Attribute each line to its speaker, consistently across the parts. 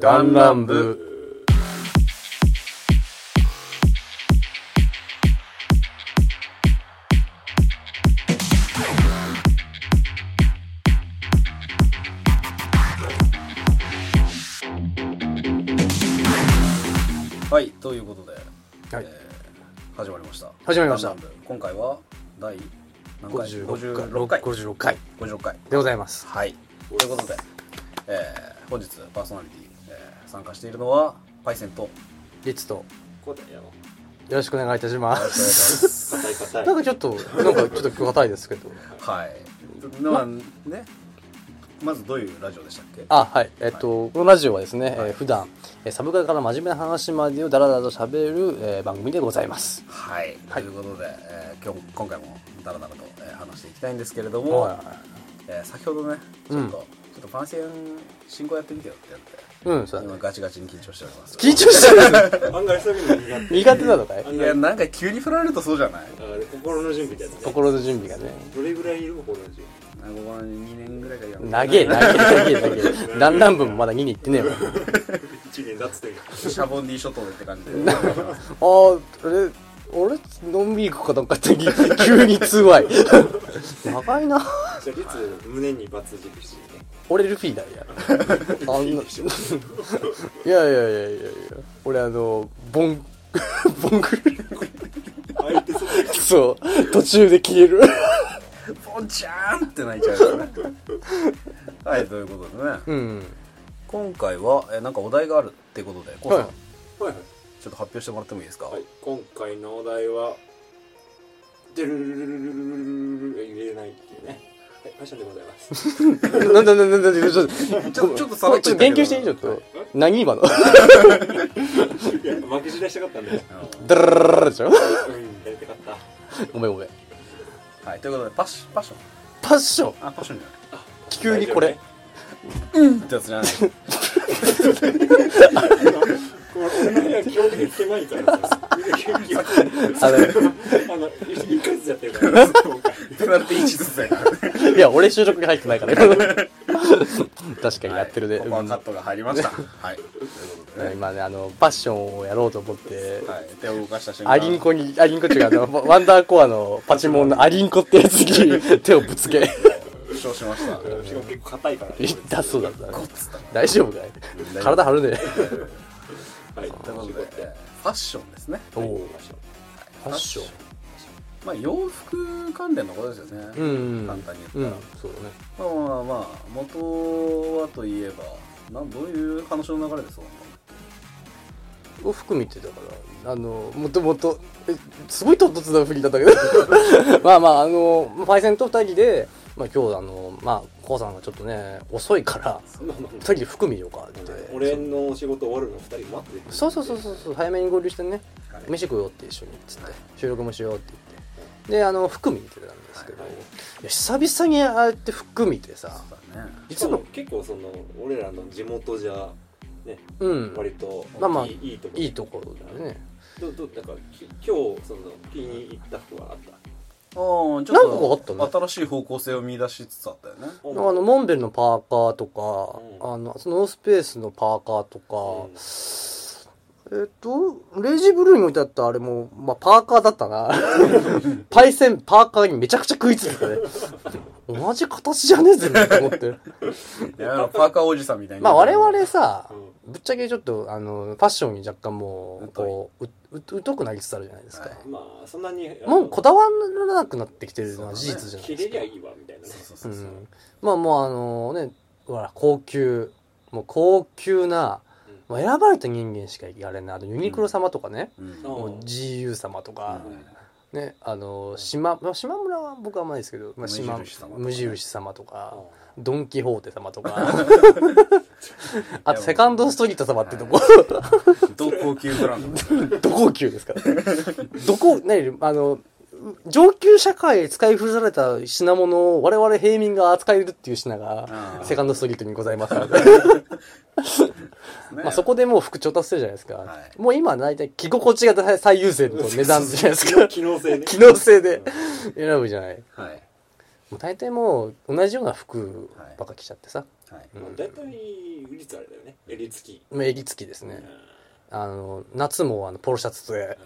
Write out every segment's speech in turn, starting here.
Speaker 1: 弾丸部
Speaker 2: はいということで、
Speaker 1: はい
Speaker 2: えー始まりました
Speaker 1: 始まりました
Speaker 2: 弾丸部今回は第何回
Speaker 1: 56
Speaker 2: 56
Speaker 1: 回56回
Speaker 2: 回56回
Speaker 1: でございます
Speaker 2: はいということで、えー本日パーソナリティ、えー参加しているのはパイセンとよ
Speaker 1: リッツとよ
Speaker 3: こうだよ。
Speaker 1: ろしくお願いいたしま
Speaker 2: ろしくお願い
Speaker 1: す
Speaker 2: し ます
Speaker 3: 硬い硬い。
Speaker 1: なんかちょっとなんかちょっと今日硬いですけど
Speaker 2: はいまあねまずどういうラジオでしたっけ
Speaker 1: あはいえっとこのラジオはですね、えー普段えーサブカルから真面目な話までをダラダラと喋る、えー番組でございます
Speaker 2: はい、
Speaker 1: はい
Speaker 2: ということで、えー今日今回もダラダラと、えー話していきたいんですけれども、
Speaker 1: は
Speaker 2: えー先ほどねち
Speaker 1: う
Speaker 2: ょ
Speaker 1: ん
Speaker 2: っと、ちょっと番宣進行やってみてよってやって
Speaker 1: いうんそうだ
Speaker 2: 今
Speaker 1: ね
Speaker 2: ガチガチに緊張しております
Speaker 1: 緊張してる
Speaker 3: 案外そういうの苦手。
Speaker 1: 苦手なのかい
Speaker 3: 案
Speaker 2: いや
Speaker 3: 外
Speaker 2: なんか急に振られるとそうじゃない
Speaker 3: あれ心の準備だよね。
Speaker 1: 心の準備がね
Speaker 3: どれぐらいいる心の準
Speaker 2: あここ2年ぐらいか
Speaker 1: 長え長え長え長え弾丸部もまだ2に行ってねえわ
Speaker 3: 備。一年経つという。
Speaker 2: シャボンディ諸島でって感じで
Speaker 1: あーあれ俺飲み行くかなんかって急に通話 長いな
Speaker 3: じゃあ律胸にバツ印してね。
Speaker 1: 俺ルフィだよあんないやいやいやいやいや俺あのボンボング
Speaker 3: 相手そうだよ。
Speaker 1: そう途中で消える
Speaker 2: ポンちゃんって泣いちゃうよねはいということでね
Speaker 1: うん
Speaker 2: 今回は、えーなんかお題があるってことでコウさん、
Speaker 1: はい
Speaker 3: はいはい。
Speaker 2: ちょっと発表してもらってもいいですか、
Speaker 3: はい、今回のお題は、でるるるるるるるる入れないっていうね。はい、パッションでございます。
Speaker 1: なんだなんだなんだなんだちょっと
Speaker 2: ちょっとちょっと
Speaker 1: ちょっと言及していいちょっ
Speaker 2: と
Speaker 1: と何今の
Speaker 3: いや、負けじらしたかったんだよ。
Speaker 1: ダラララララでしょ
Speaker 3: うん、やりたかった。
Speaker 1: ごめんごめん
Speaker 2: はいということでパッシパッション
Speaker 1: パッション
Speaker 2: あパッションじゃない
Speaker 1: 急にこれ
Speaker 2: ってやつじゃない
Speaker 3: これ俺の部屋基本的に狭いからさ。
Speaker 1: あ
Speaker 3: あの、一回ずつやってるから。今回
Speaker 2: ペナルティー1ず つだからね
Speaker 1: のいや俺収録に入ってないから確かにやってるで、
Speaker 2: はいここはカットが入りましたはいということでね
Speaker 1: 今ねあのパッションをやろうと思って、
Speaker 2: はい、手を動かした瞬間
Speaker 1: アリンコにアリンコっていうかあの ワンダーコアのパチモンのアリンコってやつ に手をぶつけ
Speaker 2: 負傷しました
Speaker 3: しかも結構硬いからね。
Speaker 1: 痛そうだったね
Speaker 2: こっつったね
Speaker 1: 大丈夫かい
Speaker 2: 丈夫
Speaker 1: 体張るね
Speaker 3: はい、
Speaker 2: というこ
Speaker 3: 楽
Speaker 2: と
Speaker 3: しい
Speaker 2: で
Speaker 3: ことで。
Speaker 2: ファッションですね
Speaker 1: おお
Speaker 2: ファッションまあ洋服関連のことですよね、
Speaker 1: うん
Speaker 2: 簡単に
Speaker 1: う
Speaker 2: 言っ
Speaker 1: ん
Speaker 2: たら、
Speaker 1: そうだね
Speaker 2: まあまあまあ元はといえばなんどういう話の流れでそうな
Speaker 1: を含めてだからあのもともとえすごい唐突な振りだ ったけどまあまああのパイセンと二人で、まあ、今日あのまあコウさんがちょっとね遅いから
Speaker 3: まあまあ
Speaker 1: 二人で含みようかって
Speaker 3: 俺の仕事終わるの二人待ってて
Speaker 1: そうそうそうそうそう早めに合流してね、
Speaker 2: はい
Speaker 1: 飯食おうって一緒にっつって収録もしようって言ってであの福見に行ってたんですけど、
Speaker 3: はいいはい
Speaker 1: や久々にああやって福見ってさ
Speaker 2: んだね
Speaker 3: し
Speaker 1: 実
Speaker 3: か
Speaker 1: は
Speaker 3: も結構その俺らの地元じゃね
Speaker 1: うん
Speaker 3: 割と
Speaker 1: まあまあ
Speaker 3: いいいいとこ
Speaker 1: いいところだよね
Speaker 3: どどなんかき今日その気に入った服はあった
Speaker 2: ああちょっ
Speaker 1: なんかあったね
Speaker 2: 新しい方向性を見出しつつあったよね
Speaker 1: あのモンベルのパーカーとか、
Speaker 3: うん
Speaker 1: あのそのノースペースのパーカーと
Speaker 3: うん
Speaker 1: か、えっとレイジブルーに置いてあったあれも、まあ、パーカーだったな パイセンパーカーにめちゃくちゃ食いついてたね同じ形じゃねえぜと思って
Speaker 2: いやパーカーおじさんみたいな
Speaker 1: まあ我々さ
Speaker 3: う、
Speaker 1: ぶっちゃけちょっとあのファッションに若干もうこううう疎くなりつつあるじゃないですか、
Speaker 2: は
Speaker 3: まあそんなに
Speaker 1: もうこだわらなくなってきてるのは事実じゃない
Speaker 3: 切
Speaker 1: です
Speaker 3: れ
Speaker 1: か
Speaker 3: りゃいいわみたいなね
Speaker 2: そうそう
Speaker 1: う
Speaker 2: そうそう、
Speaker 1: ん、まあもうあのねほら高級もう高級なもう選ばれた人間しかやれないあとユニクロ様とかね、
Speaker 2: うん
Speaker 3: うん
Speaker 1: もう GU 様とか、
Speaker 2: うん
Speaker 1: ねあの島まあ島村は僕はあんまりですけど、まあ、島
Speaker 2: 無印様とかね
Speaker 1: 無印様とか
Speaker 3: うん
Speaker 1: ドン・キホーテ様と かあとセカンドストリート様ってとこ
Speaker 2: 同高級ブランドみたいな
Speaker 1: ど高級ですからね。どこ、何、あの、上級社会へ使い古された品物を我々平民が扱えるっていう品が
Speaker 2: あ、ー
Speaker 1: セカンドストリートにございますので、
Speaker 2: ね
Speaker 1: まあそこでもう副調達するじゃないですか。
Speaker 2: はい
Speaker 1: もう今は大体着心地が最優先の値段じゃないです か。
Speaker 3: 機能性ね
Speaker 1: 機能性で選ぶじゃない。
Speaker 2: はい
Speaker 1: もう大体もう同じような服ばっか着ちゃってさ。
Speaker 2: はい、
Speaker 1: うん
Speaker 3: まあ、大体率あれだよね襟付き、
Speaker 1: まあ襟付きです
Speaker 3: うん
Speaker 1: ねあの夏もあのポロシャツで、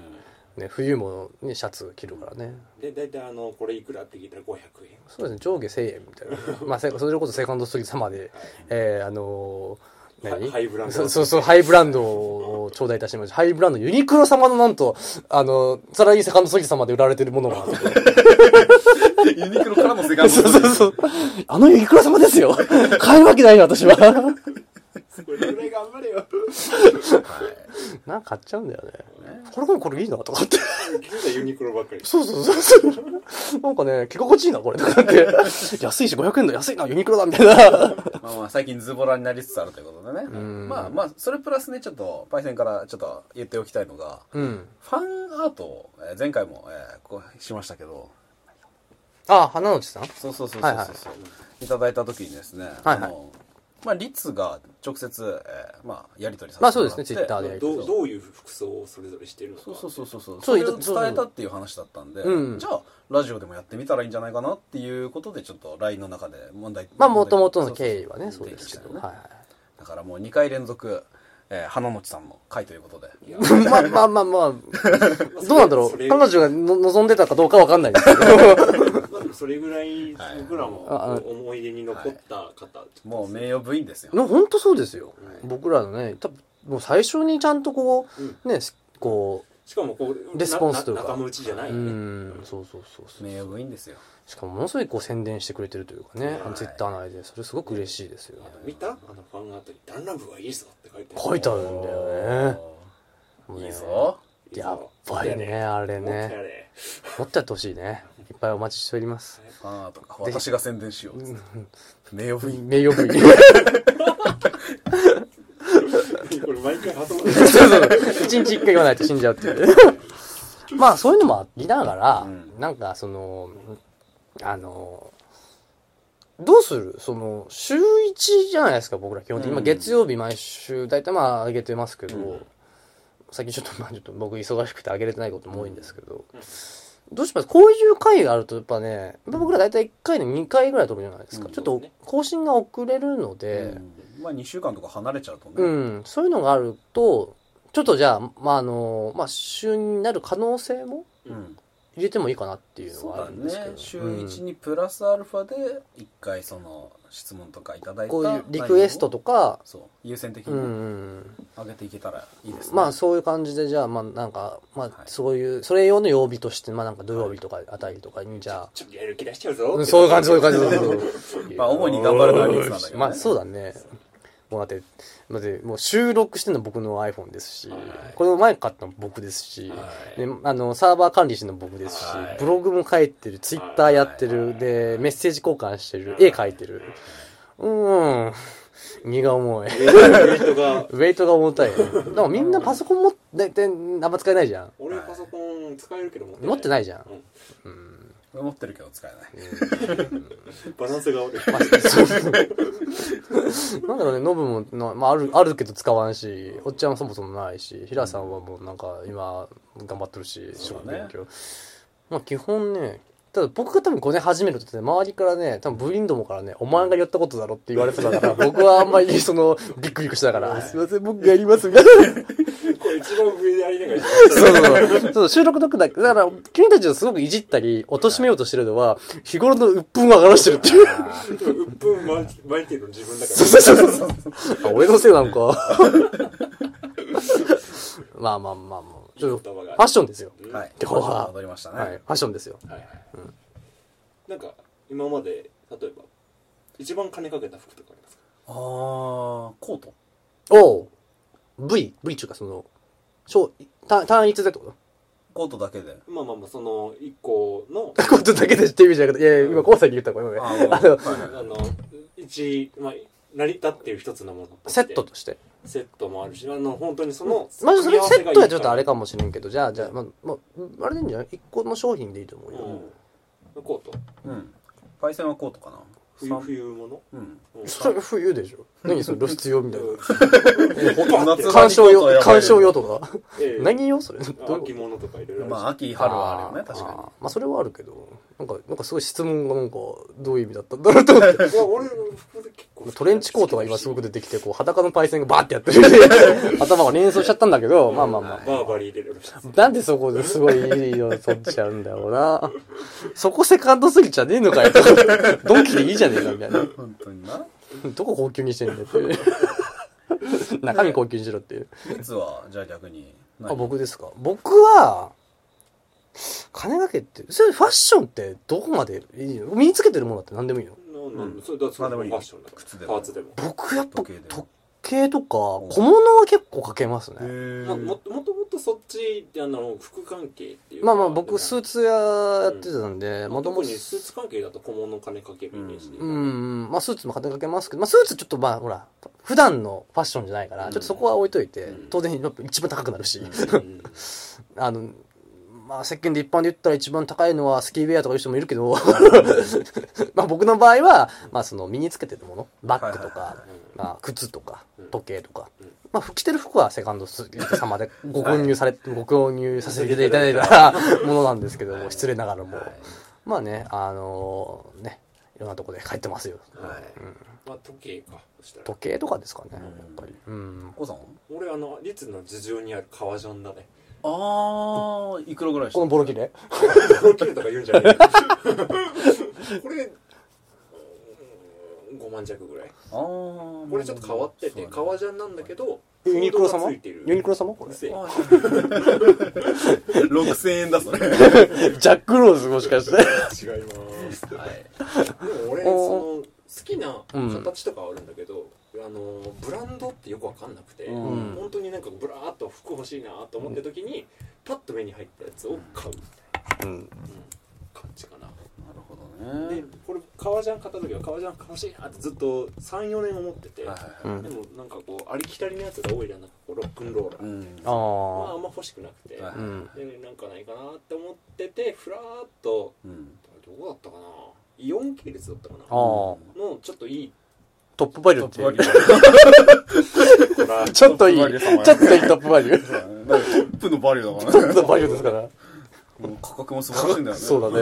Speaker 1: ね、冬も、ね、シャツ着るからね
Speaker 3: で大体あのこれいくらって聞いたら500円
Speaker 1: そうですね上下1000円みたい なまあせそれこそセカンドストリート様で、えー、あのー
Speaker 3: ハイハイブランド
Speaker 1: そうそうそうハイブランドを頂戴いたしましたハイブランドユニクロ様のなんとあのさらにセカンドストリート様で売られてるものがあ って
Speaker 2: ユニクロからのセカンド
Speaker 1: そうそうそう。あのユニクロ様です よ。買うわけないよ、私は。
Speaker 3: これぐらい頑張 れよ
Speaker 1: なんか買っちゃうんだよね。これこれこれいいな、とかって。
Speaker 3: 銀座ユニクロばっかり
Speaker 1: そうそうそうそう。なんかね、着心地いいな、これ、とか って。安いし、500円だ、安いな、ユニクロだ、みたいな。
Speaker 2: まあまあ最近ズボラになりつつあるということでね
Speaker 1: ん
Speaker 2: まあまあそれプラスねちょっとパイセンからちょっと言っておきたいのが
Speaker 1: うん。
Speaker 2: ファンアートをえー前回もえーこうしましたけど
Speaker 1: あ、花のちさん
Speaker 2: そうそうそうそうそう、
Speaker 1: はい
Speaker 2: い
Speaker 1: はい
Speaker 2: ただいた時にですね、
Speaker 1: はいはい
Speaker 2: あのまあリツが直接、えーまあやり取りさせてもらって
Speaker 1: まあそうですね Twitter で
Speaker 3: どうどういう服装をそれぞれしてるのか
Speaker 2: そうそうそうそうそう
Speaker 1: そ
Speaker 2: そうれを伝えたっていう話だったんで、
Speaker 1: うん
Speaker 2: じゃあラジオでもやってみたらいいんじゃないかなっていうことでちょっと LINE の中で問題
Speaker 1: まあ、もともとの経緯はね、そうですけど。は
Speaker 2: 提起したよ
Speaker 1: い
Speaker 2: ね
Speaker 1: はい
Speaker 2: だからもう2回連続、えー、花持さんの回ということで
Speaker 3: いや
Speaker 1: まあ まあまあまあ、どうなんだろ。
Speaker 3: そうれ
Speaker 1: 彼女がの望んでたかどうかわかんないですけ ど。
Speaker 3: まあでもそれぐらい
Speaker 2: はい
Speaker 3: 僕ら
Speaker 1: ああ
Speaker 3: も思い出に残った方
Speaker 2: もう名誉部員ですよ
Speaker 1: の本当そうですよ、
Speaker 3: はい
Speaker 1: 僕らのね多分もう最初にちゃんとこう、ねすこ
Speaker 3: しかもこう
Speaker 1: レスポンスというか
Speaker 3: なな仲間内じゃな
Speaker 1: う
Speaker 3: いうよね
Speaker 1: んそうそうそうそう
Speaker 2: 名誉部員ですよ
Speaker 1: しかもものすごいこう宣伝してくれてるというかね、あ
Speaker 3: は
Speaker 1: の
Speaker 3: い
Speaker 1: ツイッター内でそれすごく嬉しいですよ
Speaker 3: 見たあのファンアートに「ダンラブはいいぞ」って書いて
Speaker 1: 書いてあるんだよねもうね
Speaker 2: いいぞ
Speaker 1: やっぱりねあれ
Speaker 3: 持って
Speaker 1: ね
Speaker 3: やれ
Speaker 1: 持ってやってほしいねいっぱいお待ちしております
Speaker 2: ファンアートか私が宣伝しようっつって名誉部員
Speaker 1: 名誉部員
Speaker 3: これ毎回挟ま
Speaker 1: そうそう一日一回言わないと死んじゃうっていう まあそういうのもありながら、
Speaker 2: うん
Speaker 1: なんかそのあのどうするその週1じゃないですか僕ら基本的に、
Speaker 2: うん
Speaker 1: 今月曜日毎週大体まあ上げてますけど、
Speaker 2: うん
Speaker 1: 最近ちょっとまあちょっと僕忙しくて上げれてないことも多いんですけど、どうしますこういう回があるとやっぱね僕ら大体1回で2回ぐらい撮るじゃないですか、
Speaker 2: うん
Speaker 1: ちょっと更新が遅れるので、
Speaker 2: うんまあ2週間とか離れちゃうとね、
Speaker 1: うん、そういうのがあると、ちょっとじゃあ、まあ、あの、まあ、週になる可能性も
Speaker 2: うん
Speaker 1: 入れてもいいかなっていうの
Speaker 2: そう
Speaker 1: はあ
Speaker 2: だ
Speaker 1: るんですけど。
Speaker 2: ね週
Speaker 1: う
Speaker 2: 1
Speaker 1: ん
Speaker 2: にプラスアルファで1回その質問とかいただいた
Speaker 1: こういうリクエストとか、
Speaker 2: そう優先的
Speaker 1: うんう
Speaker 2: に
Speaker 1: ん、
Speaker 2: 上げていけたらいいですね、
Speaker 1: まあそういう感じでじゃあまあなんかまあ
Speaker 2: い
Speaker 1: そういう、それ用の曜日としてまあなんか土曜日とかあたりとかにじゃあ、
Speaker 3: ちょっとやる気出しちゃうぞ
Speaker 1: うんそういう感じそういう感じそうそう
Speaker 2: まあ主に頑張るのはリスなんだけどね
Speaker 1: まあそうだねもうだってだってもう収録してるの僕の iPhone ですし、
Speaker 3: はい
Speaker 1: これを前買ったの僕ですし、
Speaker 3: は
Speaker 1: で
Speaker 3: い
Speaker 1: あのサーバー管理してるの僕ですし、
Speaker 3: はい
Speaker 1: ブログも書いてるツイッターやってる、でメッセージ交換してる、絵描いてるうーん荷が重い
Speaker 3: 人が
Speaker 1: ウェイトが重たいだからみんなパソコン持っててあんま使えないじゃん
Speaker 3: 俺パソコン使えるけど持ってない
Speaker 1: 持ってないじゃん
Speaker 3: うん
Speaker 2: 持ってるけど使えない
Speaker 3: バランスが悪い
Speaker 1: まあそうなんだろうね、ノブもな、まあ、ある、あるけど使わんし、おっちゃんはそもそもないし、平さんはもうなんか今、頑張ってるし、仕
Speaker 2: そう
Speaker 1: 事
Speaker 2: だね
Speaker 1: 勉強。まあ基本ね、ただ僕が多分5年始めるとね、周りからね、多分ブリンドもからね、お前がやったことだろって言われてたから、僕はあんまりその、ビックビックしながら、すいません、僕がやります、みたいな。
Speaker 3: これ一番上でありながら
Speaker 1: そうそうそう。そう、収録だけだだから、君たちをすごくいじったり、貶めようとしてるのは、日頃の鬱憤を表してるっていう。
Speaker 3: うっぷん巻いてるの自分だか
Speaker 1: そう
Speaker 3: ら
Speaker 1: そうそうそう。あ、俺のせいなん か。まあまあまあまあ。ちょっとファッションですよ。
Speaker 3: うん
Speaker 2: はい
Speaker 1: 今日は
Speaker 2: 戻りましたね、
Speaker 1: はい。ファッションですよ。
Speaker 3: はいはいなんか今まで例えば一番金かけた服とかありますか
Speaker 2: ああコート
Speaker 1: おう。V、V っていうかその、小、単単一でってこと
Speaker 2: コートだけで
Speaker 3: まあまあまあその一個 の
Speaker 1: ことだけでっていう意味じゃなくて、いやいや、今、こうさんに言った声
Speaker 2: あ
Speaker 1: ね。
Speaker 2: ー
Speaker 1: あの
Speaker 2: はいはい
Speaker 3: あの一まあ成り立っている一つのものとし
Speaker 1: セ
Speaker 3: て
Speaker 1: ットとして。
Speaker 3: セットもあるしあの本当にその
Speaker 1: まずそれセットはちょっとあれ
Speaker 3: か
Speaker 1: かもしれんけど、じゃあ、じゃあ、まあ、まあ、あれでいいんじゃない一個の商品でいいと思う
Speaker 3: う
Speaker 1: よ。
Speaker 3: んコート
Speaker 2: うんパイセンはコートかな
Speaker 3: 冬冬
Speaker 2: 三
Speaker 3: 物
Speaker 2: うん
Speaker 3: うん
Speaker 1: それ冬でしょ何 それ露出用みたいな。
Speaker 2: 夏場に
Speaker 1: 鑑賞
Speaker 2: コ
Speaker 1: 用、
Speaker 2: ートはやばいよ
Speaker 1: 鑑賞用とか。
Speaker 3: ええ
Speaker 1: 何用それ。どういうこと
Speaker 3: 秋物とかいろいろ
Speaker 2: まあ秋
Speaker 1: あ
Speaker 2: 春はあるよね確
Speaker 1: ー
Speaker 2: か
Speaker 1: まあそれはあるけどなんか、なんかすごい質問がなんか、どういう意味だったんだろうと 思って。
Speaker 3: うわ俺服で結構
Speaker 1: トレンチコートが今すごく出てきて、こう、裸のパイセンがバーってや ってるんで、頭が連想しちゃったんだけど、まあまあまあ。
Speaker 3: バーバリーで出てきた
Speaker 1: なんでそこですごいいいの取っちゃうんだろうな。そこセカンドすぎちゃねえのかよ。 ドンキでいいじゃねえかみたいな。
Speaker 2: 本当にな
Speaker 1: どこ高級にしてんだよっていう。中身高級にしろっていう。
Speaker 2: いつはじゃあ逆に
Speaker 1: あ、僕ですか。僕は、金がけって、それファッションってどこまでいいの身につけてるものだって何でもいいの
Speaker 3: なんなんだそれだそれ
Speaker 2: まあでもいい
Speaker 3: ファッションだから
Speaker 2: 靴でも
Speaker 3: パーツでも
Speaker 1: 僕やっぱ
Speaker 2: 時計で
Speaker 1: 時計とか
Speaker 2: ん
Speaker 1: 小物は結構かけますね。
Speaker 3: まあもっともっともっとそっちってあの服関係っていうか
Speaker 1: まあまあ僕スーツ屋やってたんで、
Speaker 3: まあ
Speaker 1: もと
Speaker 3: 特
Speaker 1: もと
Speaker 3: にスーツ関係だと小物の金かけるイメージで
Speaker 1: うんうん、まあスーツも金かけますけど、まあスーツちょっとまあほら、普段のファッションじゃないから、
Speaker 2: うん
Speaker 1: ちょっとそこは置いといて、
Speaker 3: うん
Speaker 1: 当然一番高くなるし、
Speaker 3: うん
Speaker 1: あの、まあ世間で一般で言ったら一番高いのはスキーウェアとかいう人もいるけど、 まあ僕の場合は、まあその身につけてるもの、バッグとか、
Speaker 2: はいはいは
Speaker 1: まあ靴とか
Speaker 3: うん、
Speaker 1: 時計とか、
Speaker 3: うん
Speaker 1: まあ着てる服はセカンドス様でご購入され、ご購入させていただいたものなんですけども、失礼ながらも。まあね、あのね、いろんなとこで帰ってますよ。
Speaker 2: はい
Speaker 3: まあ時計かそしたら
Speaker 1: 時計とかですかね、やっ
Speaker 2: ん
Speaker 1: ぱり。うん。
Speaker 2: コさんは
Speaker 3: 俺あのリツの頭上にある革ジャ ンだね
Speaker 2: あーいくらぐらいした
Speaker 1: このボロ切れ
Speaker 3: 高級とか言うんじゃないよ これ5万弱ぐらい
Speaker 2: あー
Speaker 3: これちょっと変わってて革ジャンなんだけど
Speaker 1: ユニクロ様
Speaker 3: フードがついてる
Speaker 1: ユニクロ様こ
Speaker 3: う
Speaker 1: れ
Speaker 3: る。せえ
Speaker 2: 6000円だそれはい
Speaker 1: ジャックローズもしかして。
Speaker 3: 違いますでも俺その好きな形とかはあるんだけど、あのブランドってよくわかんなくて、
Speaker 2: うん
Speaker 3: 本当になんかブラーっと服欲しいなと思った時に、パッと目に入ったやつを買うみたい
Speaker 1: うん。
Speaker 3: な、うん感じかな
Speaker 2: なるほど
Speaker 3: で
Speaker 2: ね
Speaker 3: これ革ジャン買った時は革ジャン欲しいなってずっと34年思ってて、
Speaker 2: はい
Speaker 1: うん
Speaker 2: は
Speaker 3: でもなんかこうありきたりなやつが多いじゃんなんかこうロックンローラー
Speaker 2: いうん
Speaker 1: あ
Speaker 3: まああ
Speaker 1: あ
Speaker 3: ん。ま欲しくなくて、
Speaker 2: はい
Speaker 1: うん。
Speaker 3: でなんかないかなって思っててふらーっと
Speaker 2: うん
Speaker 3: どこだったかなイオン系列だったかな
Speaker 1: あー
Speaker 3: のちょっといい
Speaker 1: トップバリュー
Speaker 2: トッ
Speaker 1: っ
Speaker 2: プバリ
Speaker 1: て。
Speaker 2: ュー
Speaker 1: ちょっといい。ち
Speaker 2: ト
Speaker 1: ょ
Speaker 2: ップバリュー様や
Speaker 1: っといいトップバリュー。
Speaker 2: だねだから トップのバリューだ
Speaker 1: ト
Speaker 2: か
Speaker 1: ッ
Speaker 2: らね
Speaker 1: プのバリューですから。
Speaker 2: もう価格も素晴らしいんだよ ね
Speaker 1: そうだね。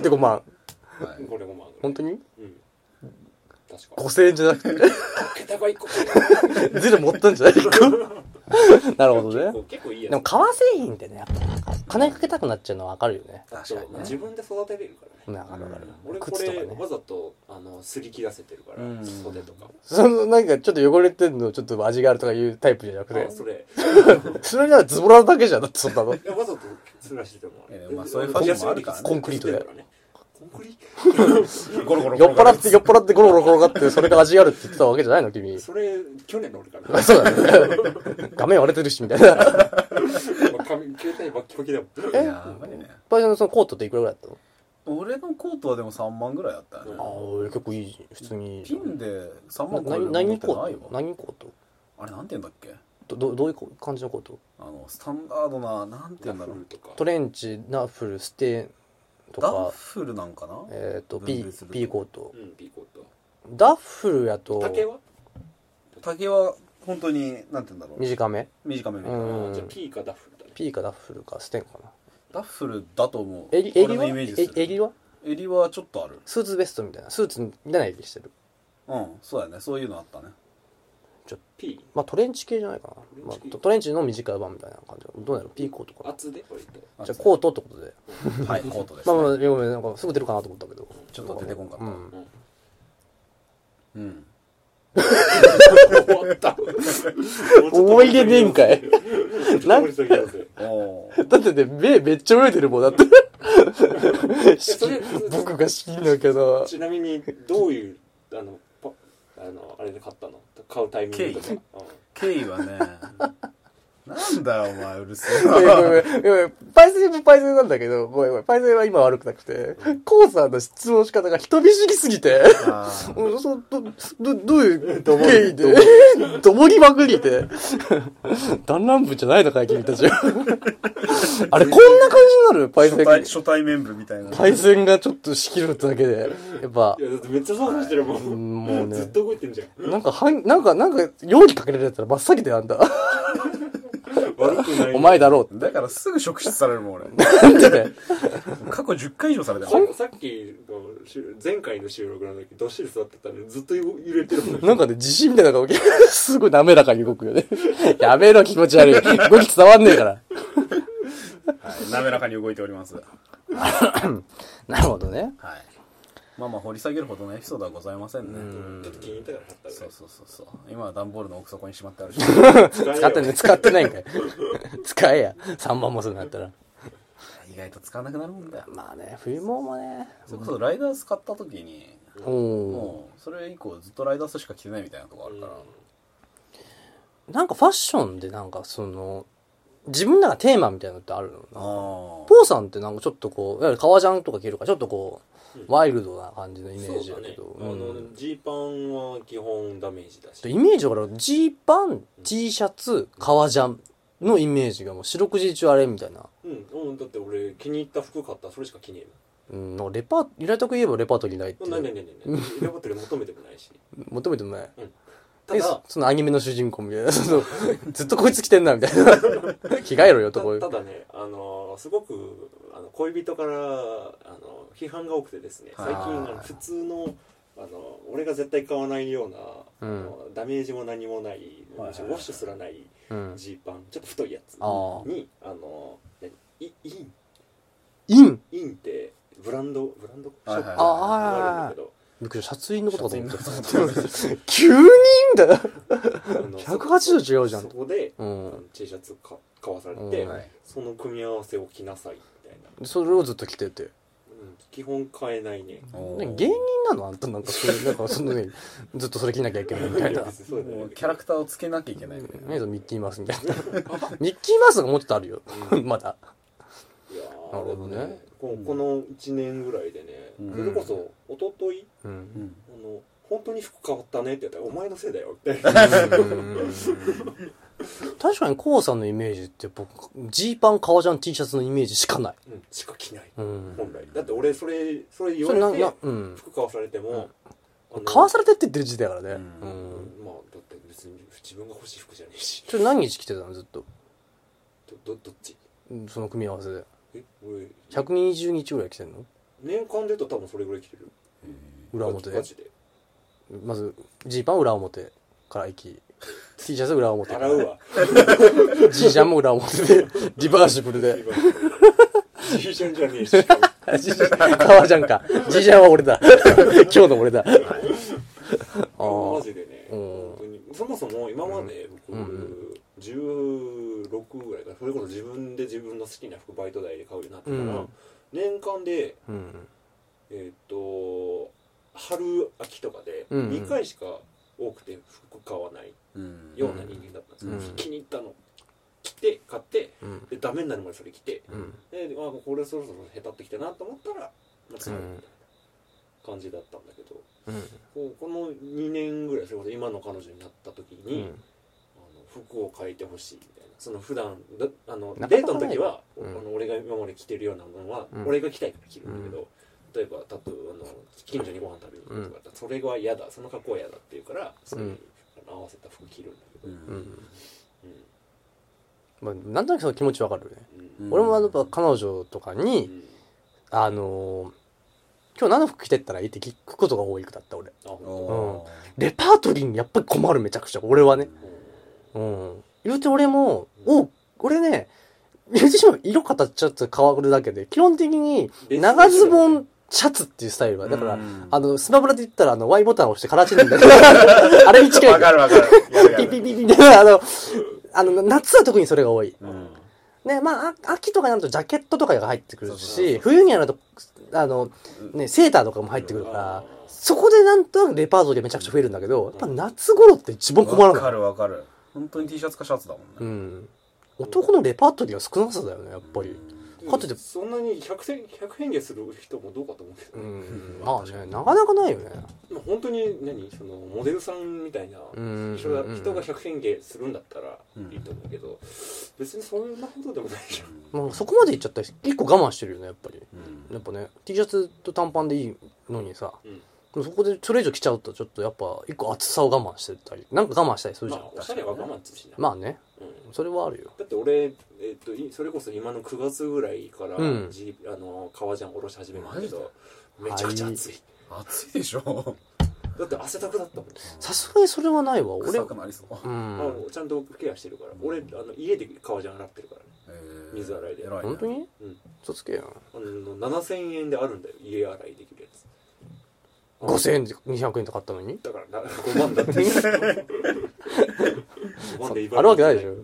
Speaker 1: で、5万。
Speaker 2: はい
Speaker 3: これ5万ぐらい
Speaker 1: 本当に
Speaker 3: うん確か
Speaker 1: ?5000 円じゃなくて、
Speaker 3: 桁が1個
Speaker 1: ずれ持ったんじゃないなるほど
Speaker 3: 結
Speaker 1: ね
Speaker 3: 構。結構いい
Speaker 1: で
Speaker 3: や
Speaker 1: も、
Speaker 3: つ
Speaker 1: 革製品ってね、やっぱなんか、金かけたくなっちゃうのはわかるよね。
Speaker 3: あ
Speaker 2: 確かに
Speaker 3: と
Speaker 2: ね
Speaker 3: 自分で育てれるからね
Speaker 1: なんかわかるわかる
Speaker 2: うん。
Speaker 3: 俺こ
Speaker 1: 靴とか
Speaker 3: れ
Speaker 1: ね。
Speaker 3: わざとあのすり切らせてるから
Speaker 2: うん
Speaker 3: 袖とか
Speaker 1: その、なんか、ちょっと汚れてんの、ちょっと味があるとかいうタイプじゃなくて
Speaker 3: あ。それ
Speaker 1: それならズボラだけじゃんだってそんなの。
Speaker 3: いやわざとすらしてても
Speaker 2: えーまあそういうファッションもあるからね
Speaker 1: コンクリートで
Speaker 3: コンクリ
Speaker 2: ゴロゴロ
Speaker 1: 酔っ払って、酔っ払ってゴロゴロ転がって、それが味があるって言ってたわけじゃないの君。
Speaker 3: それ去年の俺か な
Speaker 1: あそうだね。画面割れてるし、みたいな。
Speaker 3: 髪携帯バッキバキだもん
Speaker 1: え
Speaker 2: やばいね
Speaker 1: バイのそのコートっていくらぐらいだっ
Speaker 2: 俺のコートはでも3万ぐらいあったよね
Speaker 1: たのああ、俺結構いい、普通に。
Speaker 2: ピンで3
Speaker 1: な
Speaker 2: 万超え
Speaker 1: 何、
Speaker 2: るの持
Speaker 1: 何
Speaker 2: って
Speaker 1: コ
Speaker 2: な
Speaker 1: ー
Speaker 2: い
Speaker 1: ト
Speaker 2: わ
Speaker 1: 何コート
Speaker 2: あれなんて言うんだっけ
Speaker 1: ど、どどういうこ感じのコート
Speaker 2: あのスタンダードななんて言うんだろう
Speaker 3: とか
Speaker 1: トレンチ、ナッフル、ステンと
Speaker 2: ダッ
Speaker 1: か、
Speaker 2: フルなんかな
Speaker 1: えっ、と、
Speaker 2: 分
Speaker 1: P
Speaker 2: 類する、と
Speaker 1: P コート
Speaker 3: う。んピーコート
Speaker 1: ダッフルやと、
Speaker 3: 竹は
Speaker 2: 竹は本当になんて言うんだろう
Speaker 1: 短め
Speaker 2: 短めみたいな、
Speaker 1: うん
Speaker 3: じゃあピーかダッフルだね
Speaker 1: ?P かダッフルかステンかな。
Speaker 2: ダッフルだと思う
Speaker 1: 襟、襟
Speaker 2: 俺
Speaker 1: は
Speaker 2: のイメージする
Speaker 1: え襟は
Speaker 2: 襟はちょっとある
Speaker 1: スーツベストみたいな。スーツみたいな襟してる。
Speaker 2: うんそうだよねそういうのあったね
Speaker 3: ピ
Speaker 1: まあトレンチ系じゃないかな。まあ、トトレンチの短い版みたいな感じ。どうなの ?P コート
Speaker 3: ー
Speaker 1: か。
Speaker 3: 厚で割と
Speaker 1: じゃあコートってことで。
Speaker 2: ー トはいコートです、
Speaker 1: まあ
Speaker 2: ね
Speaker 1: まあ、ごめん、なんかすぐ出るかなと思ったけど。
Speaker 2: ちょっと出てこんかった
Speaker 1: うん。
Speaker 2: うん
Speaker 3: 終わった
Speaker 1: 思い出ねえんかい。
Speaker 3: なんかそ
Speaker 2: おー
Speaker 1: だってね、目めっちゃ泳いでるもんだって。
Speaker 3: れ
Speaker 1: 僕が好きだけ ど。
Speaker 3: ちなみにどういうあのパあのあれで買ったの買うタイミングとか
Speaker 2: 経緯はねなんだよお前うるせえ
Speaker 1: ごめん
Speaker 2: な
Speaker 1: ごめんごめんパイセンもパイセンなんだけど、ごめんごめん。パイセンは今悪くなくて、コウさんの質問の仕方が人見知りすぎて、
Speaker 2: あー
Speaker 1: うんそうど、ど、どういう経緯 で、どもりまくり で、弾丸部じゃないのかい、君たちは。 あれ、こんな感じになるパイセ
Speaker 2: 初対
Speaker 1: ン。
Speaker 2: 初対面部みたいな
Speaker 1: パイセンがちょっと仕切るだけで、やっぱ
Speaker 3: い、やだってめっちゃ操作してるも
Speaker 1: うんんもうね
Speaker 3: ずっ。と動いてんじゃん
Speaker 1: なんか、はん、なんか、なんか、料理かけられたら真っ先であんだ。
Speaker 3: 悪くない
Speaker 1: お前だろう
Speaker 2: だからすぐ職質されるもん俺
Speaker 1: なんでだよ
Speaker 2: 過去10回以上された
Speaker 3: さ
Speaker 2: よ
Speaker 3: さっきの収前回の収録の時どっしり座ってたのにずっと揺れてるもん
Speaker 1: なんかね、地震みたいなのが起きる。すごい滑らかに動くよね。やめろ、気持ち悪い。動き伝わんねえから。
Speaker 2: はい滑らかに動いておりますはい
Speaker 1: なるほどね。
Speaker 2: まあまあ掘り下げるほどのエピソードはございませんね
Speaker 3: ちょっと気に入ったから買ったぐ
Speaker 2: そ
Speaker 3: ら
Speaker 2: う
Speaker 3: い
Speaker 2: そうそうそう今は段ボールの奥底にしまってあ るし
Speaker 3: 使えよ
Speaker 1: 使ってね、使ってないんかい。使えや。3万もするんだったら。
Speaker 2: 意外と使わなくなるもんだよ
Speaker 1: まあね、冬物もね。
Speaker 2: それこそライダース買った時に
Speaker 1: おー
Speaker 2: もうそれ以降ずっとライダースしか着てないみたいなとこあるから
Speaker 1: なんかファッションでなんかその、自分らがテーマみたいなのってあるの
Speaker 2: あ
Speaker 1: な。
Speaker 2: ー
Speaker 1: ポーさんってなんかちょっとこう、いわゆる革ジャンとか着るから、ちょっとこ
Speaker 3: うん
Speaker 1: う、ワイルドな感じのイメージ
Speaker 3: そ
Speaker 1: だ
Speaker 3: うだ
Speaker 1: け
Speaker 3: ね
Speaker 1: ど。
Speaker 3: あ
Speaker 1: う
Speaker 3: の
Speaker 1: ん
Speaker 3: ジーパンは基本ダメージだし
Speaker 1: イメージだから、ジーパン、T シャツ、革ジャンのイメージがもう四六時中あれみたいな。
Speaker 3: うん、うん、だって俺気に入った服買ったらそれしか着ねえ
Speaker 1: うん、なんかレパート、平たく言えばレパートリーないって
Speaker 3: もん。ないないないないない。レバトル求めてもないし。
Speaker 1: 求めてもない。
Speaker 3: た
Speaker 1: え
Speaker 3: だ、
Speaker 1: そそのアニメの主人公みたいな、 その、ずっとこいつ着てんな、みたいな。 着替えろよ、とこ
Speaker 3: た
Speaker 1: ういう
Speaker 3: た。だね、あのすごくあの恋人からあの批判が多くてですね最近
Speaker 2: あー
Speaker 3: あの普通のあの俺が絶対買わないような、
Speaker 1: うん
Speaker 3: あのダメージも何もない、
Speaker 2: はいはいはい
Speaker 3: ウォッシュすらない
Speaker 1: うん。
Speaker 3: ジーパンちょっと太いやつ
Speaker 1: あー
Speaker 3: にあの何イイン
Speaker 1: イン
Speaker 3: インってブランドブランドショ
Speaker 2: はい
Speaker 3: ッ
Speaker 2: はいはい
Speaker 3: プ
Speaker 1: ああ
Speaker 3: があ
Speaker 1: あ
Speaker 3: るんだ
Speaker 1: びっくりした。シャツインのことかと思った
Speaker 2: シャツインのこ。
Speaker 1: 急にだよ。
Speaker 3: けどあの
Speaker 1: 180度違うじゃん
Speaker 3: そこで、
Speaker 1: う
Speaker 3: あの
Speaker 1: ん。
Speaker 3: T シャツか買わされて、
Speaker 1: うん
Speaker 2: はい
Speaker 3: その組み合わせを着なさいみたいな、
Speaker 1: それをずっと着てて。
Speaker 3: うん、基本買えないね
Speaker 2: お
Speaker 1: ね
Speaker 2: ー
Speaker 1: 芸人なのあんたなんかそういう、なんかそのね、ずっとそれ着なきゃいけないみたいな。ね
Speaker 3: そうだ
Speaker 2: も
Speaker 3: ね
Speaker 2: うキャラクターをつけなきゃいけないみたいな
Speaker 1: え、ミッキーマウスみたいな。ミッキーマウスがもうちょっとあるよ。 まだ。
Speaker 3: いやー
Speaker 1: なるほどね
Speaker 3: でもここの1年ぐらいでね、
Speaker 2: うん
Speaker 3: それこそ一昨日
Speaker 1: う。
Speaker 2: うんん
Speaker 3: あの本当に服変わったねって言ったら「お前のせいだよ」って
Speaker 1: 確かにコウさんのイメージって僕、ジーパン、革ジャン、T シャツのイメージしかない。
Speaker 3: うんしか着ない
Speaker 1: うん。
Speaker 3: 本来だって俺それそれ言
Speaker 1: それな、
Speaker 3: われ
Speaker 1: な
Speaker 3: て、
Speaker 1: うん。
Speaker 3: 服買わされても、あの
Speaker 1: 買わされてって言ってる時代だからね。う
Speaker 2: うん
Speaker 1: ん。
Speaker 3: まあだって別に自分が欲しい服じゃねえし
Speaker 1: ちょ、何日着てたのずっと。
Speaker 3: どどどっち
Speaker 1: うんその組み合わせで。
Speaker 3: え俺
Speaker 1: 120日ぐらい着てんの
Speaker 3: 年間で言うと多分それぐらい着てる
Speaker 1: 裏表
Speaker 3: ガチで
Speaker 1: まず、ジーパン裏表から行き、T シャツ裏表から
Speaker 3: 洗うわ
Speaker 1: G ジャンも裏表 で、リバーシブルで。
Speaker 3: ジージャンじゃねえしは
Speaker 1: あ G ジャン、革ジャンか。G ジャンは俺 だ。今日の俺だ。あ
Speaker 3: マ
Speaker 1: ー
Speaker 3: ジでね
Speaker 1: うん
Speaker 3: 本当にそもそも今まで僕、
Speaker 1: うんう
Speaker 3: 16ぐらいからそれこそ自分で自分の好きな服バイト代で買うようになってから、
Speaker 1: うん
Speaker 3: 年間で
Speaker 1: うん。
Speaker 3: えーっ、と春秋とかで
Speaker 1: うんうん
Speaker 3: 2回しか多くて服買わない
Speaker 2: うん
Speaker 3: ような人間だったんですけど、
Speaker 1: うん
Speaker 3: 気に入ったの着て買って
Speaker 1: うん。
Speaker 3: でダメになるまでそれ着て
Speaker 1: うん。
Speaker 3: であもうこれそろそろへたってきたなと思ったらまあ使うみたいな感じだったんだけど、
Speaker 1: うん。
Speaker 3: こうこの2年ぐらいそれこそ今の彼女になった時
Speaker 1: う
Speaker 3: に、
Speaker 1: ん。
Speaker 3: あの服を変えてほしいみたいなその普段だあの
Speaker 1: なかなかない
Speaker 3: デートの時は、
Speaker 1: うん
Speaker 3: あの俺が今まで着てるようなものは、
Speaker 1: うん
Speaker 3: 俺が着たいから着るんだけど、例えばたとあの近所にご飯食べに行くとかだったら、それは嫌だその格好は嫌だって言うからそれに、
Speaker 1: うん
Speaker 3: あの合わせた服着るんだけ
Speaker 2: う
Speaker 3: ど、
Speaker 1: うんん。
Speaker 3: う
Speaker 1: まあ、なんとなくその気持ちわかるよね。
Speaker 3: ん
Speaker 2: うん
Speaker 1: 俺もやっぱ彼女とか
Speaker 3: う
Speaker 1: に、
Speaker 3: ん
Speaker 1: あのー今日何の服着てったらいいって聞くことが多いくだった俺。
Speaker 3: あ本当
Speaker 2: おー
Speaker 1: レパートリーにやっぱり困るめちゃくちゃ、俺はね。うん。言うて俺も、お、俺ね、言うてしまえば色形ちょっと変わるだけで、基本的に
Speaker 3: 別
Speaker 1: 長ズボ
Speaker 3: ですよ
Speaker 1: ンシャツっていうスタイルが、だから、
Speaker 2: うん
Speaker 1: あの、スマブラで言ったらあの Y ボタンを押してカラチンだけどあれに近い
Speaker 2: わ。かるわかるやるや
Speaker 1: ピ
Speaker 2: る
Speaker 1: ッピッピッピッあの、あの、夏は特にそれが多い。
Speaker 2: うん
Speaker 1: ね、まあ、あ秋とかになるとジャケットとかが入ってくる
Speaker 2: そうそうそう
Speaker 1: し、冬になると、あの、ね、セーターとかも入ってくるから、そこでなんとなくレパートリーがめちゃくちゃ増えるんだけど、やっぱ夏頃って一番困
Speaker 2: わ
Speaker 1: らな
Speaker 2: か
Speaker 1: い。
Speaker 2: るわかる本当に T シャツかシャツだもんね
Speaker 1: うん。男のレパートリーは少なさだよね、やっぱり。
Speaker 3: うん
Speaker 1: かといって
Speaker 3: そんなに100変100変化する人もどうかと思うけど、
Speaker 1: うん。まあね、なかなかないよね。
Speaker 3: まあ本当に何そのモデルさんみたいな、
Speaker 1: うん。
Speaker 3: 人が人が100変化するんだったら
Speaker 2: うん
Speaker 3: いいと思うけど、別にそんなことでもないじゃん
Speaker 1: もうそこまでいっちゃったら結構我慢してるよね、やっぱり。
Speaker 2: うん
Speaker 1: やっぱね、T シャツと短パンでいいのにさ、
Speaker 3: う
Speaker 1: で
Speaker 3: ん
Speaker 1: もそこでそれ以上着ちゃうとちょっとやっぱ一個暑さを我慢してたり、なんか我慢したりする
Speaker 3: ま
Speaker 1: じゃん。
Speaker 3: あおしゃれは我慢するしな、
Speaker 1: まあね、
Speaker 3: うん
Speaker 1: それはあるよ
Speaker 3: だって俺、えっといそれこそ今の9月ぐらいから、
Speaker 1: うん
Speaker 3: ジーあの革ジャン下ろし始めるんだけど
Speaker 1: ジで
Speaker 3: めちゃくちゃ暑い、
Speaker 2: 暑いでしょ
Speaker 3: だって汗だくだったもん、
Speaker 1: さすがにそれはないわ俺
Speaker 2: 臭く
Speaker 1: う
Speaker 2: なりそう、
Speaker 3: あ
Speaker 1: ん
Speaker 3: のちゃんとケアしてるから俺あの家で革ジャン洗ってるからね
Speaker 2: えー
Speaker 3: 水洗いで
Speaker 2: 偉いね
Speaker 1: 本当に
Speaker 3: うん
Speaker 1: 嘘つけよ
Speaker 3: あの7000円であるんだよ家洗いできるやつ
Speaker 1: 5000円で200円と買った のに
Speaker 3: だからな5万だって5万で
Speaker 1: あるわけないでし
Speaker 3: ょ
Speaker 1: ょ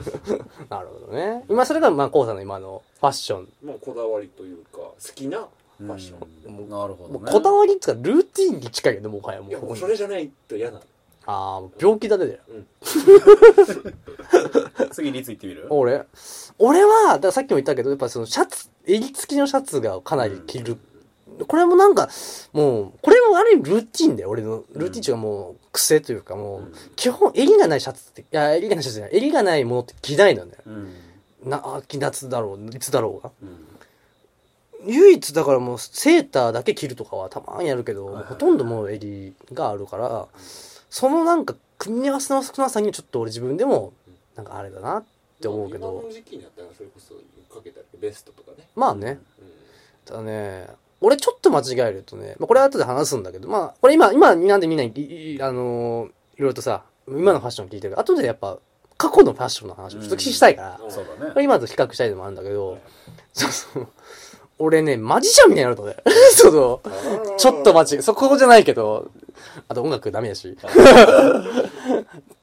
Speaker 1: なるほどね今それがまあこうさんの今のファッション
Speaker 3: まあこだわりというか好きなファッション、
Speaker 2: うんなるほど
Speaker 1: もう
Speaker 2: ね
Speaker 1: こだわりっつうかルーティンに近いよねもはやも
Speaker 3: いうや
Speaker 1: ここ
Speaker 3: もう
Speaker 1: に
Speaker 3: それじゃないと嫌なの
Speaker 1: ああ病気だねだよ
Speaker 3: うん
Speaker 2: 次にいつ行ってみる
Speaker 1: 俺俺はだからさっきも言ったけどやっぱそのシャツ襟付きのシャツがかなり着る、これもなんかもうこれもある意味ルーティンだよ俺のルーティンっていうかもう癖というかもう、
Speaker 2: うん
Speaker 1: 基本襟がないシャツっていや襟がないシャツじゃない襟がないものって着ないのね
Speaker 2: うん
Speaker 1: な秋夏だろういつだろうが
Speaker 2: うん
Speaker 1: 唯一だからもうセーターだけ着るとかはたまにやるけど、
Speaker 2: はいはい
Speaker 1: ほとんどもう襟があるからそのなんか組み合わせの少なさにちょっと俺自分でもなんかあれだなって思うけ
Speaker 3: まあ
Speaker 1: ど
Speaker 3: 今の時期になったらそれこそかけたりベストとかね、
Speaker 1: まあね、
Speaker 3: う
Speaker 1: ただね、俺ちょっと間違えるとね、まあ、これは後で話すんだけど、まあ、これ今、今なんでみんなに、いいあのーいろいろとさ、今のファッション聞いてるけど後でやっぱ、過去のファッションの話をちょっとしたいから、
Speaker 3: うん
Speaker 2: そうだ
Speaker 1: これ
Speaker 2: ね
Speaker 1: 今と比較したいのもあるんだけど、
Speaker 3: はい
Speaker 1: そうそう。俺ね、マジシャンみたいになるとね、 その、
Speaker 3: ん
Speaker 1: ちょっと間違え、そこじゃないけど、あと音楽ダメや し、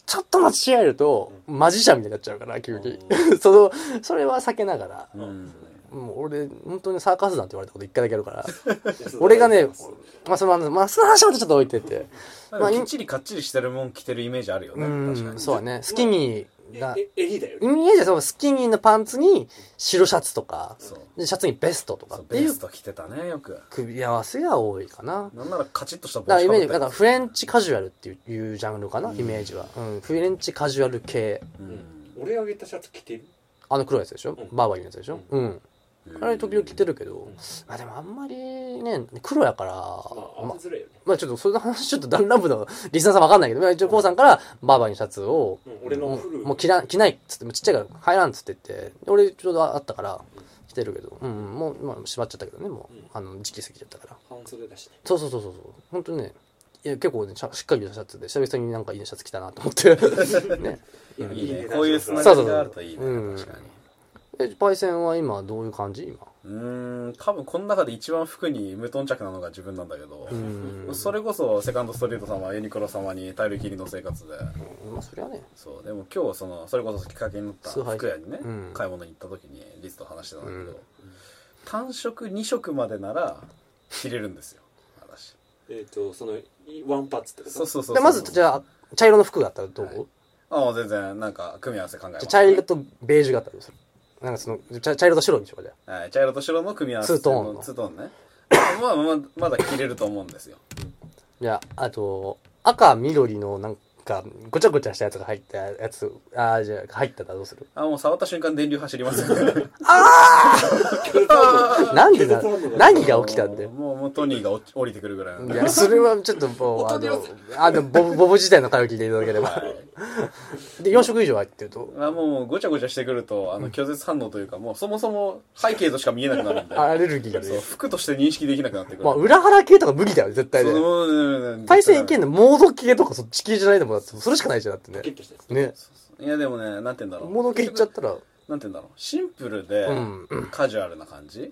Speaker 1: ちょっと間違えると、マジシャンみたいになっちゃうから、急に。 その、それは避けながら、
Speaker 2: うん
Speaker 1: もう俺、本当にサーカス団って言われたこと一回だけあるから、
Speaker 3: いやそう
Speaker 1: 俺がね
Speaker 3: 大事です
Speaker 1: まあその話、まあその話はまたちょっと置いてて。
Speaker 2: でもきっちりかっちりしてるもん着てるイメージあるよ
Speaker 1: う
Speaker 2: ね確か
Speaker 1: ん、
Speaker 2: に
Speaker 1: そうだね。スキニーが、
Speaker 3: ええ襟だよね
Speaker 1: イメージはそのスキニーのパンツに白シャツとか、
Speaker 2: そう
Speaker 1: でシャツにベストとか
Speaker 2: そ
Speaker 1: っ
Speaker 2: う
Speaker 1: て
Speaker 2: ベ
Speaker 1: い
Speaker 2: ー
Speaker 1: う
Speaker 2: スと着てたねよく
Speaker 1: 組み合わせが多いかな。
Speaker 2: なんならカチッとした帽子
Speaker 1: だからイメージ、
Speaker 2: か
Speaker 1: だ
Speaker 2: ぶ
Speaker 1: か
Speaker 2: っ
Speaker 1: らフレンチカジュアルっていういうジャンルかな、イメージは。うん、フレンチカジュアル系。
Speaker 2: たりうん
Speaker 3: 俺あげたシャツ着てる
Speaker 1: あの黒いやつでしょ
Speaker 3: うん
Speaker 1: バーバリーのやつでしょうん。あれ時々着てるけど
Speaker 3: ん、
Speaker 1: まあでもあんまりね、黒やから、
Speaker 3: まあ
Speaker 1: ま
Speaker 3: 合わせづらいよね、
Speaker 1: まあちょっとその話ちょっとダンラブのリスナーさんわかんないけど、まあ一応コウさんからバーバーにシャツを
Speaker 3: うん、俺の
Speaker 1: も
Speaker 3: フル
Speaker 1: うもう着ら着ないっつってもうちっちゃいから入らんっつって言ってで俺ちょうどあったから着てるけど、うんうん、もう、まあ、縛っちゃったけどねもう、
Speaker 3: うん
Speaker 1: あの時期過ぎちゃったから
Speaker 3: 半袖だしね
Speaker 1: そうそうそうそうそう本当にねいや結構ねしゃしっかりしたシャツで久々になんかいいシャツ着たなと思って ね
Speaker 3: いや
Speaker 2: いいね
Speaker 3: な
Speaker 2: こういうつな
Speaker 1: そうそうそ
Speaker 2: がり
Speaker 1: う
Speaker 2: があるといいね
Speaker 1: うん
Speaker 2: 確かに
Speaker 1: えパイセンは今どういう感じ今
Speaker 2: うーん多分この中で一番服に無頓着なのが自分なんだけど
Speaker 1: うん
Speaker 2: それこそセカンドストリート様ユニクロ様にタイル切りの生活で
Speaker 1: まあそりゃね
Speaker 2: そうでも今日そのそれこそきっかけになった
Speaker 1: 崇拝
Speaker 2: 服屋にね、
Speaker 1: うん
Speaker 2: 買い物に行った時にリスと話してたんだけど、
Speaker 1: うん
Speaker 2: 単色2色までなら着れるんですよ私
Speaker 3: えっ、とそのいワンパッツってこと
Speaker 2: そうそうそう
Speaker 1: でまずじ
Speaker 2: ゃ
Speaker 1: ゃあ茶色の服があったらどう、
Speaker 2: はいあもう全然なんか組み合わせ考えます、
Speaker 1: じゃあ茶色とベージュがあったらどうするなんかその茶茶色と白にしようかじゃあ
Speaker 2: はい、茶色と白の組み合わせ
Speaker 1: ツートーンの
Speaker 2: ツートーンねまあまあまあまだ着れると思うんですよ
Speaker 1: じゃあ、あと、赤、緑のなんか、ごちゃごちゃしたやつが入ったやつ、ああ、じゃあ、入ったらどうす る
Speaker 2: あもう触った瞬間電流走 りますよね
Speaker 1: なんでな
Speaker 3: ケルトンの、
Speaker 1: 何が起きたんだよ。
Speaker 2: もうもうトニーが落ち降りてくるぐらいなん
Speaker 1: い
Speaker 2: で
Speaker 1: や、それはちょっともう、あ
Speaker 3: 音出ま
Speaker 1: の
Speaker 3: す、
Speaker 1: あの、ボブ、ボブ自体の会を聞いていただければ。で、4色以上入ってると。
Speaker 2: あもうごちゃごちゃしてくるとあの拒絶反応というかもうそもそも背景としか見えなくなるんで
Speaker 1: アレルギーが
Speaker 2: そう
Speaker 1: ね。
Speaker 2: 服として認識できなくなってくる。
Speaker 1: まあ、裏腹系とか無理だよ、絶対ね。
Speaker 2: そう
Speaker 1: 対戦いけんの、モード系とかそっち系じゃないでもんだって、それしかないじゃん、だってね
Speaker 3: キ。ッとしたやつ
Speaker 1: ね。
Speaker 2: いやでもね、なんて言うんだろう。
Speaker 1: モード系いっちゃったら、
Speaker 2: なんて言うんだろう。シンプルで、
Speaker 1: うん。
Speaker 2: カジュアルな感じ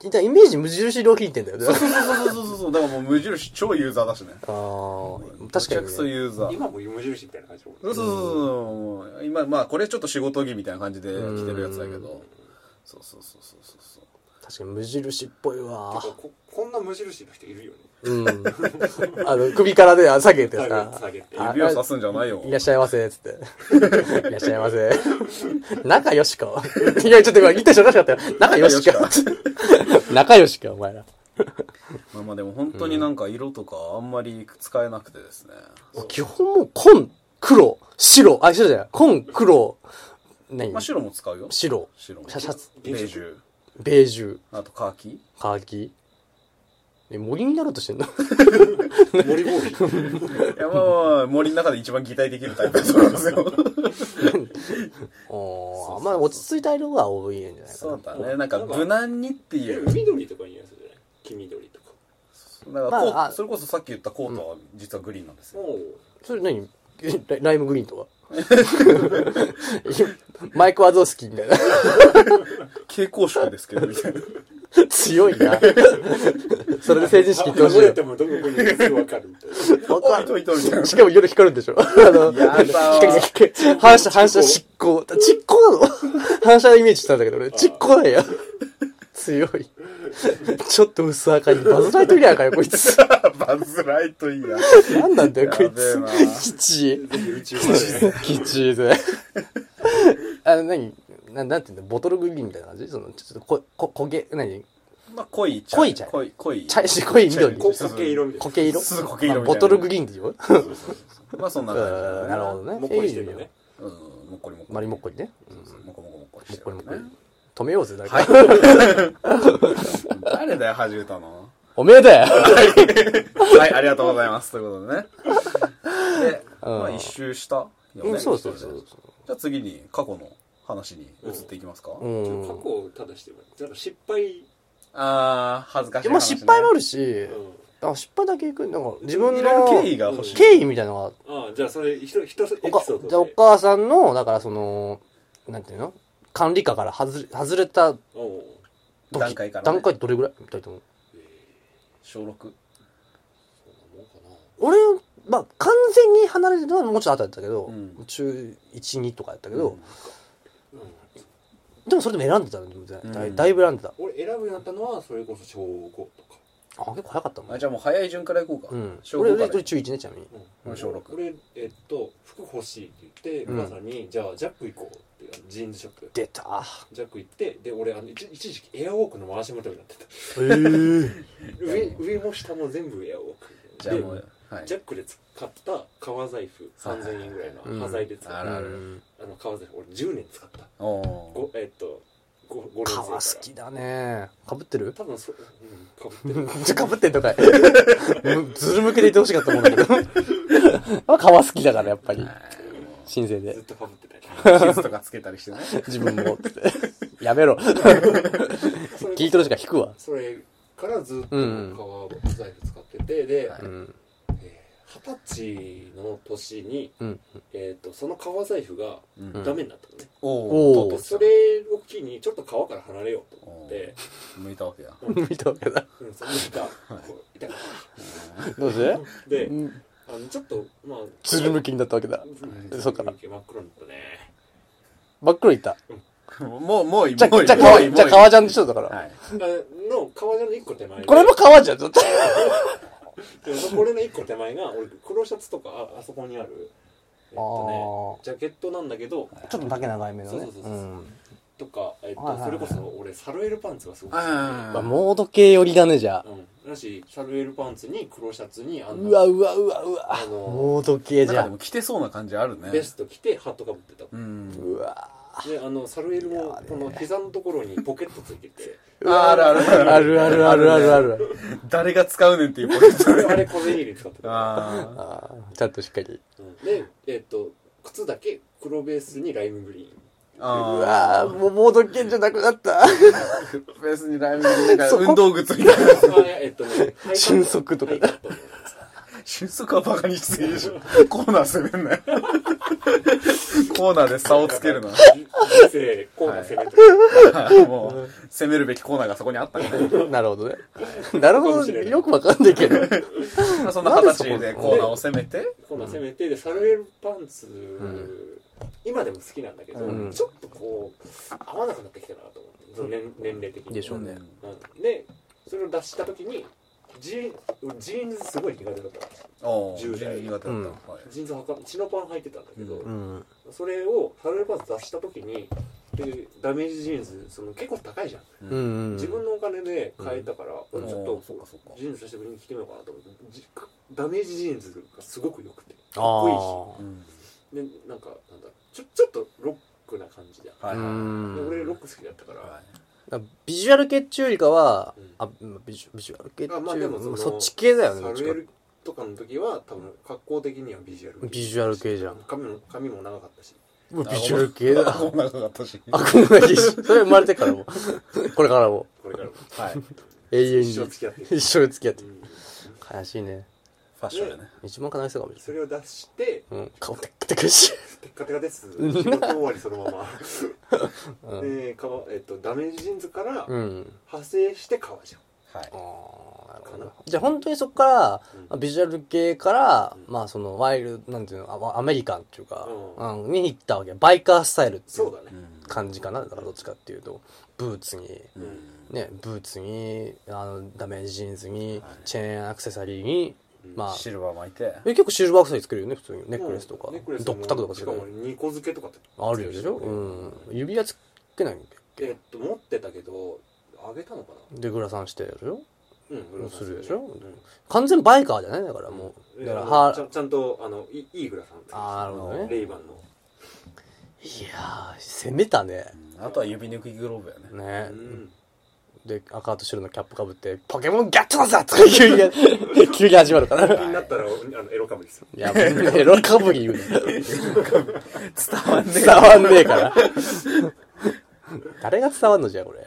Speaker 1: 一旦イメージ無印良品店だよね。あ
Speaker 2: そうそうそうそうそう。だからもう無印超ユーザーだしね。
Speaker 1: あー、確か
Speaker 2: めちゃく
Speaker 1: に
Speaker 2: そ
Speaker 1: ね。
Speaker 2: ユーザー。
Speaker 3: 今も無印みたいな感じ
Speaker 2: そうそうそうそうもう。今、まあこれちょっと仕事着みたいな感じで着てるやつだけ
Speaker 1: う
Speaker 2: ど。そうそうそうそうそうそう。
Speaker 1: 確かに無印っぽいわ
Speaker 3: てかここんな無印の人いるよね
Speaker 1: うん。あの、首からね、あ下げてさ。
Speaker 3: 下げて
Speaker 1: あ
Speaker 2: 指をさすんじゃないよ。
Speaker 1: いらっしゃいませ、つって。いらっしゃいませ。仲良しか。いや、ちょっと今言った人おかしかったよ。仲良しか。仲良しか、お前ら。
Speaker 2: まあまあでも本当になんか色とかあんまり使えなくてですね。
Speaker 1: 基本もう、紺、黒、白、あ、白じゃない。紺、黒、何
Speaker 2: まあ白も使うよ。
Speaker 1: 白、
Speaker 2: 白も。
Speaker 1: シャシャツ、
Speaker 2: ベージュ。
Speaker 1: ベージュ、
Speaker 2: あとカーキ
Speaker 1: カーキ、え森になろうと してんの
Speaker 3: 森ボーイ。
Speaker 2: いやまあまあ森の中で一番擬態できるタイプだと思うんですよ
Speaker 1: おーまあ落ち着いた色が多いんじゃないか
Speaker 2: そ
Speaker 1: な
Speaker 2: うだねなんか無難にっていう
Speaker 3: 海鳥とかに似合いそうじゃない黄緑とか。
Speaker 2: だからコート、
Speaker 1: まああ
Speaker 2: それこそさっき言ったコートは実はグリーンなんですよ、
Speaker 3: おう
Speaker 1: それ何えラライムグリーンとか マイク・ワゾースキーみたいな
Speaker 2: 蛍光色ですけどみたいな
Speaker 1: 強いなそれで成人式行ってほしい
Speaker 3: れ
Speaker 1: よ
Speaker 3: てもどこにいるかすぐわかるみ たいな。
Speaker 1: わ
Speaker 2: お
Speaker 1: か
Speaker 2: い
Speaker 1: る
Speaker 2: といといみたい な
Speaker 1: しかも夜光るんでしょあの、
Speaker 2: やだー
Speaker 1: 光光 反射、反射、執行。実行なの 反射のイメージしたんだけど俺、実行なんや。強い。ちょっと薄赤い。バズライトイヤーかよ、こいつ。
Speaker 2: バズライトイヤー
Speaker 1: なんなんだよ、こい
Speaker 2: やべえな
Speaker 1: つ。きちい。
Speaker 3: ぜひ宇宙まで。
Speaker 1: きちいぜ。 あの、何ななんていうんだボトルグリーンみたいな感じその、ちょっとこ、こ、焦げ、何
Speaker 2: まあ濃い茶
Speaker 1: 濃い茶
Speaker 2: 濃い濃い
Speaker 1: 茶濃い緑
Speaker 2: 茶
Speaker 3: こう、け色みたいな。
Speaker 1: 焦げ色
Speaker 2: すぐ焦げ色みたいな
Speaker 1: あボトルグリーンでしょ
Speaker 2: そうそうそうそうまあそん
Speaker 1: う
Speaker 2: な感じ
Speaker 1: ん、
Speaker 2: だね
Speaker 1: なるほどね。
Speaker 3: もっこりしてる
Speaker 1: いい
Speaker 3: ね。
Speaker 2: うんもっこりもっこり
Speaker 1: マリモッコリね。
Speaker 2: そうそうもっこもっこもっこり
Speaker 1: も
Speaker 2: し
Speaker 1: ってこ
Speaker 2: る
Speaker 1: り
Speaker 2: ね
Speaker 1: もっこり。止めようぜ、誰か。
Speaker 2: はい。誰だよ、始めた の。
Speaker 1: おめえだよ
Speaker 2: はい、ありがとうございます。ということでね。で、まあ一周したよ
Speaker 1: う
Speaker 2: ね。
Speaker 1: んそうそうそう
Speaker 2: 一周したよねじゃあ次に過去の話に移っていきますか。
Speaker 3: ちょっと過去をただしてもらって、なんか失敗。
Speaker 2: あー、恥ずかし
Speaker 1: で
Speaker 2: い話ね。
Speaker 1: も失敗もあるし
Speaker 3: う、ん
Speaker 1: あ失敗だけいくなんか自分
Speaker 2: いろいろ
Speaker 1: の
Speaker 2: 経緯が欲しい。
Speaker 1: 経緯みたいなのが
Speaker 3: ああ、じゃあそれ、一人、一つエピ
Speaker 1: おか
Speaker 3: ソードで。
Speaker 1: じゃあお母さんのだからそのなんていうの管理下から外れ外れた時
Speaker 3: おう
Speaker 2: 段階からね
Speaker 1: 段階どれぐらいみたいな
Speaker 2: 小6。
Speaker 3: そんなもんかな。
Speaker 1: 俺まあ完全に離れてるのはもうちょっと後だったけど、
Speaker 2: うん
Speaker 1: 中12とかやったけ
Speaker 2: う
Speaker 1: ど
Speaker 2: ん、
Speaker 3: うん
Speaker 1: でもそれでも選んでたの自分でだ
Speaker 2: う
Speaker 1: い
Speaker 2: ん
Speaker 1: だいぶ選んでた
Speaker 3: 俺選ぶようになったのはそれこそ小5とか、
Speaker 1: あ結構早かったもん
Speaker 2: あじゃあもう早い順からいこうか。
Speaker 1: うん、
Speaker 2: 小
Speaker 1: 俺
Speaker 2: 5
Speaker 1: 俺
Speaker 2: から。
Speaker 1: 中1ねちなみに
Speaker 2: うん小六
Speaker 3: 俺えっと服欲しいって言って
Speaker 1: うん
Speaker 3: お母さんに、じゃあジャック行こうってジーンズショップ
Speaker 1: 出た
Speaker 3: ジャック行ってで俺あの一一時期エアウォークの回し元になってた
Speaker 1: ええー、
Speaker 3: 上上も下も全部エアウォーク
Speaker 2: じゃあもう、はい
Speaker 3: ジ。ャックで使った革財布3000円ぐらい
Speaker 1: うん
Speaker 3: の端材で使った、
Speaker 2: あらあら
Speaker 1: うん
Speaker 3: あの革財布俺10年使った
Speaker 2: おー
Speaker 3: ごえっと 5, 5年生
Speaker 1: 革好
Speaker 3: から
Speaker 1: きだねかぶ ってる
Speaker 3: 多分そう、うん、かぶってる
Speaker 1: じゃかぶってんのかい むずるむけでいてほしかったもんだけどまあ皮好きだからやっぱり新生で
Speaker 3: ずっとかぶってたり
Speaker 2: はい。傷とかつけた りしてね。
Speaker 1: 自分もつってやめろ聞いとるしか引くわ
Speaker 3: それからずっと
Speaker 1: うん
Speaker 3: 革財布使っててで
Speaker 2: はい
Speaker 1: うん
Speaker 3: えー二十歳の年に、
Speaker 1: うん
Speaker 3: えー、とその革財布が
Speaker 2: うん
Speaker 1: うん
Speaker 3: ダメになったのね、
Speaker 2: お
Speaker 1: おー
Speaker 2: ーとうとう
Speaker 3: それを機にちょっと革から離れようと思って、
Speaker 2: 向いたわけや。
Speaker 1: 見たわけだ
Speaker 3: うん、その 板こう痛かっ
Speaker 1: どうして
Speaker 3: たで
Speaker 1: うん
Speaker 3: あのちょっとまあ
Speaker 1: ずるむきになったわけだ
Speaker 3: うん
Speaker 1: そうかな
Speaker 3: 真っ黒になったね
Speaker 1: 真っ黒いった
Speaker 2: もう、もういい、
Speaker 1: じゃ
Speaker 2: もういい。
Speaker 1: じゃ
Speaker 2: もう
Speaker 1: 革
Speaker 2: いい
Speaker 1: じゃ
Speaker 2: もうい
Speaker 1: 革
Speaker 2: い
Speaker 1: ジャンでしょだから、
Speaker 2: はい。
Speaker 3: あの革ジャンの一個手前で
Speaker 1: これも革じゃんちょっと
Speaker 3: でそこれの一個手前が俺黒シャツとかああそこにあるえっとねジャケットなんだけど
Speaker 1: ちょっと丈長いめのね
Speaker 3: そうそうそうそうんとか、えっと
Speaker 1: はいはいはい
Speaker 3: それこそ俺サルエルパンツがすごく好きで
Speaker 1: まあ、
Speaker 2: あ
Speaker 1: モード系寄りだねじゃあ
Speaker 3: うん、だしサルエルパンツに黒シャツにあ
Speaker 1: う
Speaker 3: の
Speaker 1: わうわうわうわ
Speaker 3: あの
Speaker 1: モード系
Speaker 2: なん
Speaker 1: じ
Speaker 2: か
Speaker 1: ゃ
Speaker 2: で
Speaker 1: ん
Speaker 2: も着てそうな感じあるね。
Speaker 3: ベスト着てハットかぶってた
Speaker 2: うん。
Speaker 1: うわ
Speaker 3: であのサルエルもこの膝のところにポケットついてて
Speaker 2: あるあるある
Speaker 1: あるあるあるあるある
Speaker 2: 誰が使うねんっていうポケット
Speaker 3: あれあれ小銭入れ使ってた、
Speaker 2: あ
Speaker 1: あーちゃんとしっかり
Speaker 3: うんでえっと靴だけ黒ベースにライム グリ
Speaker 2: ーあ。
Speaker 1: うわーもうモード券じゃなくなった
Speaker 2: ベースにライブで、なんか
Speaker 1: そこ
Speaker 2: 運動靴みたいな。
Speaker 3: ーンまあえっとね
Speaker 1: 俊足とか
Speaker 3: ハイカットのや
Speaker 2: 俊足はバカにしすぎでしょ。コーナー攻めんなよ。コーナーで差をつけ るな。
Speaker 3: つ人生コーナー攻めてる、
Speaker 2: もう、攻めるべきコーナーがそこにあったみた い
Speaker 1: なるほどねなるほどよくわかんないけど
Speaker 2: な。そんな形でコーナーを攻めて、
Speaker 3: コーナー攻めてでサルエルパンツ、今でも好きなんだけど、
Speaker 1: うん
Speaker 3: ちょっとこう合わなくなってきたなと思ってその年年齢的に
Speaker 1: でしょうね
Speaker 3: うんでそれを出した時にジーンジーンズすごい苦手だったの
Speaker 2: おー、
Speaker 3: 10代
Speaker 2: 12型だ
Speaker 1: うん
Speaker 2: った。はい
Speaker 3: ジーンズはかチノパン履いてたんだけど、
Speaker 2: う
Speaker 1: うん
Speaker 3: それをサルエルパンツ出した時にでダメージジーンズその結構高いじゃん、
Speaker 1: うんうん
Speaker 3: 自分のお金で買えたから、
Speaker 1: うん
Speaker 3: 俺ちょっ
Speaker 2: おーそっかそっか
Speaker 3: とジーンズ久しぶりに着てみようかなと思ってじダメージジーンズがすごく良くて
Speaker 1: あ
Speaker 3: かっこ
Speaker 1: ー
Speaker 2: うん
Speaker 3: いいしでなんかなんだろうちょちょっとロックな感じで,で、
Speaker 2: はいうはい
Speaker 1: ん
Speaker 3: 俺ロック好きだったから、
Speaker 2: はい。
Speaker 1: ビジュアル系っていうよりかは
Speaker 3: うん
Speaker 1: あビジュビジュアル系っていう
Speaker 3: あまあでもその
Speaker 1: そっち系だよね
Speaker 3: サ
Speaker 1: どっ
Speaker 3: ル
Speaker 1: ち
Speaker 3: エ
Speaker 1: か
Speaker 3: ルとかの時は多分格好的にはビジュアル
Speaker 1: ビジュアル系じゃん
Speaker 3: 髪も髪も長かったし
Speaker 1: もうビジュアル系だ
Speaker 2: 顎長かったし。
Speaker 1: あこんな日それ生まれて からもこれからも
Speaker 3: これからも
Speaker 2: はい。フ
Speaker 1: 永遠に
Speaker 3: 一生付き合ってい く
Speaker 1: 一生付き合って
Speaker 3: うん
Speaker 1: 悲しいね
Speaker 2: ァッションやね。
Speaker 1: 一番悲しそうかもし
Speaker 3: そ
Speaker 1: れ
Speaker 3: れを出して
Speaker 1: ない、うん、顔テックテクし
Speaker 3: テッカテカです仕事終わりそのま までかわ、えっと、ダメージジーンズから
Speaker 1: う
Speaker 3: 派
Speaker 1: ん
Speaker 3: 生して革じゃん
Speaker 2: はい
Speaker 1: あー。なるほ
Speaker 3: かな
Speaker 1: どじゃあ本当にそこから
Speaker 3: うん、
Speaker 1: まあビジュアル系から、
Speaker 3: うん
Speaker 1: まあそのワイルドなんていうのあわアメリカンっていうか、
Speaker 3: う
Speaker 1: うんに行ったわけバイカースタイルってい
Speaker 3: そううだ
Speaker 2: う
Speaker 3: ね
Speaker 2: ん
Speaker 1: 感じかなだからどっちかっていうとブーツに
Speaker 2: うん
Speaker 1: ねブーツにあのダメージジーンズに、
Speaker 2: はい
Speaker 1: チェーンアクセサリーに、
Speaker 3: うん
Speaker 1: まあ
Speaker 2: シルバー巻いて。
Speaker 1: え結構シルバーアクセサリー作るよね普通にネックレスとか
Speaker 3: うんネックレス
Speaker 1: ドッグタグとか
Speaker 3: し
Speaker 1: 作
Speaker 3: か
Speaker 1: る
Speaker 3: も
Speaker 1: よね
Speaker 3: 2個付けとかって
Speaker 1: あるよでしょ、うん、指輪つけないんだっけ
Speaker 3: えっと持ってたけどあげたのか
Speaker 1: でグラサンしてるでしょ
Speaker 3: なうんグラサン
Speaker 1: するでしょ
Speaker 3: うん
Speaker 1: 完全バイカーじゃないだからもう、
Speaker 3: い
Speaker 1: だ
Speaker 3: や
Speaker 1: から
Speaker 3: あのちゃ
Speaker 1: は
Speaker 3: んちゃんとあのいいいいグラサン
Speaker 1: あーなるほどね
Speaker 3: レイバンの
Speaker 1: いやー攻めたね
Speaker 2: うんあとは指抜きグローブや
Speaker 1: ね、
Speaker 2: ね。
Speaker 3: うん
Speaker 1: で赤と白のキャップかぶって「ポケモンギャッチャーズだ!」とか急に急に始まる から
Speaker 3: 気になったらあのエロかぶりですよ
Speaker 1: いやもうエロかぶり言うね
Speaker 2: 伝わんねえ
Speaker 1: 伝。わんねえから誰が伝わんのじゃあこれ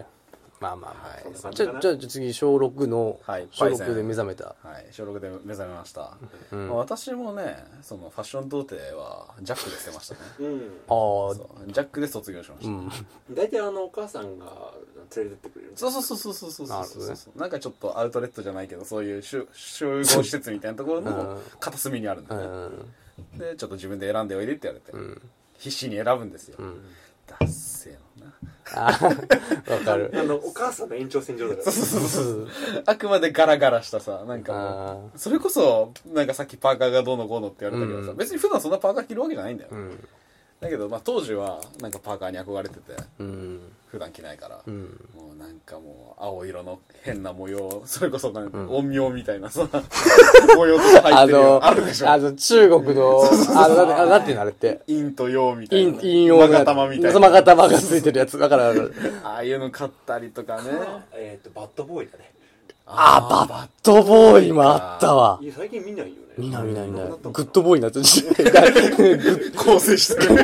Speaker 1: まあまあまあ、
Speaker 3: そんな感
Speaker 1: じ
Speaker 3: じ
Speaker 1: ゃ
Speaker 3: かな
Speaker 1: じゃあ次小6の、
Speaker 2: はい
Speaker 1: 小
Speaker 2: パイセ
Speaker 1: 6
Speaker 2: ン
Speaker 1: で目覚めた
Speaker 2: はい、小6で目覚めました。
Speaker 1: うん
Speaker 2: まあ私もね、そのファッション童貞はジャックで捨てましたね。
Speaker 3: う
Speaker 1: あ
Speaker 3: ん
Speaker 1: あ
Speaker 2: そうジャックで卒業しました。
Speaker 1: うん
Speaker 3: 大体あのお母さんが連れてってくれる
Speaker 2: そうそうそうそうそうそう
Speaker 1: な
Speaker 2: そ
Speaker 1: る
Speaker 2: う
Speaker 1: ほどね
Speaker 2: なんかちょっとアウトレットじゃないけどそういう集集合施設みたいなところ
Speaker 1: う
Speaker 2: の
Speaker 1: ん
Speaker 2: 片隅にあるんだ
Speaker 1: う
Speaker 2: よね、
Speaker 1: ん
Speaker 2: でちょっと自分で選んでおいでって言われて、
Speaker 1: ん
Speaker 2: 必死に選ぶんですよ、
Speaker 1: ん
Speaker 2: だっせーのな
Speaker 1: あーわか る
Speaker 3: あのお母さんの延長線上だから
Speaker 2: あくまでガラガラしたさなんか
Speaker 1: あ
Speaker 2: もうそれこそなんかさっきパーカーがどうのこうのって言われたけどさ、
Speaker 1: うん
Speaker 2: 別に普段そんなパーカー着るわけじゃないんだよ、
Speaker 1: うん
Speaker 2: だけど、まあ、当時はなんかパーカーに憧れてて
Speaker 1: うん
Speaker 2: 普段着ないから、
Speaker 1: うん
Speaker 2: もうなんかもう青色の変な模様それこそなんか陰陽みたいなさ、 模様とか入
Speaker 1: あ
Speaker 2: ってるよ
Speaker 1: の、
Speaker 2: あるでしょ
Speaker 1: あの、中国の、あの、なんてあのなんていうのあれって。
Speaker 2: 陰と陽みたい
Speaker 1: 陰、
Speaker 2: な
Speaker 1: 陰陽
Speaker 2: 勾玉みたいな
Speaker 1: まが玉がついてるやつ。だからあの、
Speaker 2: ああいうの買ったりとかね
Speaker 3: えっとバッドボーイだね
Speaker 1: あ、バッドボーイもあったわ
Speaker 3: い。や最近見ないよね
Speaker 1: 見ない見ない見ない。
Speaker 3: ど
Speaker 1: グ
Speaker 3: うったの
Speaker 1: ッドボーイになってる。グッ
Speaker 2: 構成してる
Speaker 1: グ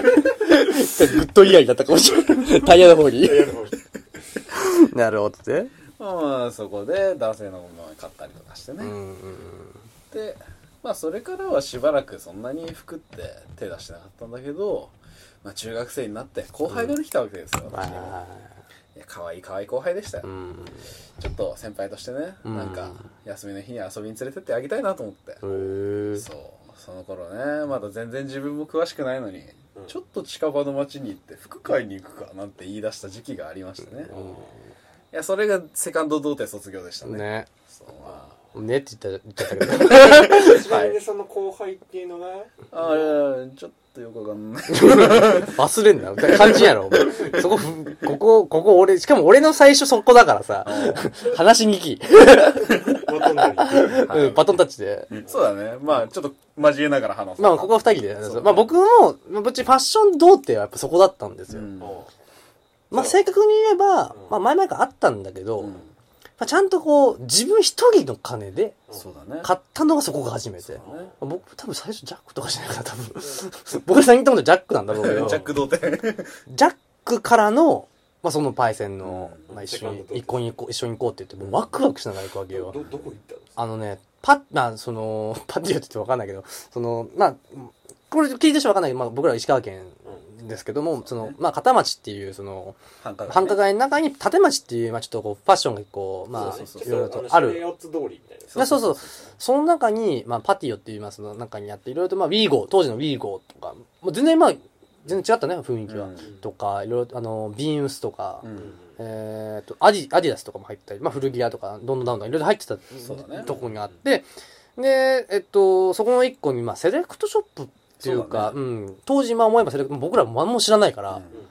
Speaker 1: ッドイヤーになったかもしれない。タイヤの方に
Speaker 3: い。やでも
Speaker 1: なるほどね。
Speaker 2: まあそこで男性のものを買ったりとかしてね、
Speaker 1: うんうん
Speaker 2: でまあそれからはしばらくそんなに服って手出してなかったんだけど、まあ、中学生になって後輩ができたわけですよ、
Speaker 1: ま
Speaker 2: 私も
Speaker 1: あ
Speaker 2: いや可愛い可愛い後輩でしたよ、
Speaker 1: うん。
Speaker 2: ちょっと先輩としてね、
Speaker 1: ん
Speaker 2: なんか休みの日に遊びに連れてってあげたいなと思って、
Speaker 1: へー
Speaker 2: そうその頃ねまだ全然自分も詳しくないのに、
Speaker 3: うん
Speaker 2: ちょっと近場の町に行って服買いに行くかなんて言い出した時期がありましてね、いやそれがセカンド童貞卒業でしたね
Speaker 1: ね。
Speaker 2: そうまあ
Speaker 1: ねって言った言っちゃったけど。
Speaker 3: ちなみにその後輩っていうのが
Speaker 2: あーちょっとよくわかんない
Speaker 1: 忘れんな。肝心やろ、お前。そこ、ふここ、ここ俺、しかも俺の最初そこだからさ、話しにき、
Speaker 3: バトンなり
Speaker 1: うん、バトンタッチで。
Speaker 2: そうだねまあちょっと交えながら話す
Speaker 1: まあ、ここは二人で。
Speaker 2: そう
Speaker 1: まあ、僕も、まあ、ぶっちゃけファッション童貞はやっぱそこだったんですよ。
Speaker 2: うん
Speaker 1: まあ、正確に言えば、
Speaker 3: うん
Speaker 1: まあ、前々からあったんだけど、
Speaker 2: うん
Speaker 1: まあ、ちゃんとこう、自分一人の金で
Speaker 2: そうだね
Speaker 1: 買ったのがそこが初めて。
Speaker 2: そうだね
Speaker 1: 僕、多分最初ジャックとかじゃないかな、多分。僕ら先に言ったもんジャックなんだろうけど。
Speaker 2: ジャック童貞
Speaker 1: ジャックからの、まあ、そのパイセンの、
Speaker 2: うん
Speaker 1: まあ、一緒に
Speaker 3: セカンドと
Speaker 1: 一緒に行こう一緒に行こうって言ってもうワクワクしながら行くわけよ
Speaker 3: どどこ行ったんですか
Speaker 1: あのねパッまあその パッて言って言って分かんないけどそのまあこれ聞いてる人分かんないけど、まあ、僕らは石川県ですけどもその、まあ、片町っていうその
Speaker 2: 繁華街ね
Speaker 1: 繁華街の中に立町っていう、まあ、ちょっとこうファッションがこうま
Speaker 3: そう
Speaker 1: あ
Speaker 3: そう
Speaker 1: い
Speaker 3: そう
Speaker 1: ろいろ
Speaker 3: ちょっ
Speaker 1: と
Speaker 3: と
Speaker 1: あ
Speaker 3: あのシャレ
Speaker 1: る
Speaker 3: オツ通りみたいな
Speaker 1: そうそうそう
Speaker 2: そう
Speaker 1: その中に、まあ、パティオっていう、まあ、その中にあっていろいろと、まあ、ウィーゴー当時のウィーゴーとかもう全然まあ全然違ったね雰囲気は。
Speaker 2: うん
Speaker 1: とか、いろいろ、あの、ビーンウスとか、
Speaker 2: うん
Speaker 1: えっ、と、アディ、アディダスとかも入ってたり、まあ、古着屋とか、どんどんどんどんいろいろ入ってた、
Speaker 2: そうだね
Speaker 1: とこにあって、で、えっと、そこの一個に、まあ、セレクトショップっていうか、
Speaker 2: そう
Speaker 1: うん、当時、まあ、思えばセレクト、僕らも何も知らないから、
Speaker 2: うん
Speaker 3: うんうんうん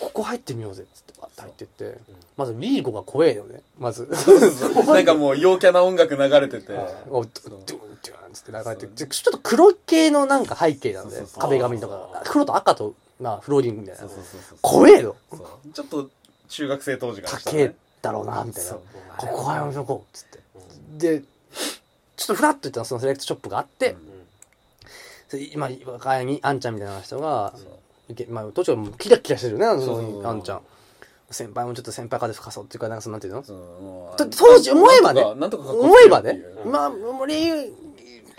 Speaker 1: ここ入ってみようぜ、つって、バッて入ってって、
Speaker 3: うん
Speaker 1: まず、ウィーゴが怖えよね、まず。
Speaker 2: なんかもう陽キャな音楽流れてて
Speaker 1: おドゥンドゥンドゥンつって流れてでちょっと黒系のなんか背景なんで
Speaker 2: そうそうそう
Speaker 1: 壁紙とか黒と赤と、まあ、フローリングみたいな
Speaker 2: そうそうそうそう
Speaker 1: 怖えよ
Speaker 2: そうちょっと中学生当時からした
Speaker 1: 高
Speaker 2: ら
Speaker 1: え
Speaker 2: ね
Speaker 1: だろうなみたいな
Speaker 2: そう
Speaker 1: 「ここはやめ
Speaker 3: う
Speaker 1: とこう」っつってでちょっとフラッと行ったのそのセレクトショップがあって、
Speaker 2: うん
Speaker 1: で今若いにあんちゃんみたいな人が
Speaker 2: そう
Speaker 1: いけまあ当時はもうキラキラしてるよねあの
Speaker 2: そうそうそう
Speaker 1: あんちゃん先輩もちょっと先輩風吹かそうっていうかなんかそのなんていうの
Speaker 2: そのもう
Speaker 1: と当時思えばね
Speaker 2: なんとか
Speaker 1: 思えばね
Speaker 3: うん
Speaker 1: まあ俺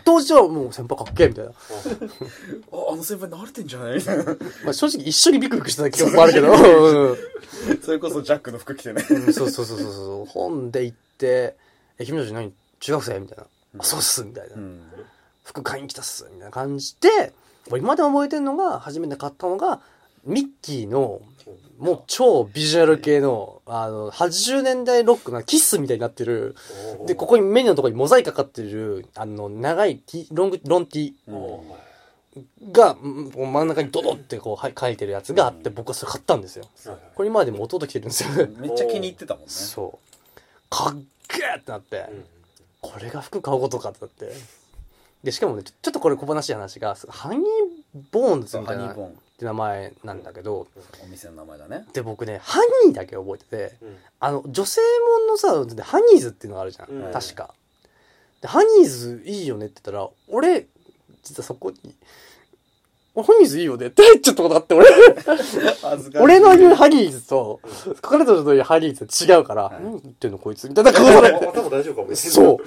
Speaker 1: 当時はもう先輩かっけえみたいな、
Speaker 2: ああの先輩慣れてんじゃないみたいな
Speaker 1: まあ、正直一緒にビクビクしてた記憶もあるけどうん
Speaker 2: それこそジャックの服着てね
Speaker 1: うんそうそうそうそうそう本で行って「え君たち何中学生?」みたいな「あそうっす」みたいな、
Speaker 2: うん
Speaker 1: 服買いに来たっす」みたいな感じで俺今でも覚えてるのが初めて買ったのがミッキーのもう超ビジュアル系のあの80年代ロックなキッスみたいになってるでここにメニューのところにモザイクかかってるあの長い T ロングロン T
Speaker 2: うん
Speaker 1: がうんこう真ん中にドドってこうはい書いてるやつがあって僕はそれ買ったんですよこれ今でも弟着てるんですよ
Speaker 2: めっちゃ気に入ってたもんね
Speaker 1: そうかっけーってなって、これが服買うことかってなってでしかもねちょちょっとこれ小話しい話がハニーボーンズ
Speaker 2: そう
Speaker 1: みた
Speaker 2: ハ
Speaker 1: い
Speaker 2: ニ
Speaker 1: な
Speaker 2: ー
Speaker 1: っ
Speaker 2: ボーン
Speaker 1: て名前なんだけど
Speaker 2: お店の名前だね
Speaker 1: で僕ねハニーだけ覚えててあの女性もんのさでハニーズっていうのがあるじゃん、
Speaker 3: うん
Speaker 1: 確かでハニーズいいよねって言ったら俺実はそこに「俺ハニーズいいよね」って ちょっとことがあって俺俺の言うハニーズと彼女の言うハニーズは違うから
Speaker 2: は
Speaker 1: 「
Speaker 2: い
Speaker 1: 何言ってんのこいつ」みたいなことで
Speaker 3: 頭大丈夫かも
Speaker 1: そう。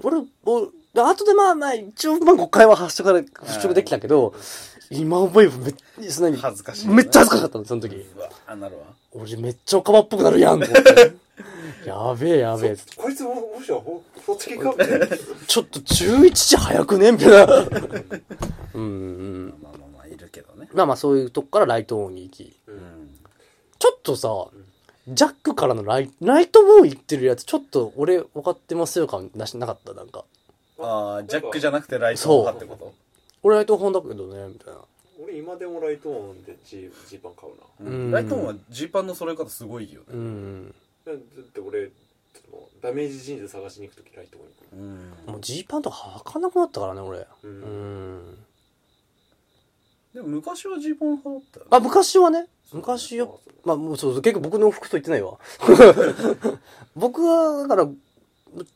Speaker 1: 俺、俺、で後でまあまあ、一応まあ5回は発色から、払拭できたけど、今覚えばめっちゃ、そんなに
Speaker 2: 恥ずかしい
Speaker 1: めっちゃ恥ずかしかったの、その時。
Speaker 2: うわあなるわ
Speaker 1: 俺めっちゃオカマっぽくなるやんと思って。 やべえやべえ。
Speaker 3: こいつももしはほほつきかみたいな
Speaker 1: ちょっと11時早くねみたいな。うんうん。
Speaker 2: まあまあまあいるけどね
Speaker 1: まあまあそういうとこからライトオンに行き。
Speaker 2: うん
Speaker 1: ちょっとさ、ジャックからのライライトボーン行ってるやつ、ちょっと俺分かってますよ感なしなかった、なんか。
Speaker 2: ああジャックじゃなくてライトの派ってこと
Speaker 1: 俺ライトオンだけどね、みたいな。
Speaker 3: 俺今でもライトオンでジジーパン買う
Speaker 1: う
Speaker 2: うんんライトンはジーパンの揃え方すごいよね
Speaker 1: うん。
Speaker 3: なだって俺ダメージジーンズ探しに行くときライトオンに行
Speaker 2: うん
Speaker 1: もうジーパンとか履かなくなったからね俺
Speaker 3: く
Speaker 1: う
Speaker 3: う
Speaker 1: んん
Speaker 2: でも昔はジーパン派だったよね
Speaker 1: あ昔はね昔よまあもうそうそう結構僕の服と言ってないわ 僕はだから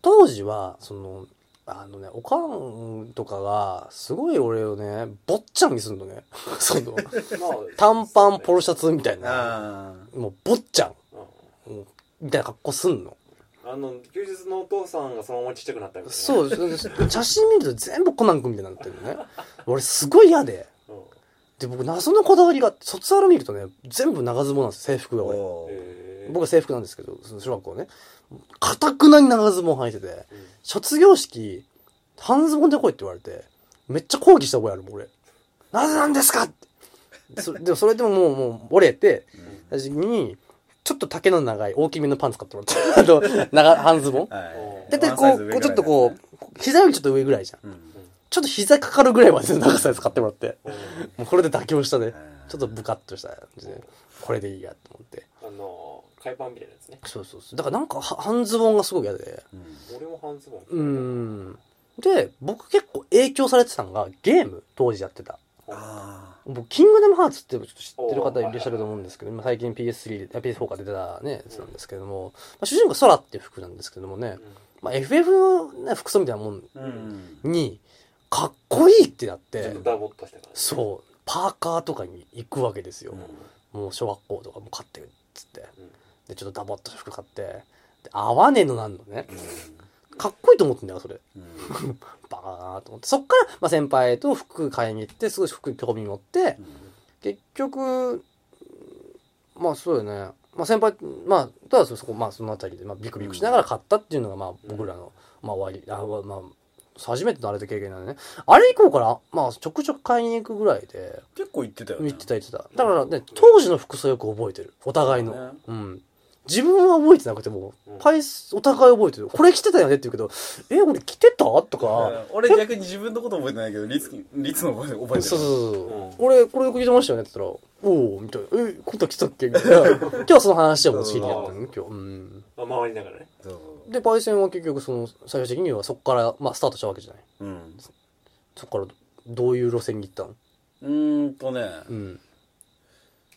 Speaker 1: 当時はそのあのねおかんとかがすごい俺をね坊っちゃんにするのね その
Speaker 3: まあ
Speaker 1: 短パンポロシャツみたいな
Speaker 2: ああ
Speaker 1: もう坊っちゃんもうみたいな格好すんの
Speaker 3: あの休日のお父さんがそのままちっちゃくなったみたいな
Speaker 1: そう 写真見ると全部コナン君みたいになってるのね俺すごい嫌で
Speaker 3: うん
Speaker 1: で僕謎のこだわりがあって卒アル見るとね全部長ズボンなんですよ制服が俺
Speaker 2: おー
Speaker 3: えー
Speaker 1: 僕は制服なんですけどその小学校ねかたくなに長ズボン履いてて
Speaker 3: うん
Speaker 1: 卒業式半ズボンで来いって言われてめっちゃ抗議した覚えあるもん俺なぜなんですかってそでもそれでももうもう折れて私にちょっと丈の長い大きめのパンツ買っても らったあの長半ズボン
Speaker 2: はい
Speaker 1: だいたい
Speaker 2: ワンサ
Speaker 1: こ
Speaker 2: イズ
Speaker 1: う
Speaker 2: 上
Speaker 1: こう
Speaker 2: ぐ
Speaker 1: ちょ
Speaker 2: ら
Speaker 1: っ
Speaker 2: い
Speaker 1: とこう膝よりちょっと上ぐらいじゃん
Speaker 2: だよねうん
Speaker 1: ちょっと膝かかるぐらいまでの長さやつ買ってもらって
Speaker 3: うん
Speaker 1: もうこれで妥協したね
Speaker 2: うん
Speaker 1: ちょっとブカッとした感じで、これでいいやと思って。
Speaker 3: あの海パンみたいなやつね
Speaker 1: そうそうそう。だからなんかは半ズボンがすごい嫌で。
Speaker 2: うん
Speaker 3: 俺も半ズボン
Speaker 1: うーん。で、僕結構影響されてたのがゲーム、当時やってた。
Speaker 2: あ
Speaker 1: 僕、キングダムハーツってちょっと知ってる方いらっしゃると思うんですけど、今最近 PS3 で、あ PS4 が出たね、やつなんですけども、まあ、主人公空っていう服なんですけどもね、まあ、FF の、ね、服装みたいなもん
Speaker 2: あうん
Speaker 1: に、かっこいいってなっ
Speaker 3: ちょ
Speaker 1: て
Speaker 3: っと、ダボっとした感じ
Speaker 1: そう、パーカーとかに行くわけですよ。
Speaker 3: うん
Speaker 1: もう小学校とかも買ってるっつって。
Speaker 3: うん
Speaker 1: でちょっとダボっと服買ってで合わねえのなんのねかっこいいと思ってんだよそれ
Speaker 2: うん
Speaker 1: バカだなと思ってそっから、まあ、先輩と服買いに行ってすごい服に興味持って結局まあそうよね、まあ、先輩まあただそそこまあその辺りで、まあ、ビクビクしながら買ったっていうのがまあ僕らの、まあ終わりあわまあ初めてのあれと経験なのねあれ以降からまあちょくちょく買いに行くぐらいで
Speaker 2: 結構言ってたよね
Speaker 1: 言ってた言ってただからね当時の服装よく覚えてるお互いの、
Speaker 2: そうね
Speaker 1: うん自分は覚えてなくても
Speaker 3: うん
Speaker 1: パイスお互い覚えてるこれ着てたよねって言うけどえ俺着てたとか
Speaker 2: うん俺逆に自分のこと覚えてないけどリツキリツの覚えて覚えてる
Speaker 1: そうそうそう、
Speaker 3: うん
Speaker 1: 俺これよく着てましたよねって言ったらおおみたいなえ今度着たっけみた いな今日はその話はもう知り合ったのね今日、うん、
Speaker 3: まあ回りながらね
Speaker 2: そう
Speaker 1: でパイセンは結局その最終的にはそこからまあスタートしたわけじゃない
Speaker 2: うん
Speaker 1: そこからどういう路線に行ったの
Speaker 2: うーんとね
Speaker 1: うん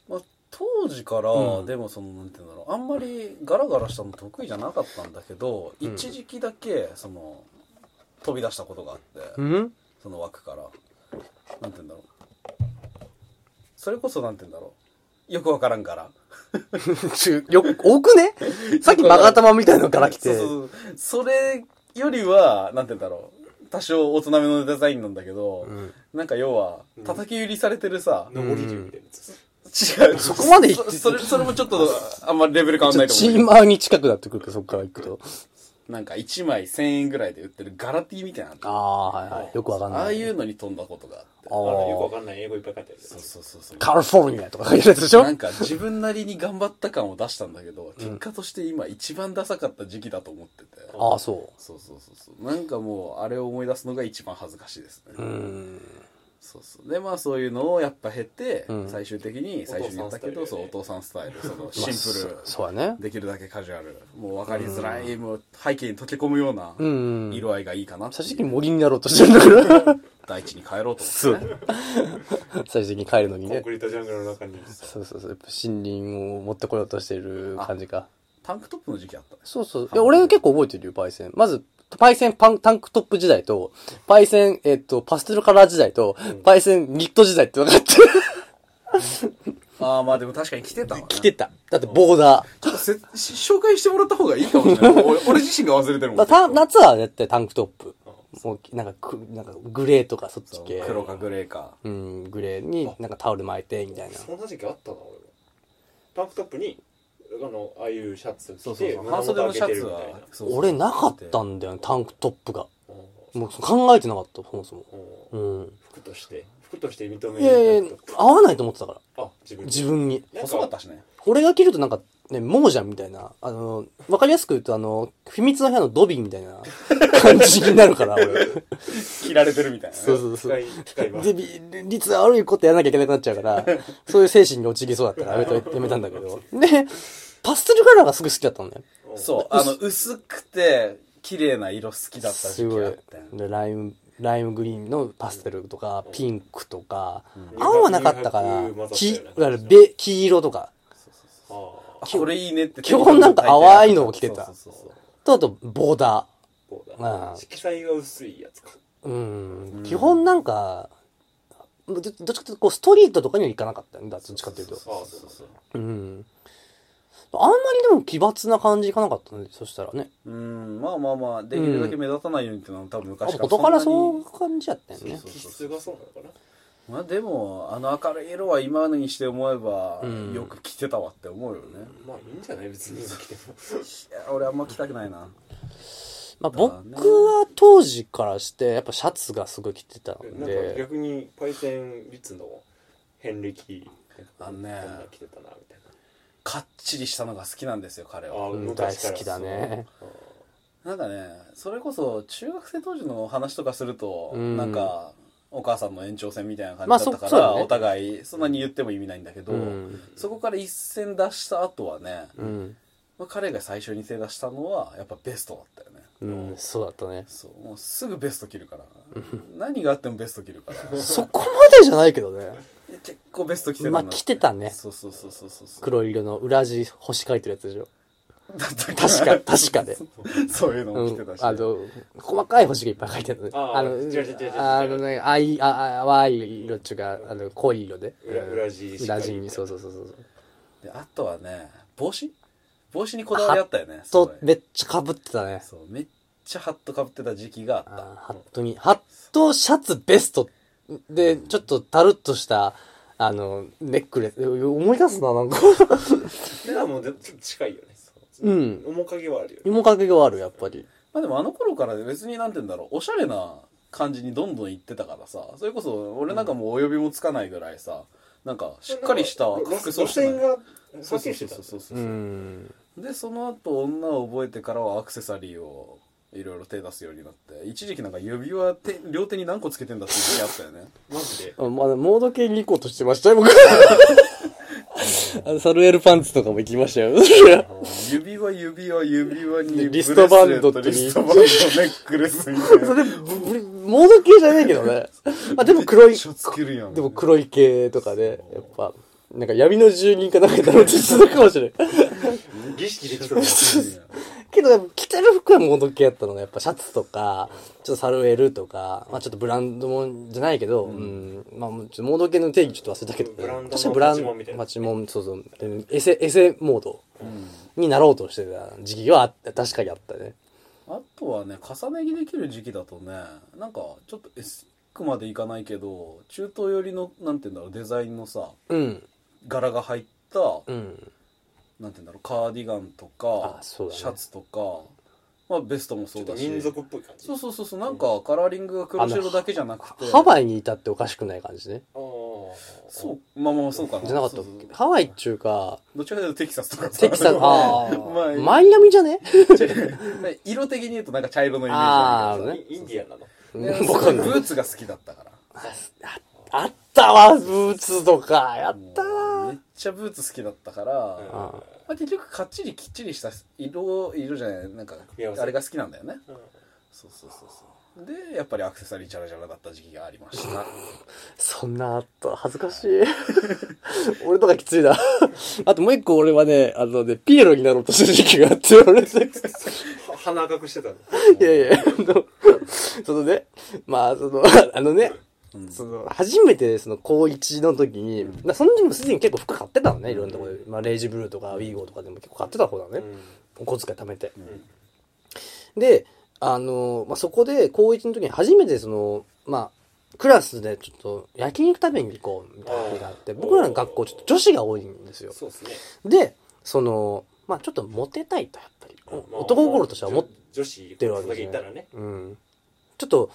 Speaker 2: まあ当時から、
Speaker 1: うん
Speaker 2: でもそのなんていうんだろうあんまりガラガラしたの得意じゃなかったんだけど、
Speaker 1: うん
Speaker 2: 一時期だけその飛び出したことがあって、
Speaker 1: うん
Speaker 2: その枠からなんていうんだろうそれこそなんていうんだろうよくわからんから
Speaker 1: ちゅよ多く ねさっきバカ頭みたいのから来て
Speaker 2: そうそうそうそれよりはなんて言うんだろう多少大人めのデザインなんだけど、
Speaker 1: うん
Speaker 2: なんか要は
Speaker 3: うん
Speaker 2: 叩き売りされてるさ、
Speaker 1: うん
Speaker 3: 降りるみたいなやつ
Speaker 2: 違う
Speaker 1: そこまで言って
Speaker 2: そそれそれもちょっとあんまレベル変わん
Speaker 1: ちょ
Speaker 2: な
Speaker 1: っ
Speaker 2: い
Speaker 1: と
Speaker 2: と
Speaker 1: チ
Speaker 2: 思うけ
Speaker 1: ー
Speaker 2: ど
Speaker 1: マーに近くなってくるからそっから行くと
Speaker 2: なんか1枚1000円ぐらいで売ってるガラティみたいなの
Speaker 1: ああはいはいよくわかんない
Speaker 2: ああいうのに飛んだことがあって
Speaker 1: あ
Speaker 3: あのよくわ
Speaker 1: ー
Speaker 3: かんない英語いっぱい書いてあるやつ
Speaker 2: そうそうそうそう
Speaker 1: カリフォルニアとか書いてるやつでしょ
Speaker 2: なんか自分なりに頑張った感を出したんだけど、結果として今一番ダサかった時期だと思ってて。
Speaker 1: ああそ
Speaker 2: そうそうそうそう。なんかもう、あれを思い出すのが一番恥ずかしいですね。
Speaker 1: ううん
Speaker 2: そうそう。で、まあそういうのをやっぱ経て、
Speaker 1: うん
Speaker 2: 最終的に、最初に言ったけど、
Speaker 3: お父さんスタイル
Speaker 2: そう、
Speaker 3: ね
Speaker 2: お父さんスタ
Speaker 1: まあ
Speaker 2: イル、そのシンプル、
Speaker 1: そそうやね
Speaker 2: できるだけカジュアル、もう分かりづらい、もう背景に溶け込むような
Speaker 1: うん
Speaker 2: 色合いがいいかなって
Speaker 1: 最
Speaker 2: いう
Speaker 1: 終的に森になろうとしてるんだから
Speaker 2: 大地に帰ろうと
Speaker 1: そ
Speaker 2: 思って、ね
Speaker 1: う。最終的に帰るのに
Speaker 3: コン
Speaker 1: ね
Speaker 3: クリートジャングルの中に
Speaker 1: そうそうそうやっぱ森林を持ってこようとしてる感じか
Speaker 2: タンクトップの時期あったね。
Speaker 1: そうそう。いや、俺結構覚えてるよ、パイセン。まず、パイセンパンタンクトップ時代と、パイセン、えっと、パステルカラー時代と、パイセンニット時代って分か って
Speaker 2: ああ、まあでも確かに来てたわ、ね。
Speaker 1: きてた。だってボーダー。
Speaker 2: ちょっとせし紹介してもらった方がいいかもしれない。 俺俺自身が忘れてるも
Speaker 1: だ
Speaker 2: ん。
Speaker 1: た夏は絶対タンクトップ。もう、なんかく、なんかグレーとかそっち系。
Speaker 2: 黒かグレーか。
Speaker 1: うん、グレーになんかタオル巻いて、みたいな。
Speaker 3: そんな時期あったな俺もタンクトップにあのああいうシャツ着て
Speaker 2: そうそうそう。
Speaker 3: 胸
Speaker 2: 半袖
Speaker 3: 元
Speaker 2: のシャ
Speaker 3: 開けて
Speaker 2: ツ
Speaker 3: るみ
Speaker 2: は
Speaker 3: たいな。
Speaker 2: そうそう
Speaker 1: 俺なかったんだよね、タンクトップが。
Speaker 3: う
Speaker 1: もう考えてなかった、そもそも。
Speaker 3: んうん
Speaker 1: うん。
Speaker 3: 服として服として認め
Speaker 1: いやい
Speaker 3: る
Speaker 1: や、合わないと思ってたから。
Speaker 3: あ自分
Speaker 1: 自分に。
Speaker 3: なん
Speaker 2: 細かったしね。
Speaker 1: 俺が着るとなんか、ね、モージャンみたいな、あの、わかりやすく言うと、あの、秘密の部屋のドビーみたい な感じになるから、俺。
Speaker 2: 切られてるみたいなね。
Speaker 1: そうそうそ
Speaker 3: 使
Speaker 1: う
Speaker 3: い。使いま
Speaker 1: で、
Speaker 3: す
Speaker 1: び率悪いことやらなきゃいけなくなっちゃうから、そういう精神に陥りそうだったから、やめとやめたんだけど。で、パステルカラーがすぐ好きだったのね。
Speaker 3: うん
Speaker 2: そう。あの、薄くて、綺麗な色好きだった
Speaker 1: す
Speaker 2: 時期
Speaker 1: ご
Speaker 2: あっ
Speaker 1: い
Speaker 2: たよね。
Speaker 1: で、ライム、ライムグリーンのパステルとか、ピンクとか、
Speaker 3: うん
Speaker 1: 青はなかったから
Speaker 3: うんうん、
Speaker 1: き、いわゆるべ、黄色とか。
Speaker 3: あ
Speaker 2: あこれいいねって。
Speaker 1: 基本なんか淡いのを着てた
Speaker 2: そうそうそう
Speaker 1: と、あと、ボーダー。
Speaker 3: こう
Speaker 1: ま
Speaker 3: だ
Speaker 1: あ
Speaker 3: 色彩が薄いやつか
Speaker 1: うん、基本なんか、どどっちかというとこうストリートとかには行かなかったよね、どっちかというと。
Speaker 3: ああそうそうそう
Speaker 1: うん。あんまりでも奇抜な感じいかなかったね、そしたらね。
Speaker 2: うん、まあまあまあ、できるだけ目立たないようにっていうのは多分
Speaker 1: あ
Speaker 2: 昔から
Speaker 1: 元から
Speaker 2: そん
Speaker 1: そ
Speaker 2: な
Speaker 1: うい
Speaker 2: に
Speaker 1: う感じやったよね
Speaker 2: そう。
Speaker 3: 気質がそうなのか
Speaker 2: まあでも、あの明るい色は今にして思えば
Speaker 1: う、ん
Speaker 2: よく着てたわって思うよね。
Speaker 3: なまあいいんじゃない別に着ても
Speaker 2: いや、俺あんま着たくないな。
Speaker 1: まあ
Speaker 2: そう
Speaker 1: 僕
Speaker 2: だね
Speaker 1: は当時からして、やっぱシャツがすごい着てたの
Speaker 3: なんか
Speaker 1: で、
Speaker 3: 逆にパイセンリッツの遍歴
Speaker 2: あのね
Speaker 3: こんな着てたなみたい
Speaker 2: かっちりしたのが好きなんですよ、彼
Speaker 3: な
Speaker 2: は。
Speaker 3: あ
Speaker 1: うん
Speaker 3: 昔から
Speaker 1: 大好きだね
Speaker 3: そ
Speaker 2: な
Speaker 3: う
Speaker 2: んかね、それこそ、中学生当時の話とかすると、
Speaker 1: うん
Speaker 2: なんか、お母さんの延長線みたいな感
Speaker 1: まあ
Speaker 2: じだったか
Speaker 1: そそう
Speaker 2: ら、
Speaker 1: だね
Speaker 2: お互い、そんなに言っても意味ないんだけど、
Speaker 1: うん。
Speaker 2: そこから一線出した後はね、
Speaker 1: うん。
Speaker 2: まあ、彼が最初に手出したのは、やっぱベストだったよね。
Speaker 1: うん、そうだったね。
Speaker 2: そう、もうすぐベスト着るから。何があってもベスト着るから。
Speaker 1: そこまでじゃないけどね。
Speaker 2: 結構ベスト着てた
Speaker 1: ま
Speaker 2: な
Speaker 1: あ着てたね
Speaker 2: そうそうそうそうそうそう。
Speaker 1: 黒色の裏地星書いてるやつでしょ。
Speaker 2: だったっけ
Speaker 1: 確か、 確かで。
Speaker 2: そういうのも着て
Speaker 1: う
Speaker 2: た
Speaker 1: ん
Speaker 2: し。
Speaker 1: あの、細かい星がいっぱい書いてあるのね。
Speaker 3: あー
Speaker 1: あの
Speaker 3: 違う違う違う違う、
Speaker 1: あのね、あい、あ、あ、淡い色っていうか、あの、濃い色で。
Speaker 3: 裏
Speaker 1: うん
Speaker 3: 裏地しっかり
Speaker 1: 裏地に、そうそうそうそう。
Speaker 2: であとはね、帽子帽子にこだわりあったよね。すごい
Speaker 1: と、めっちゃ被ってたね。
Speaker 2: そう、めっちゃハットかぶってた時期があった。
Speaker 1: あーハットに、ハット、シャツ、ベスト。で、ちょっとタルッとした、あの、ネックレス。思い出すな、なん か。
Speaker 3: ではもうでちょっと近いよね
Speaker 1: うん
Speaker 3: 面影はあるよね
Speaker 1: 芋かけがある、やっぱり。。
Speaker 2: まあでもあの頃から別になんて言うんだろう、おしゃれな感じにどんどん行ってたからさ、それこそ俺なんかもうお呼びもつかないぐらいさ、なんかしっかりした服装
Speaker 3: 路
Speaker 2: して
Speaker 3: 線
Speaker 2: ない。
Speaker 3: がは
Speaker 2: そう
Speaker 3: っき
Speaker 2: そう
Speaker 3: りし
Speaker 2: そ
Speaker 3: て
Speaker 2: う
Speaker 3: た
Speaker 2: そうそうそううんで、その後女を覚えてからはアクセサリーをいろいろ手出すようになって、一時期なんか指輪手両手に何個つけてんだっていう時期あったよね。
Speaker 3: マジで
Speaker 1: あまあ、モード系に行こうとしてましたよ、僕。 あのサルエルパンツとかも行きま したよ。
Speaker 2: 指輪指輪指輪に
Speaker 1: でリストバンドと
Speaker 2: ブレスレットリストバンドネックレスみたい
Speaker 1: それ、
Speaker 2: な
Speaker 1: ブリモード系じゃないけどね。まあでも黒い、
Speaker 2: つけるやん
Speaker 1: でも黒い系とかで、やっぱ、なんか闇の住人かなんかだろうとするかもしれん。
Speaker 3: 儀式できそうな
Speaker 1: けどやっぱ着てる服はもう時計やったのね。やっぱシャツとか、ちょっとサルエルとか、まあちょっとブランドもんじゃないけど、うん、まあもうちょっとモード系の定義ちょっと忘れたけど、
Speaker 3: ブランドの
Speaker 1: 私はブラン
Speaker 3: パチモンみたいな
Speaker 1: パチモン、そうそう、でエセ、エセモードになろうとしてた時期はあった、確かにあったね。
Speaker 2: あとはね重ね着できる時期だとねなんかちょっとエスックまでいかないけど中東寄りのなんて言うんだろうデザインのさ
Speaker 1: うん、
Speaker 2: 柄が入った、
Speaker 1: うん、
Speaker 2: なんて言うんだろうカーディガンとか
Speaker 1: あそうだね
Speaker 2: シャツとか、まあ、ベストもそうだし
Speaker 3: 民族っぽい感じ
Speaker 2: そうそうそうそうなんかカラーリングが黒白だけじゃなくて
Speaker 1: ハワイにいたっておかしくない感じね。
Speaker 3: そ
Speaker 2: そうまあまあそうかな
Speaker 1: じゃなかったっ
Speaker 2: そうそう
Speaker 1: けハワイっちゅうか、
Speaker 2: どっちかというとテキサスとか
Speaker 1: テキサ ス、あ
Speaker 2: まあ
Speaker 1: あ、マイアミじゃね
Speaker 2: 色的に言うとなんか茶色のイメージ
Speaker 1: あ
Speaker 2: あ
Speaker 1: ー
Speaker 3: う
Speaker 1: ね
Speaker 3: インディアンなの
Speaker 2: るけど
Speaker 1: わかんない
Speaker 2: ブーツが好きだったから
Speaker 1: あったわ、ブーツとか、やった
Speaker 2: めっちゃブーツ好きだったから、
Speaker 3: うん
Speaker 2: ま
Speaker 1: わ。
Speaker 2: あ、結局かっちりきっちりした色色じゃないなんか
Speaker 3: み合わせ
Speaker 2: あれが好きなんだよね
Speaker 3: うん
Speaker 2: そうそうそうそうでやっぱりアクセサリーチャラチャラだった時期がありました
Speaker 1: そんなあった、恥ずかしい。 俺とかきついな。 あともう一個俺はね、あのね、ピエロになろうとする時期があって、俺ね、
Speaker 3: は鼻赤くしてたの
Speaker 1: いやいや、あの、そのね、まあ、その、あのね、
Speaker 2: うん
Speaker 1: その、初めて、その、高一の時に、まあその時もすでに結構服買ってたのね、いろんなところで。まあ、レイジブルーとか、ウィーゴーとかでも結構買ってた方だね。お小遣い貯めて。で、あの、まあ、そこで、高1の時に初めて、その、まあ、クラスでちょっと焼肉食べに行こうみたいな日があって、
Speaker 3: うん
Speaker 1: 僕らの学校ちょっと女子が多いんですよ。
Speaker 3: そうですね
Speaker 1: で、その、まあ、ちょっとモテたいと、やっぱり。
Speaker 3: まあ
Speaker 1: 男心としては思っ
Speaker 3: 女子
Speaker 1: てるわけ
Speaker 3: だけ
Speaker 1: で
Speaker 3: い
Speaker 1: す
Speaker 3: たらね
Speaker 1: ね。うん。ちょっと、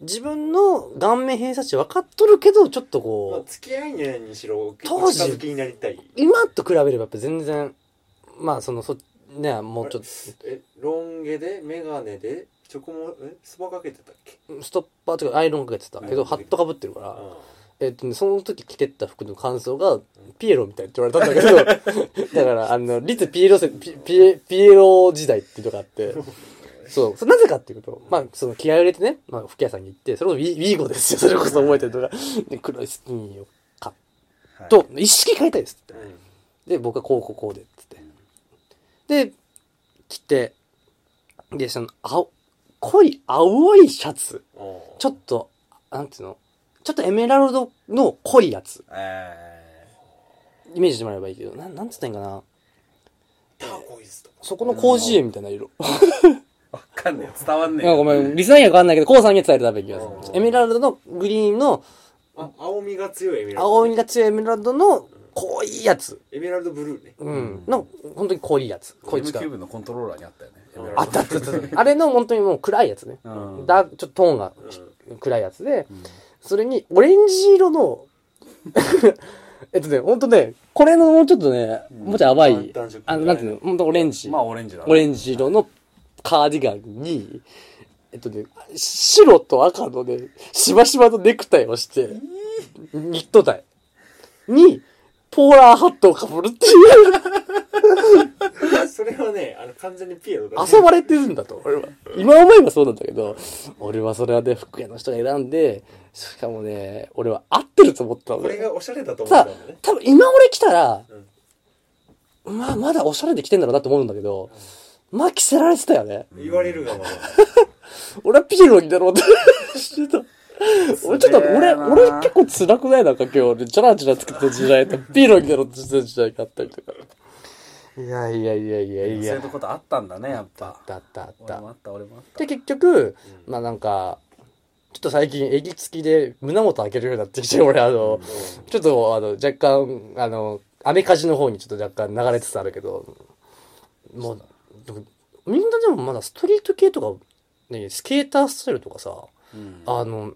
Speaker 1: 自分の顔面偏差値分かっとるけど、ちょっと
Speaker 3: まあ
Speaker 1: こう、
Speaker 3: 付き合いねにしろ結
Speaker 1: 当
Speaker 3: 構
Speaker 1: 時
Speaker 3: 近づきになりたい
Speaker 1: 今と比べればやっぱ全然、まあ、その、そ、ね、もうちょっと、
Speaker 3: えロン毛で眼鏡でチョコもえスパかけてたっけ
Speaker 1: ストッパーとかアイロンかけてたけど、ハットかぶってるから、
Speaker 3: う
Speaker 1: えっとね、その時着てった服の感想が、ピエロみたいって言われたんだけど、 だから、あの、リツピエロせ、ピピエ、ピエロ時代っていうのがあって、そう、それなぜかっていうと、まあ、その気合を入れてね、まあ、服屋さんに行って、それこそウィウィーゴですよ、それこそ覚えてるとか、で黒いスキニーを買っと、一式買いたいですって
Speaker 3: んうん
Speaker 1: で、僕はこうこうこうでってって。で、着て、で、その、青、濃い青いシャツ、
Speaker 3: うん
Speaker 1: ちょっと、なんていうのちょっとエメラルドの濃いやつ。
Speaker 2: え
Speaker 1: イメージしてもらえばいいけど、なん、なんつったらいいんかな。
Speaker 3: ターコイズとか
Speaker 1: そこの広辞苑みたいな色。
Speaker 2: ー、わかんねえ伝わんねえ
Speaker 1: あごめん、リスナーにはわかんないけど、コウさんには伝えるためには
Speaker 3: うんうんうん
Speaker 1: エメラルドのグリーンの、
Speaker 3: あ青みが強いエメラルド
Speaker 1: 青みが強いエメラルドの濃いやつ。
Speaker 3: エメラルドブルーね
Speaker 1: うん。の、本当に濃いやつ。濃い
Speaker 2: ゲー
Speaker 1: やつ
Speaker 2: ムキ
Speaker 1: が
Speaker 2: ュー。ブのコントローラーにあったよねエメラルド
Speaker 1: あったあったあった。あれの本当にもう暗いやつね。
Speaker 2: うん
Speaker 1: だ、ちょっとトーンが暗いやつで、それにオレンジ色の、 えっとね、ほんとね、これのもうちょっとね、もうちょい淡い
Speaker 3: 単色、
Speaker 1: あの、なんていうの、ほんとオレンジ。
Speaker 2: まあオレンジだね
Speaker 1: オレンジ色のカーディガンに、えっとね、白と赤のね、しばしばのネクタイをして、ニットタイに、ポーラーハットをかぶるっていう、
Speaker 3: それはねあの完全にピエロだね
Speaker 1: 遊ばれてるんだと、俺は。今思えばそうなんだけど、俺はそれはね、服屋の人が選んで、しかもね、俺は合ってると思ったの
Speaker 3: これ
Speaker 1: ね。
Speaker 3: がおしゃれだと思っ
Speaker 1: さ
Speaker 3: たんだね
Speaker 1: 多分今俺来たら、まあ、まだおしゃれで来てんだろうなと思うんだけど、まあ着せられてたよね。
Speaker 3: 言われるがまま
Speaker 1: 俺はピエロになろうとしてた。俺ちょっと、俺、俺結構辛くないなんか今日、俺、ジャラジャラ作ってた時代と、ピエロになろうとしてた時代があったりとか。いやいやいやいやい
Speaker 2: そうい
Speaker 1: や
Speaker 2: う。ことあったんだねやっぱ
Speaker 1: だったあっ
Speaker 2: 俺
Speaker 1: た
Speaker 2: も。あった俺もあった
Speaker 1: で、結局、まあなんか、ちょっと最近、襟付きで胸元開けるようになってきて、俺、あの、ちょっと、あの、若干、あの、アメカジの方にちょっと若干流れつつあるけど、もう、でもみんなでもまだストリート系とか、ね、スケータースタイルとかさ、
Speaker 2: うん
Speaker 1: あの、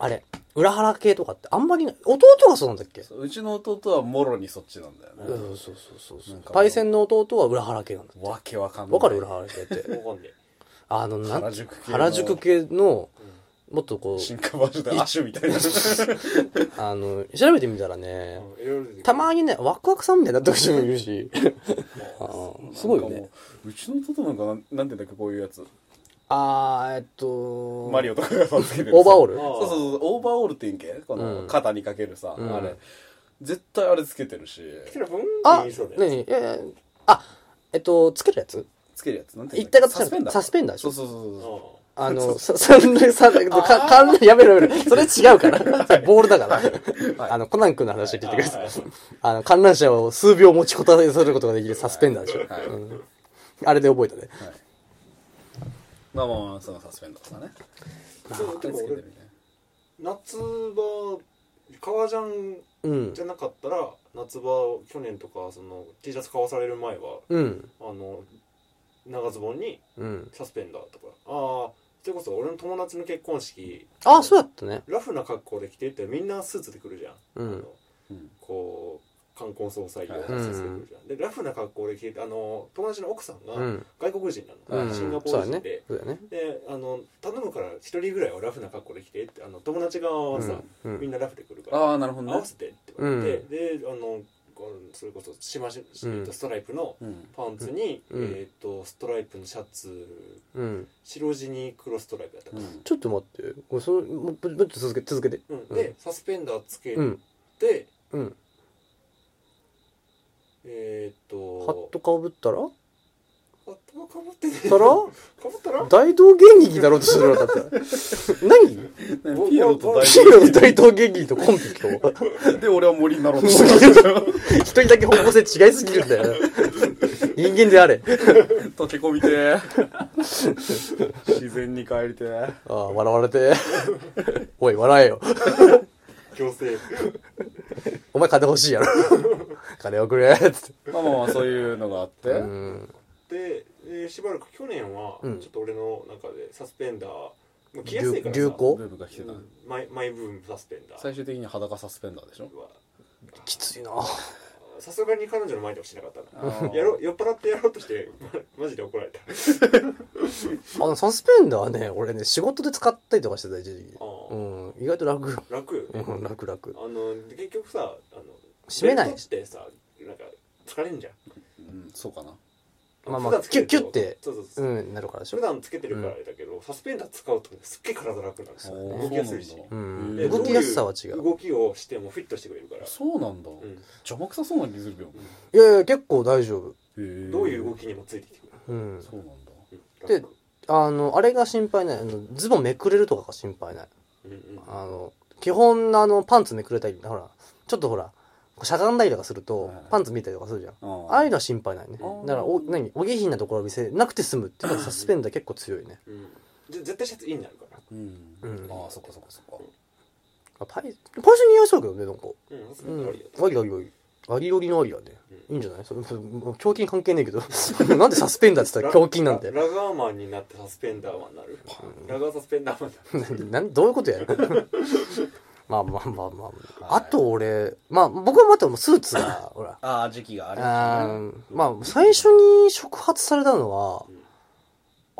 Speaker 1: あれ、裏腹系とかってあんまりない、弟がそうなんだっけ
Speaker 2: そううちの弟はもろにそっちなんだよ
Speaker 1: う
Speaker 2: ね
Speaker 1: ん、そうそうそうそ
Speaker 2: な
Speaker 1: うん
Speaker 2: か。
Speaker 1: パイセンの弟は裏腹系なんだ。
Speaker 2: わけわかんない
Speaker 1: わかる裏腹系って。
Speaker 3: わかんね
Speaker 1: あの、なん
Speaker 2: 原宿系の
Speaker 1: 原宿系の、もっとこ
Speaker 2: 進
Speaker 1: う、
Speaker 2: 化版でアシュみ たいな
Speaker 1: あの、調べてみたらね、
Speaker 3: えいろいろ出てくる
Speaker 1: たまにね、ワクワクさんみたいな時もいるし、あー すごいよ
Speaker 2: なん
Speaker 1: ね
Speaker 2: か。もううちの弟なんかなんなんて言うんだっけこういうやつ
Speaker 1: あー、えっと、
Speaker 2: マリオとかがつけてる さ
Speaker 1: オーバーオール
Speaker 3: あー
Speaker 2: そうそうそうオーバーオールって言うんけこの肩にかけるさ、
Speaker 1: うん
Speaker 2: あれ絶対あれつけてるし
Speaker 3: それ本
Speaker 1: あ、
Speaker 3: いいそうだよ
Speaker 1: 何えー、あ、えっと、つけるやつ
Speaker 2: つけるやつなんて
Speaker 1: 一体がつけ
Speaker 2: サ
Speaker 1: る
Speaker 2: スペンダー
Speaker 1: サスペンダーでし
Speaker 2: そ
Speaker 1: ょ
Speaker 2: うそうそうそう
Speaker 1: あの、さ、さ、さ、か、関連、やめろやめろ。それ違うから。それボールだから。あの、コナン君の話を聞いてください。あの、観覧車を数秒持ちこたえすることができるサスペンダーでしょ。
Speaker 2: はい
Speaker 1: うんあれで覚えたね。
Speaker 2: まあまあまあそのサスペンダーとかね
Speaker 3: そ
Speaker 2: つ
Speaker 3: うで
Speaker 2: け
Speaker 3: も
Speaker 2: て
Speaker 3: 俺
Speaker 2: るみたいな
Speaker 3: 夏場革ジャン
Speaker 1: うん
Speaker 3: じ。ゃなかったら夏場去年とかその T シャツ買わされる前は
Speaker 1: うん。
Speaker 3: あの長ズボンに
Speaker 1: うん。
Speaker 3: サスペンダーとかああそれこそ俺の友達の結婚式
Speaker 1: あ、そうだったね。
Speaker 3: ラフな格好で着てってみんなスーツで来るじゃん、
Speaker 1: うん
Speaker 3: あの
Speaker 2: うん
Speaker 3: こう冠婚葬祭業の
Speaker 2: はい
Speaker 3: スーツで来るじゃん、でラフな格好で着ててあの友達の奥さん
Speaker 1: う
Speaker 3: が
Speaker 1: ん。
Speaker 3: 外国人な
Speaker 1: う
Speaker 3: の、
Speaker 1: ん。
Speaker 3: シンガポ
Speaker 1: そう
Speaker 3: ー
Speaker 1: だ
Speaker 3: ル
Speaker 1: ね
Speaker 3: 人で。。
Speaker 1: そうだね。
Speaker 3: であの頼むから一人ぐらいはラフな格好で来てってあの友達側はさ、
Speaker 1: うんう
Speaker 3: みん
Speaker 1: ん。
Speaker 3: なラフで来るから
Speaker 2: ああなるほど
Speaker 3: 合わ
Speaker 2: ね
Speaker 3: せてって言われて、
Speaker 1: うん
Speaker 3: であのこうそれこそしまし、
Speaker 1: うん
Speaker 3: ストライプの
Speaker 2: うん
Speaker 3: パンツに、
Speaker 1: うん
Speaker 3: えっとストライプのシャツ
Speaker 1: うん。
Speaker 3: 白地に黒ストライプだったか
Speaker 2: う
Speaker 3: ら、
Speaker 2: ん
Speaker 1: ちょっと待って。これそれ、もう、ぶぶっと続け、続けて。
Speaker 3: うんでサスペンダーつけて、
Speaker 1: うん。うん。
Speaker 3: えっと
Speaker 1: ハットかぶったら
Speaker 3: ハットはかぶってね
Speaker 1: たら
Speaker 3: かぶったら
Speaker 1: 大道芸人になろうとしてるのだ って。何
Speaker 2: ねピエロと大
Speaker 1: ヒーロー大道芸人とコンビと
Speaker 2: で俺は森になろうとしてる
Speaker 1: 一人だけ方向性違いすぎるんだよな人間であれ
Speaker 2: 溶け込みてー自然に帰りてー
Speaker 1: ああ笑われておい笑えよ
Speaker 3: 強制
Speaker 1: お前金欲しいやろ金をくれつっ
Speaker 2: まあまあまあそういうのがあって
Speaker 1: てうん
Speaker 3: で、えーしばらく去年は、
Speaker 1: うん
Speaker 3: ちょっと俺の中でサスペンダーもう着やす
Speaker 1: 流
Speaker 3: いからさ
Speaker 1: 流行
Speaker 2: ブームが来てた
Speaker 3: うんマイマイブームサスペンダー
Speaker 2: 最終的に裸サスペンダーでしょ
Speaker 3: は
Speaker 1: きついな
Speaker 3: さすがに彼女の前ではしなかったな
Speaker 2: あー
Speaker 3: やろ酔っ払ってやろうとして まマジで怒られたあ
Speaker 1: あのサスペンダーはね俺ね仕事で使ったりとかしてた一時期
Speaker 3: あ、
Speaker 1: うん意外と楽
Speaker 3: 楽よね、
Speaker 1: うん楽楽
Speaker 3: あので結局さあの
Speaker 1: 締めない
Speaker 3: ベルトってさなんか疲れんじゃん
Speaker 2: うんそうかな
Speaker 1: まあまあ
Speaker 3: 普段つけると
Speaker 1: キュッキュッて
Speaker 3: そうそうそう、
Speaker 1: うんなるからでしょ
Speaker 3: 普段つけてるからだけど、サスペンダー使うとねすっげえ体楽なんですよ
Speaker 2: おー
Speaker 3: 動きやすいし
Speaker 2: そうなん
Speaker 1: う
Speaker 2: だ
Speaker 1: ん
Speaker 2: えー
Speaker 1: 動きやすさは違
Speaker 3: ど
Speaker 1: う
Speaker 3: い動きをしてもフィットしてくれるから、
Speaker 2: そうなんだ
Speaker 3: うん
Speaker 2: 邪魔くさそうな気するけど
Speaker 1: いやいや結構大丈夫
Speaker 2: へー
Speaker 3: どういう動きにもついてきてく
Speaker 1: うん
Speaker 2: そうなんだ
Speaker 3: れ
Speaker 1: で
Speaker 3: る楽
Speaker 1: あのあれが心配ないあのズボンめくれるとかが心配ない
Speaker 3: うんうん
Speaker 1: あの、基本、あの、パンツめくれたり、ほら、ちょっとほら、しゃがんだりとかすると
Speaker 2: はいはい、
Speaker 1: パンツ見えたりとかするじゃん。あ
Speaker 2: あ
Speaker 1: あいうのは心配ないね。だ
Speaker 3: あ
Speaker 1: か
Speaker 2: ー
Speaker 1: ら、お、何、お下品なところを見せなくて済むっていうのはサスペンダー結構強いね。
Speaker 3: うんで絶対シャツインになるから
Speaker 2: うん
Speaker 1: うん
Speaker 2: ああそっかそっかそっか
Speaker 1: あパイ、パイセン似合いそうだけどね、なんか。
Speaker 3: うんサスペ
Speaker 1: う
Speaker 3: ンダ
Speaker 1: ん。
Speaker 3: ー
Speaker 1: あ
Speaker 3: あり
Speaker 1: り
Speaker 3: だと
Speaker 1: ありあり。ありよりのありだね
Speaker 3: う。
Speaker 1: いいんじゃないそれ、それもう胸筋関係ねえけど。 なんでサスペンダーって言ったら胸筋なんだよ。
Speaker 3: ララガーマンになってサスペンダーマンになるラガーサスペンダーマンになる
Speaker 1: なんどういうことやねんまあまあまあまあ。あと俺、まあ僕はまたもうスーツが、ほら、
Speaker 2: ああ時期があ
Speaker 1: あ
Speaker 2: る
Speaker 1: ーまあ最初に触発されたのは
Speaker 3: うん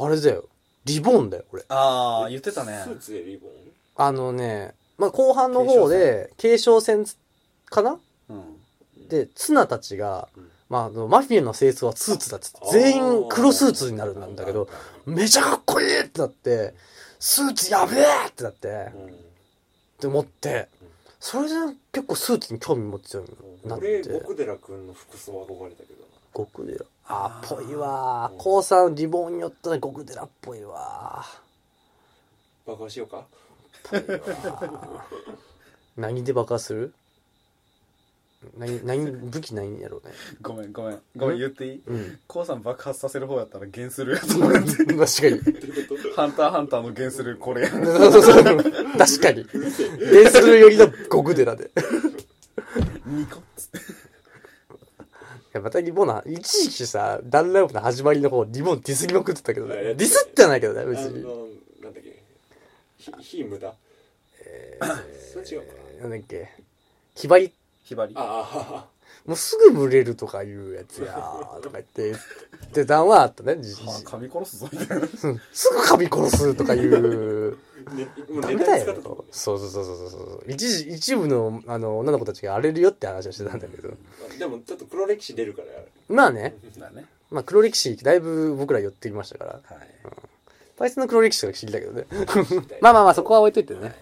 Speaker 1: あれだよリボンだよ俺
Speaker 2: ああ言ってたね
Speaker 3: スーツでリボン
Speaker 1: あのね、まあ、後半の方で継承戦かな
Speaker 2: うん
Speaker 1: でツナたちが
Speaker 3: うん、
Speaker 1: まあ、あのマフィアの性質はスーツだっつって
Speaker 3: あー
Speaker 1: 全員黒スーツになるんだけどめちゃかっこいいってなってスーツやべえってなって
Speaker 3: うん
Speaker 1: って思ってそれで結構スーツに興味持ってたようになっ
Speaker 3: 俺
Speaker 1: て
Speaker 3: 極寺君の服装憧れたけどな
Speaker 1: 極寺あ
Speaker 2: あー
Speaker 1: ぽいわ
Speaker 3: うん
Speaker 1: ー高さんリボンによったら極寺っぽいわー
Speaker 3: 爆破しようか
Speaker 1: 何で爆破する何何武器ないんやろうね
Speaker 2: ごめんごめんごめん言っていい
Speaker 1: うん
Speaker 2: コウさん爆発させる方やったら減するやつもらって
Speaker 1: 確かに
Speaker 3: どういうこと
Speaker 2: ハンターハンターの減するこれやん
Speaker 1: そうそうそう確かに電するよりの極寺で
Speaker 2: ニコッつって
Speaker 1: いやまたリボンな一時期さダンラップの始まりの方リボンディスりまくってたけどね
Speaker 3: あやってたね
Speaker 1: ディスってはないけどね別
Speaker 3: あ
Speaker 1: に
Speaker 3: のなんだっけひ非無駄それ違うか
Speaker 1: なんだっけひばり
Speaker 2: ひばり
Speaker 3: なああ
Speaker 1: もうすぐブレるとかいうや つやーとか言ってで談はあったねじじ
Speaker 2: あ噛み殺すぞみたいな
Speaker 1: すぐ噛み殺すとかいう
Speaker 3: ねもう
Speaker 1: ダ
Speaker 3: ネ
Speaker 1: メ
Speaker 3: タ
Speaker 1: だ
Speaker 3: に使
Speaker 1: よ
Speaker 3: ったと思うね
Speaker 1: そうそうそうそうそう一時一部のあの女の子たちが荒れるよって話をしてたんだけど
Speaker 3: でもちょっと黒歴史出るから
Speaker 1: まあね、
Speaker 2: だね
Speaker 1: まあ、黒歴史だいぶ僕ら寄ってきましたから
Speaker 2: はい
Speaker 1: パイセンの黒歴史が知りたいけどねまあまあまあそこは置いといてね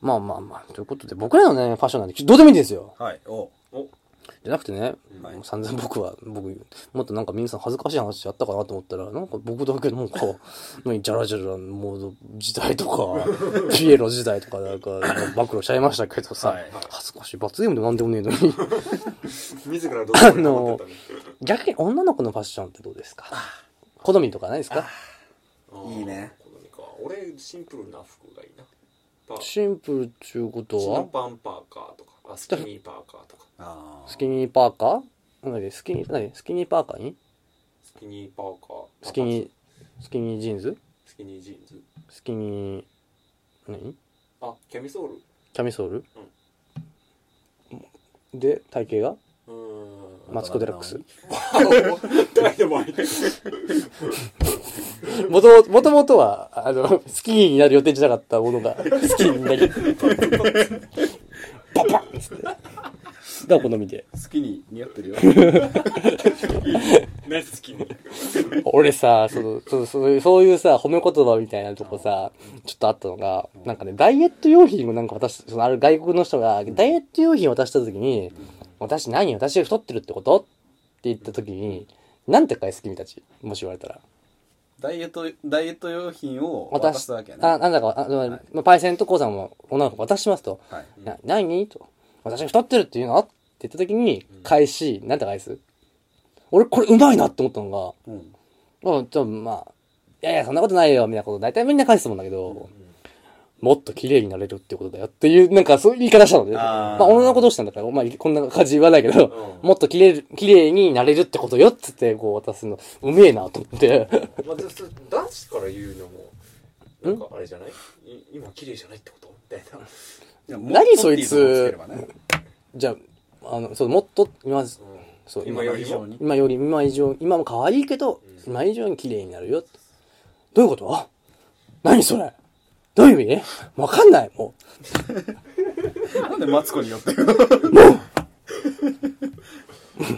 Speaker 1: まあまあまあ、ということで、僕らのね、ファッションなんて、どうでもいいんですよ。
Speaker 2: はい。お
Speaker 3: お
Speaker 1: じゃなくてね、
Speaker 2: はい
Speaker 1: もう散々僕は、僕、もっとなんか皆さん恥ずかしい話やったかなと思ったら、なんか僕だけなんか、何、ジャラジャラモード時代とか、ピエロ時代とかなんか、暴露しちゃいましたけどさ、
Speaker 2: はい
Speaker 1: 恥ずかしい。罰ゲームでもなんでもねえのに。
Speaker 3: 自らどうぞ
Speaker 1: あの
Speaker 3: って
Speaker 1: 逆に女の子のファッションってどうですか好みとかないですか
Speaker 3: たね
Speaker 2: いいね
Speaker 3: あー好みか俺シンプルな服がいいなパー
Speaker 1: シンプルっちゅうこと
Speaker 3: チノ
Speaker 1: は
Speaker 3: パンパーカーとかあスキニーパーカーとか
Speaker 2: あ
Speaker 1: スキニーパーカーなんだっけスキニー、何スキニーパーカーに
Speaker 3: スキニーパーカー
Speaker 1: スキニー、スキニージーンズ
Speaker 3: スキニージーンズ
Speaker 1: スキニー、何
Speaker 3: あキャミソール
Speaker 1: キャミソール、で、体型
Speaker 3: うー
Speaker 1: が
Speaker 3: ん
Speaker 1: マツコ・デラックス。
Speaker 3: 誰でもあり
Speaker 1: もともともとは、あの、スキーになる予定じゃなかったものが、スキーになり、パパッつって。が好みで。
Speaker 2: 好きに似合 ってるよ。
Speaker 3: ナイススキニー
Speaker 1: 俺さ、その、そのそういう、そういうさ、褒め言葉みたいなとこさ、ちょっとあったのが、なんかね、ダイエット用品をなんか渡し、そのある外国の人が、ダイエット用品を渡した時に、私何私太ってるってことって言った時に、なんて返す君たちもし言われたら。
Speaker 2: ダイエット、ダイエット用品を渡
Speaker 1: 渡
Speaker 2: すわけね。
Speaker 1: あ、なんだか、あまあまあパイセンとコウさんも女の子渡しますと。
Speaker 2: はい。
Speaker 1: な、何と。私太ってるっていうのって言った時に、返し、なんて返す俺、これうまいなって思ったのが、
Speaker 2: うん。
Speaker 1: うん、ちょ、まあ、いやいや、そんなことないよ、みたいなこと、大体みんな返すもんだけど、もっと綺麗になれるってことだよっていう、なんかそういう言い方したので、
Speaker 2: あー
Speaker 1: まあ、女の子同士なんだから、まあ、こんな感じ言わないけど、もっと綺麗、綺麗になれるってことよっつって、こう渡すの、うめえなと思って、
Speaker 3: まあ、でそ男子から言うのもなんかあれじゃないい今綺麗じゃないってことみたいな
Speaker 1: 何そいつ
Speaker 2: もっとってうとこつければね
Speaker 1: じゃあ、あの、そう、もっと、今、そう、
Speaker 3: 今よりも
Speaker 2: に
Speaker 1: 今より今以上今も可愛いけど、今以上に綺麗になるよってどういうこと何それどういう意味わかんないも
Speaker 2: なんでマツコによってるの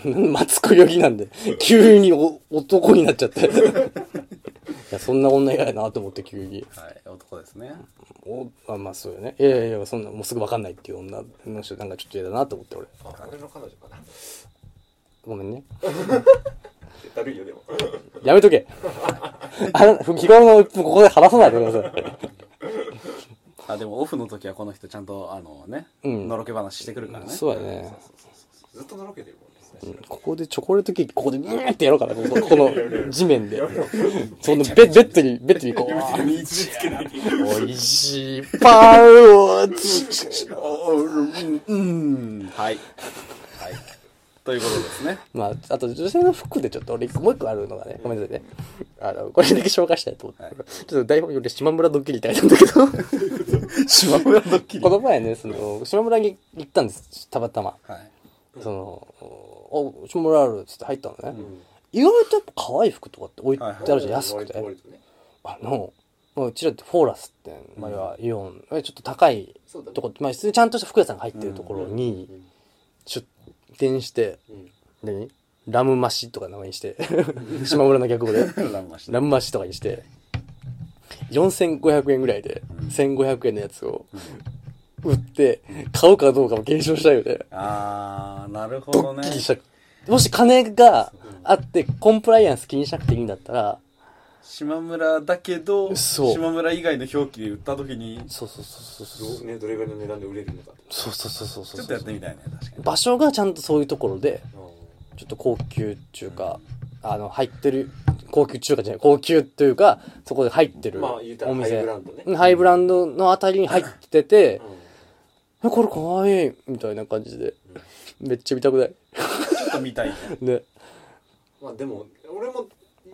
Speaker 1: う マツコよぎなんで急にお男になっちゃって いやそんな女嫌やなと思って急に
Speaker 2: はい、男ですね。
Speaker 1: おあまあそうよねいやいやいやそんなもうすぐわかんないっていう女の人なんかちょっと嫌だなと思って俺
Speaker 3: あ俺の彼女かな
Speaker 1: ごめんね
Speaker 3: だるいよでも
Speaker 1: やめとけ あの日頃の鬱憤ここで話さないでください
Speaker 2: あ、でもオフの時はこの人ちゃんと、あのね、
Speaker 1: うん
Speaker 2: のろけ話してくるから ね。
Speaker 1: そうやね
Speaker 3: ずっとのろけてるもんですね
Speaker 1: ここでチョコレートケーキ、ここでうーってやろう かな、こここの地面 で。そのベベッドに、ベッドにこう。
Speaker 2: 見つけない。
Speaker 1: おいしいパンをつ、
Speaker 2: うん。はい。はい。ということですね。
Speaker 1: まあ、あと女性の服でちょっと俺一個、もう一個あるのがね、ごめんなさいね。あの、これだけ紹介したいと思って。ちょっと台本より島村ドッキリみたいなんだけど、
Speaker 2: 島村ドッキリ。
Speaker 1: こ
Speaker 2: は
Speaker 1: の前ね、その、島村に行ったんです、たまたま。
Speaker 2: い。
Speaker 1: その、お、島村あるっつって入ったのね。
Speaker 3: ん
Speaker 1: 意外とやっぱ可愛い服とかって置いてあるじゃん、安くて。
Speaker 3: 割とね
Speaker 1: あの、まあうちらってフォーラスって、まあ、要はイオン、えちょっと高い
Speaker 3: そうだね
Speaker 1: とこ、まあ、普通にちゃんとした服屋さんが入ってるところに出店して、
Speaker 3: うん
Speaker 1: 何ラムマシとか名前にして、島村の逆語で、
Speaker 2: ラムマシ
Speaker 1: ラムマシとかにして、4500円ぐらいで、1500円のやつを売って、買うかどうかも検証したいよね。
Speaker 2: あー、なるほ
Speaker 1: ド
Speaker 2: ど
Speaker 1: ッ
Speaker 2: ね。
Speaker 1: キリした。もし金があって、コンプライアンス気にしなくていいんだったら、
Speaker 2: 島村だけど、
Speaker 1: そう
Speaker 2: 島村以外の表記で売った時に、
Speaker 1: そうそうそうそうそう。
Speaker 3: どうねどれぐらいの値段で売れるのかって
Speaker 1: そうそうそうそうそう。
Speaker 2: ちょっとやってみたいね、確かに。
Speaker 1: 場所がちゃんとそういうところで、
Speaker 3: う
Speaker 1: ちょっと高級っていうか、あの、入ってる、高級中華じゃない、高級っていうか、そこで入ってる
Speaker 3: まあ言うたら
Speaker 1: お店。
Speaker 3: ハイブランドね
Speaker 1: うんハイブランドのあたりに入ってて
Speaker 3: ん、う
Speaker 1: え、
Speaker 3: ん
Speaker 1: これかわいいみたいな感じで。めっちゃ見たくない。
Speaker 2: ちょっと見たいね。
Speaker 1: ね。
Speaker 3: まあでも俺も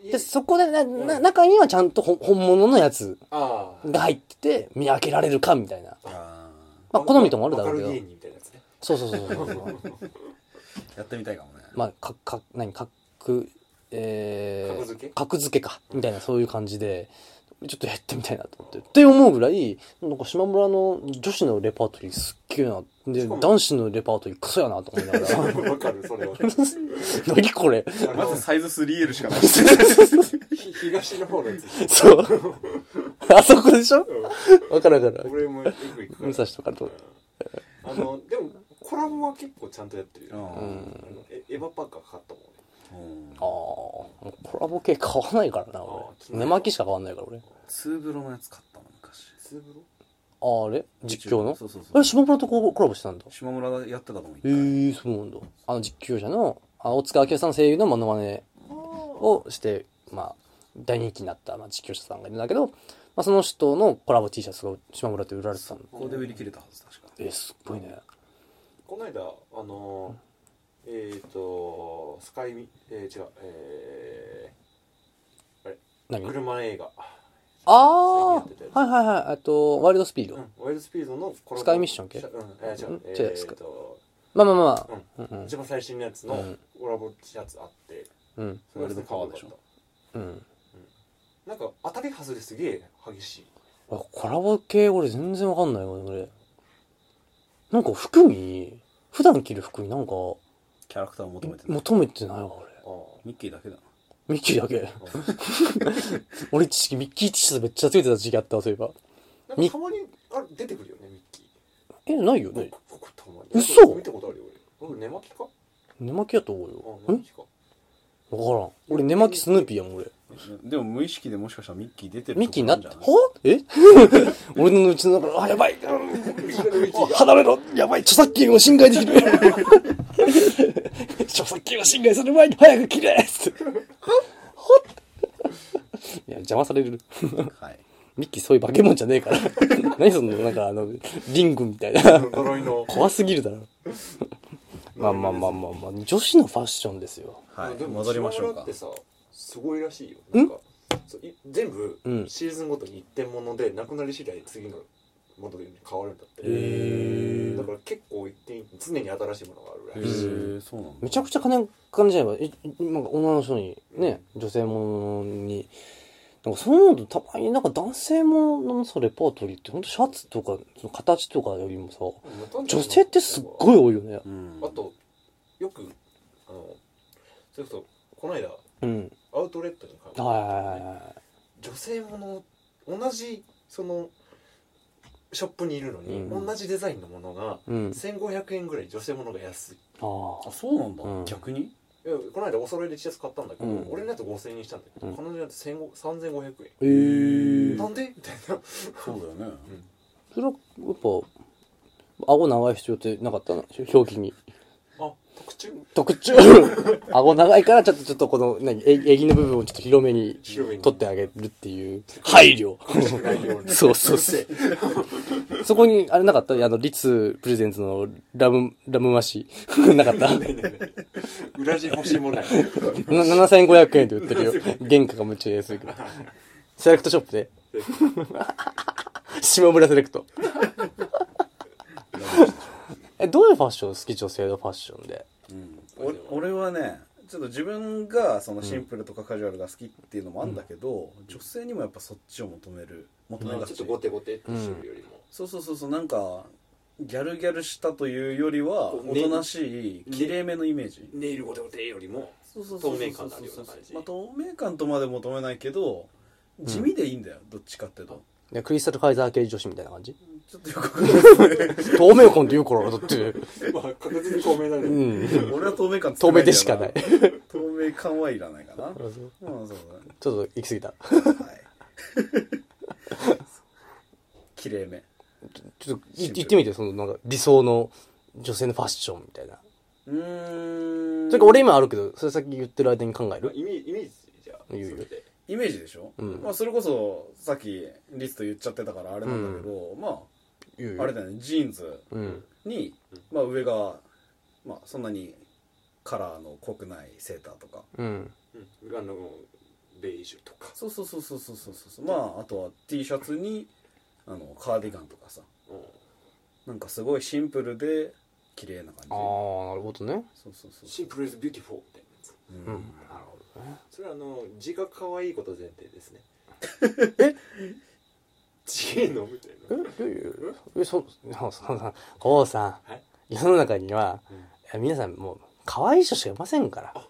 Speaker 3: い
Speaker 1: で、そこで、な、な中にはちゃんとほ本物のやつ
Speaker 3: ああ
Speaker 1: が入ってて、見分けられるかみたいな。
Speaker 2: あ
Speaker 1: まあ、好みともあるだろうけ
Speaker 3: わか
Speaker 1: ど
Speaker 3: る芸。人みたいなやつね
Speaker 1: そうそうそうそうそう。
Speaker 2: ーやってみたいかもね。
Speaker 1: まあ、か、か、何、かく、えー、
Speaker 3: 格付け
Speaker 1: 格付けか。みたいな、そういう感じで、ちょっとやってみたいなと思って。って思うぐらい、なんか島村の女子のレパートリーすっげえな。で、
Speaker 3: しかも
Speaker 1: 男子のレパートリークソやなと思いながら。
Speaker 3: わかるそれ は
Speaker 1: 何これ
Speaker 3: あ
Speaker 2: ま
Speaker 3: の
Speaker 2: ずサイズ 3L しかない。
Speaker 3: ひ東の方のやつ
Speaker 1: そう。あそこでしょ
Speaker 3: う
Speaker 1: わかるわか
Speaker 3: ん
Speaker 1: る。
Speaker 3: 俺もよく行くから
Speaker 1: 武蔵とかと。
Speaker 3: うんあのでもコラボは結構ちゃんとやってるよ、
Speaker 2: うん
Speaker 1: うん。
Speaker 3: あのエエヴァパーカー買ったもんね
Speaker 1: ああ、コラボ系買わないからな、
Speaker 3: あ
Speaker 1: 俺
Speaker 3: あ。気にな
Speaker 1: 寝
Speaker 3: る
Speaker 1: 巻きしか買わないから、俺。
Speaker 2: ツーブロのやつ買ったの昔
Speaker 3: ツーブロ
Speaker 1: あれ実況の
Speaker 2: そうそうそ
Speaker 1: え、
Speaker 2: う
Speaker 1: 島村とコラボしてたんだ。
Speaker 2: 島村がやってたと思う一
Speaker 1: ええ
Speaker 2: 回
Speaker 1: そうなんだ。あの実況者の、あ大塚明夫さんの声優のモノマネをして、まあ、大人気になった、まあ、実況者さんがいるんだけど、まあ、その人のコラボ T シャツが島村って売られてたの。
Speaker 2: ここで売り切れたはず確か
Speaker 1: えー、すっごいね。
Speaker 3: この間あのーえっ、ー、とスカイミえー、違うえー、
Speaker 1: 何あ
Speaker 3: 車映画
Speaker 1: あ
Speaker 3: 最近やってたやつ
Speaker 1: ーはいはいはい。えっと、ワイルドスピード。
Speaker 3: うん、ワイルドスピードのコラボ
Speaker 1: スカイミッション系
Speaker 3: うん、えー違
Speaker 1: ん
Speaker 3: う、え
Speaker 1: 違う
Speaker 3: ー、
Speaker 1: スカ
Speaker 3: えーと、
Speaker 1: まあまあまあ。
Speaker 3: うん、
Speaker 1: うん
Speaker 3: 一番最新のやつ
Speaker 1: う
Speaker 3: の
Speaker 1: ん
Speaker 3: コラボ T シャツあって、
Speaker 1: うん。
Speaker 3: それがすごいかわいか
Speaker 2: ワ
Speaker 3: っ
Speaker 2: イルド
Speaker 3: た
Speaker 1: うん。
Speaker 3: なんか当たり外れすげえ激しい。
Speaker 1: あコラボ系俺全然わかんないわ、俺。なんか服に、普段着る服になんか
Speaker 2: キャラクターを求めてない
Speaker 1: 求めてないわ、俺。
Speaker 3: ああ。
Speaker 2: ミッキーだけだな
Speaker 1: ミッキーだけ。俺一時期ミッキー T シャツめっちゃついてた時期あったわ、そういえば。
Speaker 3: なんかたまにあれ出てくるよねミッキ
Speaker 1: え、ないよ
Speaker 3: ー。なん
Speaker 1: ね
Speaker 3: か。僕たまに。
Speaker 1: 嘘
Speaker 3: 見たことあるよ俺。俺寝巻きか。
Speaker 1: 寝巻きやと思う
Speaker 3: あ
Speaker 1: よ。
Speaker 3: あ寝巻きか。
Speaker 1: えわからん。俺寝巻きスヌーピーやもん、俺。
Speaker 2: でも無意識でもしかしたらミッキー出てる
Speaker 1: ミッキーになった。
Speaker 2: と
Speaker 1: は
Speaker 2: こ
Speaker 1: え 俺のうちの中で、あ、やばい。
Speaker 3: 右手のミッキー が。
Speaker 1: 離れろやばい著作権を侵害できる 著作権を侵害する前に早く切れっつって。ほっ いや、邪魔される。
Speaker 2: なんじゃないはい
Speaker 1: ミッキーそういう化け物じゃねえから。 何その、なんかあの、リングみたいな。
Speaker 3: 呪いの。
Speaker 1: 怖すぎるだろ。 まあまあまあまあまあ、女子のファッションですよ。
Speaker 2: は
Speaker 3: で
Speaker 2: い
Speaker 3: も
Speaker 2: 戻りましょう
Speaker 3: 島村
Speaker 2: か
Speaker 3: ってさすごいらしいよ。なんかそうい全部
Speaker 1: うん
Speaker 3: シーズンごとに一点ものでなくなり次第次のものに変わるんだって。
Speaker 1: へ
Speaker 3: だから結構一点常に新しいものがあ
Speaker 2: へ
Speaker 3: るらしい。
Speaker 2: えそうなんだ
Speaker 1: めちゃくちゃ金感じないわ。え、なんか女の人に、ね、女性ものに。なんかそういうのとたまになんか男性もののさ、レパートリーってほんとシャツとか、その形とかよりもさ、女性ってすっ
Speaker 3: い。
Speaker 1: ごい多いよね。
Speaker 2: うん
Speaker 3: あとよくあのそれこそこの間
Speaker 1: うん。
Speaker 3: アウトレットに買う。
Speaker 1: はいはいはいは
Speaker 3: 女性もの同じそのショップにいるのに、
Speaker 1: うん
Speaker 3: 同じデザインのものが
Speaker 1: い。うん。
Speaker 3: 1500円ぐらい女性ものが安い
Speaker 1: あ
Speaker 2: あそうなんだ
Speaker 1: うん
Speaker 2: 逆に
Speaker 3: いやこの間お揃いで T シャツ買ったんだけど、
Speaker 1: うん
Speaker 3: 俺のやつ5000円にしたんだけど、
Speaker 1: うん
Speaker 3: 彼女のやつ1500 3500
Speaker 1: あ。え
Speaker 3: 円、
Speaker 1: ー
Speaker 3: なんでみたいな
Speaker 2: そうだよね
Speaker 1: それは、やっぱ、顎長い必要ってなかったの表記に。
Speaker 3: あ特注
Speaker 1: 特 徴顎長いからちょっとちょっとこの何ええぎの部分をちょっと広めに
Speaker 3: 広めに
Speaker 1: 取ってあげるっていう配慮そうそうそうそこにあれなかったあのリツプレゼンツのラムラムマシ なかった
Speaker 3: ないないない裏地欲しいもんない
Speaker 1: な7500円で売ってるよ原価がめっちゃ安いからセレクトショップ で島村セレクトえどういうファッション好き女性のファッションで
Speaker 2: お俺はねちょっと自分がそのシンプルとかカジュアルが好きっていうのもあるんだけど、女性にもやっぱそっちを求める求
Speaker 3: ま
Speaker 2: め
Speaker 3: あ
Speaker 2: が
Speaker 3: ちょ
Speaker 2: ち
Speaker 3: っ、とゴテゴテってするよりも、
Speaker 2: そうそうそうそうなんかギャルギャルしたというよりは
Speaker 3: こう
Speaker 2: おとなしい
Speaker 3: ね
Speaker 2: きれいめのイメージ、
Speaker 3: ネイルゴテゴテよりも
Speaker 2: そうそう
Speaker 3: 透明感のあるような感じ
Speaker 2: まあ、透明感とまで求めないけど地味でいいんだよ、どっちかっていうと
Speaker 1: でクリスタルカイザー系女子みたいな感じ
Speaker 2: ちょっとよくわかんないですね
Speaker 1: 透明感って言うからだって
Speaker 3: まあ確実に透明だね、
Speaker 1: うん
Speaker 2: 俺は透明感つ
Speaker 1: 透
Speaker 2: け
Speaker 1: 明
Speaker 2: いんだよ
Speaker 1: でしかないち
Speaker 2: 透明感はいらないかな
Speaker 1: ょっ
Speaker 2: まあそう
Speaker 1: と行き過ぎた
Speaker 2: だねはい きれいめ
Speaker 1: ちょっとい言ってみてそのなんか理想の女性のファッションみたいな
Speaker 2: うーん
Speaker 1: それか俺今あるけどそれ先言ってる間に考え
Speaker 3: まあ
Speaker 1: る
Speaker 3: イメージイメージじゃあ
Speaker 1: いいよ
Speaker 3: それで
Speaker 2: イメージでしょ、
Speaker 1: うん
Speaker 2: まあ、それこそさっきリスト言っちゃってたからあれなんだけど、まああれだよねジーンズ
Speaker 1: うん
Speaker 2: に、まあ、上が、まあ、そんなにカラーの濃くないセーターとか
Speaker 1: うん
Speaker 3: うん、あのベージュとか、
Speaker 2: そうそうそうそうそうそうそうまああとは T シャツにあのカーディガンとかさ
Speaker 3: うん、
Speaker 2: なんかすごいシンプルで綺麗な感じ
Speaker 1: ああなるほどね
Speaker 2: そうそうそう
Speaker 3: シンプルイズビューティフォーみたいなやつ
Speaker 2: う
Speaker 1: うん
Speaker 2: ん、
Speaker 1: なるほどね
Speaker 3: それはあの字が可愛いこと前提ですね え違えのみたい
Speaker 1: え
Speaker 3: な
Speaker 1: どういうえそそそそおうさ
Speaker 3: はい
Speaker 1: ん世の中には
Speaker 3: うん
Speaker 1: いや皆さんもう可愛い人しかいませんから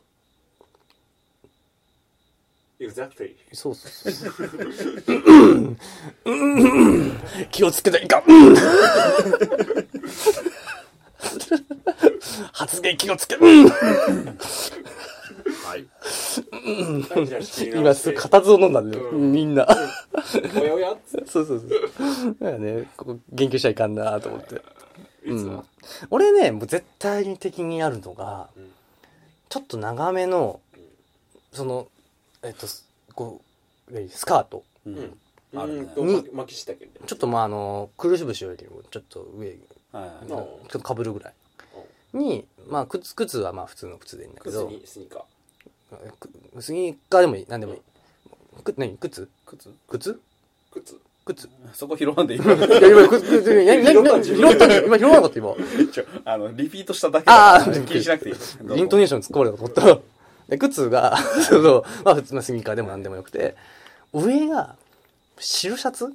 Speaker 3: い exactly
Speaker 1: そうそうそううんうん気をつけないかうん発言気をつけ、うん
Speaker 2: はい。
Speaker 1: 今すぐ固唾を飲んだんだよ、
Speaker 3: うん
Speaker 1: みんな
Speaker 3: おやおやっつっ
Speaker 1: そうそうそう。だからね、ここ言及しちゃいかんなと思って。
Speaker 3: ていつも、
Speaker 1: 俺ね、もう絶対に敵になるのが、
Speaker 3: うん
Speaker 1: ちょっと長めの、その、えっと、すこう、何スカート。
Speaker 2: う
Speaker 3: うんん。
Speaker 2: あるね
Speaker 3: うんと巻き巻きしたけど
Speaker 1: ちょっとまああの、くるし節よりもちょっと上、ち
Speaker 2: はい
Speaker 3: うん
Speaker 1: ょっとかぶるぐらい。に、まあ靴、靴はまあ普通の靴でいいんだけ
Speaker 3: 靴
Speaker 1: ど、
Speaker 3: にスニーカー
Speaker 1: くスニーカーでもいい、なんでもいい。く何靴
Speaker 2: 靴
Speaker 1: 靴
Speaker 3: 靴
Speaker 1: 靴
Speaker 2: そこ拾わんでいい
Speaker 1: いや、今、靴、靴、何、何、何、拾った今拾わなかった今。
Speaker 2: ちょあの、リピートしただけだか
Speaker 1: あ
Speaker 2: ら
Speaker 1: ー
Speaker 2: 気にしなく ていい。どう
Speaker 1: イ
Speaker 2: も
Speaker 1: ントネーション突っ込まれたと思った。で、靴が、 その、まあ普通のスニーカーでも何でもよくて、上が、白シャツ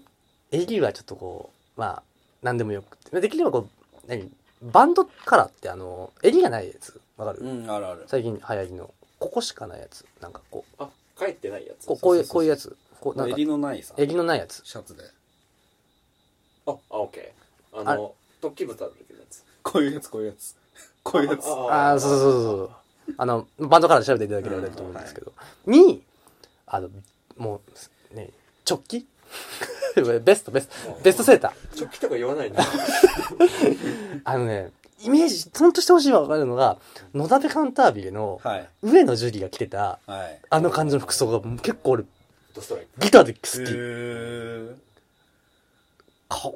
Speaker 1: 襟はちょっとこう、まあ、何でもよくて。できればこう、何バンドカラーってあの、襟がないやつ。わかる、
Speaker 2: うん、あるある。
Speaker 1: 最近流行りの。ここしかないやつ。なんかこう、
Speaker 3: あ帰ってないやつ
Speaker 1: こうこういう、
Speaker 2: そ
Speaker 1: こ
Speaker 2: うそ
Speaker 1: ういうや
Speaker 2: うそうそう
Speaker 1: つ。こう、なんか、
Speaker 2: 襟のないさ、
Speaker 1: 襟のないやつ。
Speaker 2: シャツで。
Speaker 3: ああオッケーあの突起物あるけどやつ
Speaker 2: こういうやつ、こういうやつ。 こういうやつ。
Speaker 1: ああ、そうそうそうそう。あの、バンドカラーで調べていただければ出ると思うんですけど。に、あの、もう、ね、直帰 ベスト、ベスト、ベストセーター。
Speaker 3: 直帰とか言わないな
Speaker 1: あのね、イメージ、ほんとしてほしいわかるのが、野田部カンタービレの、
Speaker 2: はい。
Speaker 1: 上野樹里が着てた、
Speaker 2: はい。
Speaker 1: あの感じの服装が結構俺、
Speaker 3: ドストライク
Speaker 1: ギターで好
Speaker 2: へ
Speaker 1: き。
Speaker 2: ー
Speaker 1: かわ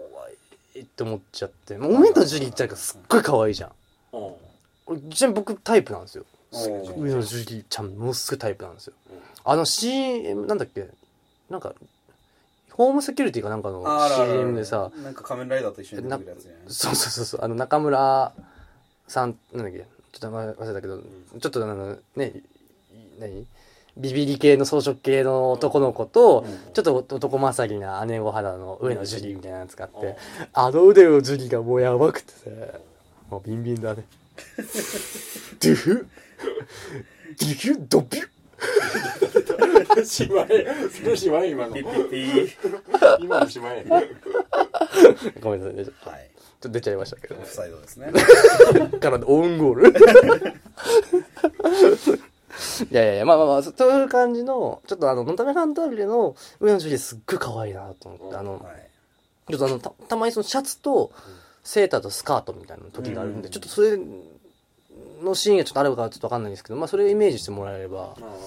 Speaker 1: いいって思っちゃって。もう上野樹里ってなんかすっごい可愛いじゃん。
Speaker 3: うん
Speaker 1: 俺ちなみに僕タイプなんですよ。
Speaker 2: おー
Speaker 1: 上野樹里ちゃんものすごいタイプなんですよ、
Speaker 3: うん
Speaker 1: あの CM なんだっけなんかホームセキュリティかなんかの
Speaker 2: あるあるある
Speaker 1: CM でさ
Speaker 2: なんか仮面ライダーと一緒に出てくるやつね。
Speaker 1: そうそうそうそうあの中村さんなんだっけちょっと名前忘れたけど、ちょっとあのねい何ビビリ系の装飾系の男の子と、ちょっと男勝りな姉御肌の上野樹里みたいなやつがあって、
Speaker 3: うん
Speaker 1: あの腕の樹里がもうやばくてさもうビンビンだねドゥフドゥフドビュ
Speaker 3: し まえそれしまえ今の
Speaker 2: ピッピッピ
Speaker 3: 今のしまえ
Speaker 1: ごめんなさいねちょっ
Speaker 2: ー。はい。
Speaker 1: と出ちゃいましたけど
Speaker 2: オフサイド ですね。
Speaker 1: からのオウンゴールいやいやいやまあまあまあそそういう感じのちょっとあの「ノンタメハンタービレ」の上野樹里すっごい可愛いなと思ってあの
Speaker 2: はい。
Speaker 1: ちょっとあのたたまにそのシャツとセーターとスカートみたいな時があるんで、
Speaker 2: うん
Speaker 1: ちょっとそれのシーンがちょっとあるかちょっと分かんないんですけどまあそれをイメージしてもらえれば
Speaker 3: あ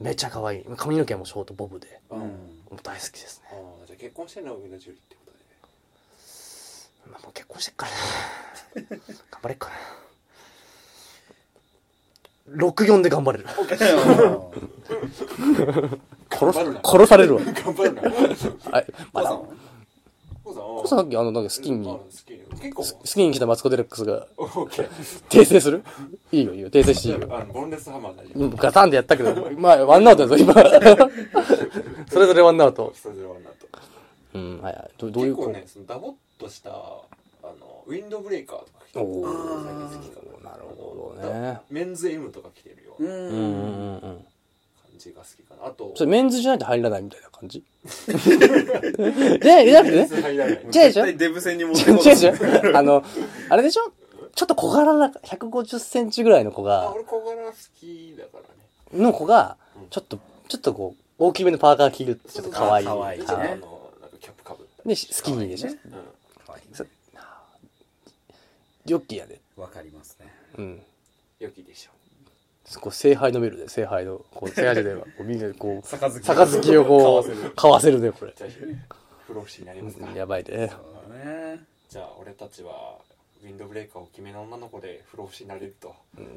Speaker 1: めっちゃ可愛い髪の毛もショートボブで
Speaker 3: あ
Speaker 2: うん。
Speaker 1: もう大好きですね、
Speaker 3: ああじゃあ結婚してんのは上野樹里ってことで
Speaker 1: まあ、もう結婚してっから な頑張れっかな64で頑張れる殺
Speaker 3: 頑張るな
Speaker 1: す殺される わ
Speaker 3: 頑張るな
Speaker 1: はいま
Speaker 2: お
Speaker 1: だ
Speaker 2: さん
Speaker 1: こ
Speaker 3: コウさ
Speaker 1: そ
Speaker 3: ん
Speaker 1: さっきあのなんかスキンに
Speaker 3: 好き結構
Speaker 1: スキンに来たマツコ・デラックスが
Speaker 3: オッケー
Speaker 1: 訂正するいいよいいよ訂正していいよ
Speaker 3: あのボンレスハマーだよ
Speaker 1: うんガタンでやったけど、まあ、ワンアウトだぞ、今。それぞれワンアウト。
Speaker 3: それぞれワンナット
Speaker 1: うん、はいはい。どどうい
Speaker 3: 結
Speaker 1: う
Speaker 3: 構ねそのダボっとしたあのウィンドブレーカーとか着て
Speaker 1: お
Speaker 3: る
Speaker 1: お
Speaker 3: 最近好きか
Speaker 1: なるほどね。
Speaker 3: メンズ M とか着てるよう
Speaker 2: う。
Speaker 3: な感
Speaker 1: うんうんんうんうん。
Speaker 3: じが好きかなあと
Speaker 1: それメンズじゃないと入らないみたいな感じじゃあ、じゃなくて
Speaker 3: メン
Speaker 1: ね。
Speaker 3: ズ入らない
Speaker 1: 違うでしょ
Speaker 2: 絶対デブ戦に持って
Speaker 1: 違
Speaker 2: こ
Speaker 1: う
Speaker 2: う
Speaker 1: でしょあの、あれでしょちょっと小柄な、150センチぐらいの子
Speaker 3: あ
Speaker 1: が、
Speaker 3: 俺小柄好きだからね
Speaker 1: の子が
Speaker 3: うん、
Speaker 1: ちょっと、ちょっとこう、大きめのパーカー着るってちょっと可愛い。
Speaker 2: そうそう可愛い
Speaker 3: ね
Speaker 2: ね
Speaker 3: あのなんかキャップかぶったり
Speaker 1: で、スキニーでしょ
Speaker 3: うん
Speaker 1: ヨッキーやで。
Speaker 2: わかりますね。
Speaker 1: うん。
Speaker 3: 良きでしょ
Speaker 1: そこ、聖杯飲めるで、聖杯の、こう、聖杯じゃないわ。こうみんなでこう、
Speaker 2: 杯
Speaker 1: 杯をこう、買わせるね、これ。
Speaker 3: じゃあ不老不死になりますか
Speaker 1: やばいね。
Speaker 2: そうだね。
Speaker 3: じゃあ俺たちはウィンドブレーカーを決めの女の子で不老不死になれると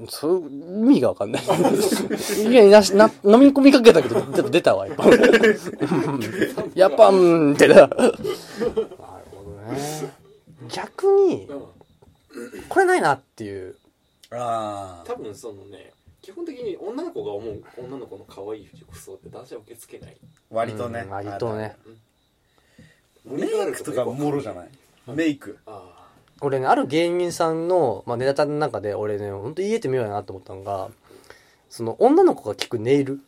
Speaker 1: そう、意味がわかんない。いや、なし、な、飲み込みかけたけど、ちょっと出たわ、やっぱ。やっぱ、うん、ってな。なるほどね。逆に、これないなっていう。
Speaker 2: あ
Speaker 3: 多分そのね基本的に女の子が思う女の子の可愛い服装って男子は受け付けない
Speaker 2: ー割とね
Speaker 1: うん割とね。
Speaker 2: メイクとかもろじゃないメイク
Speaker 3: あ
Speaker 1: 俺ね、ある芸人さんの、まあ、ネタの中で、俺ね、ほんと言えてみようやなと思ったのが、その、女の子が聞くネイル。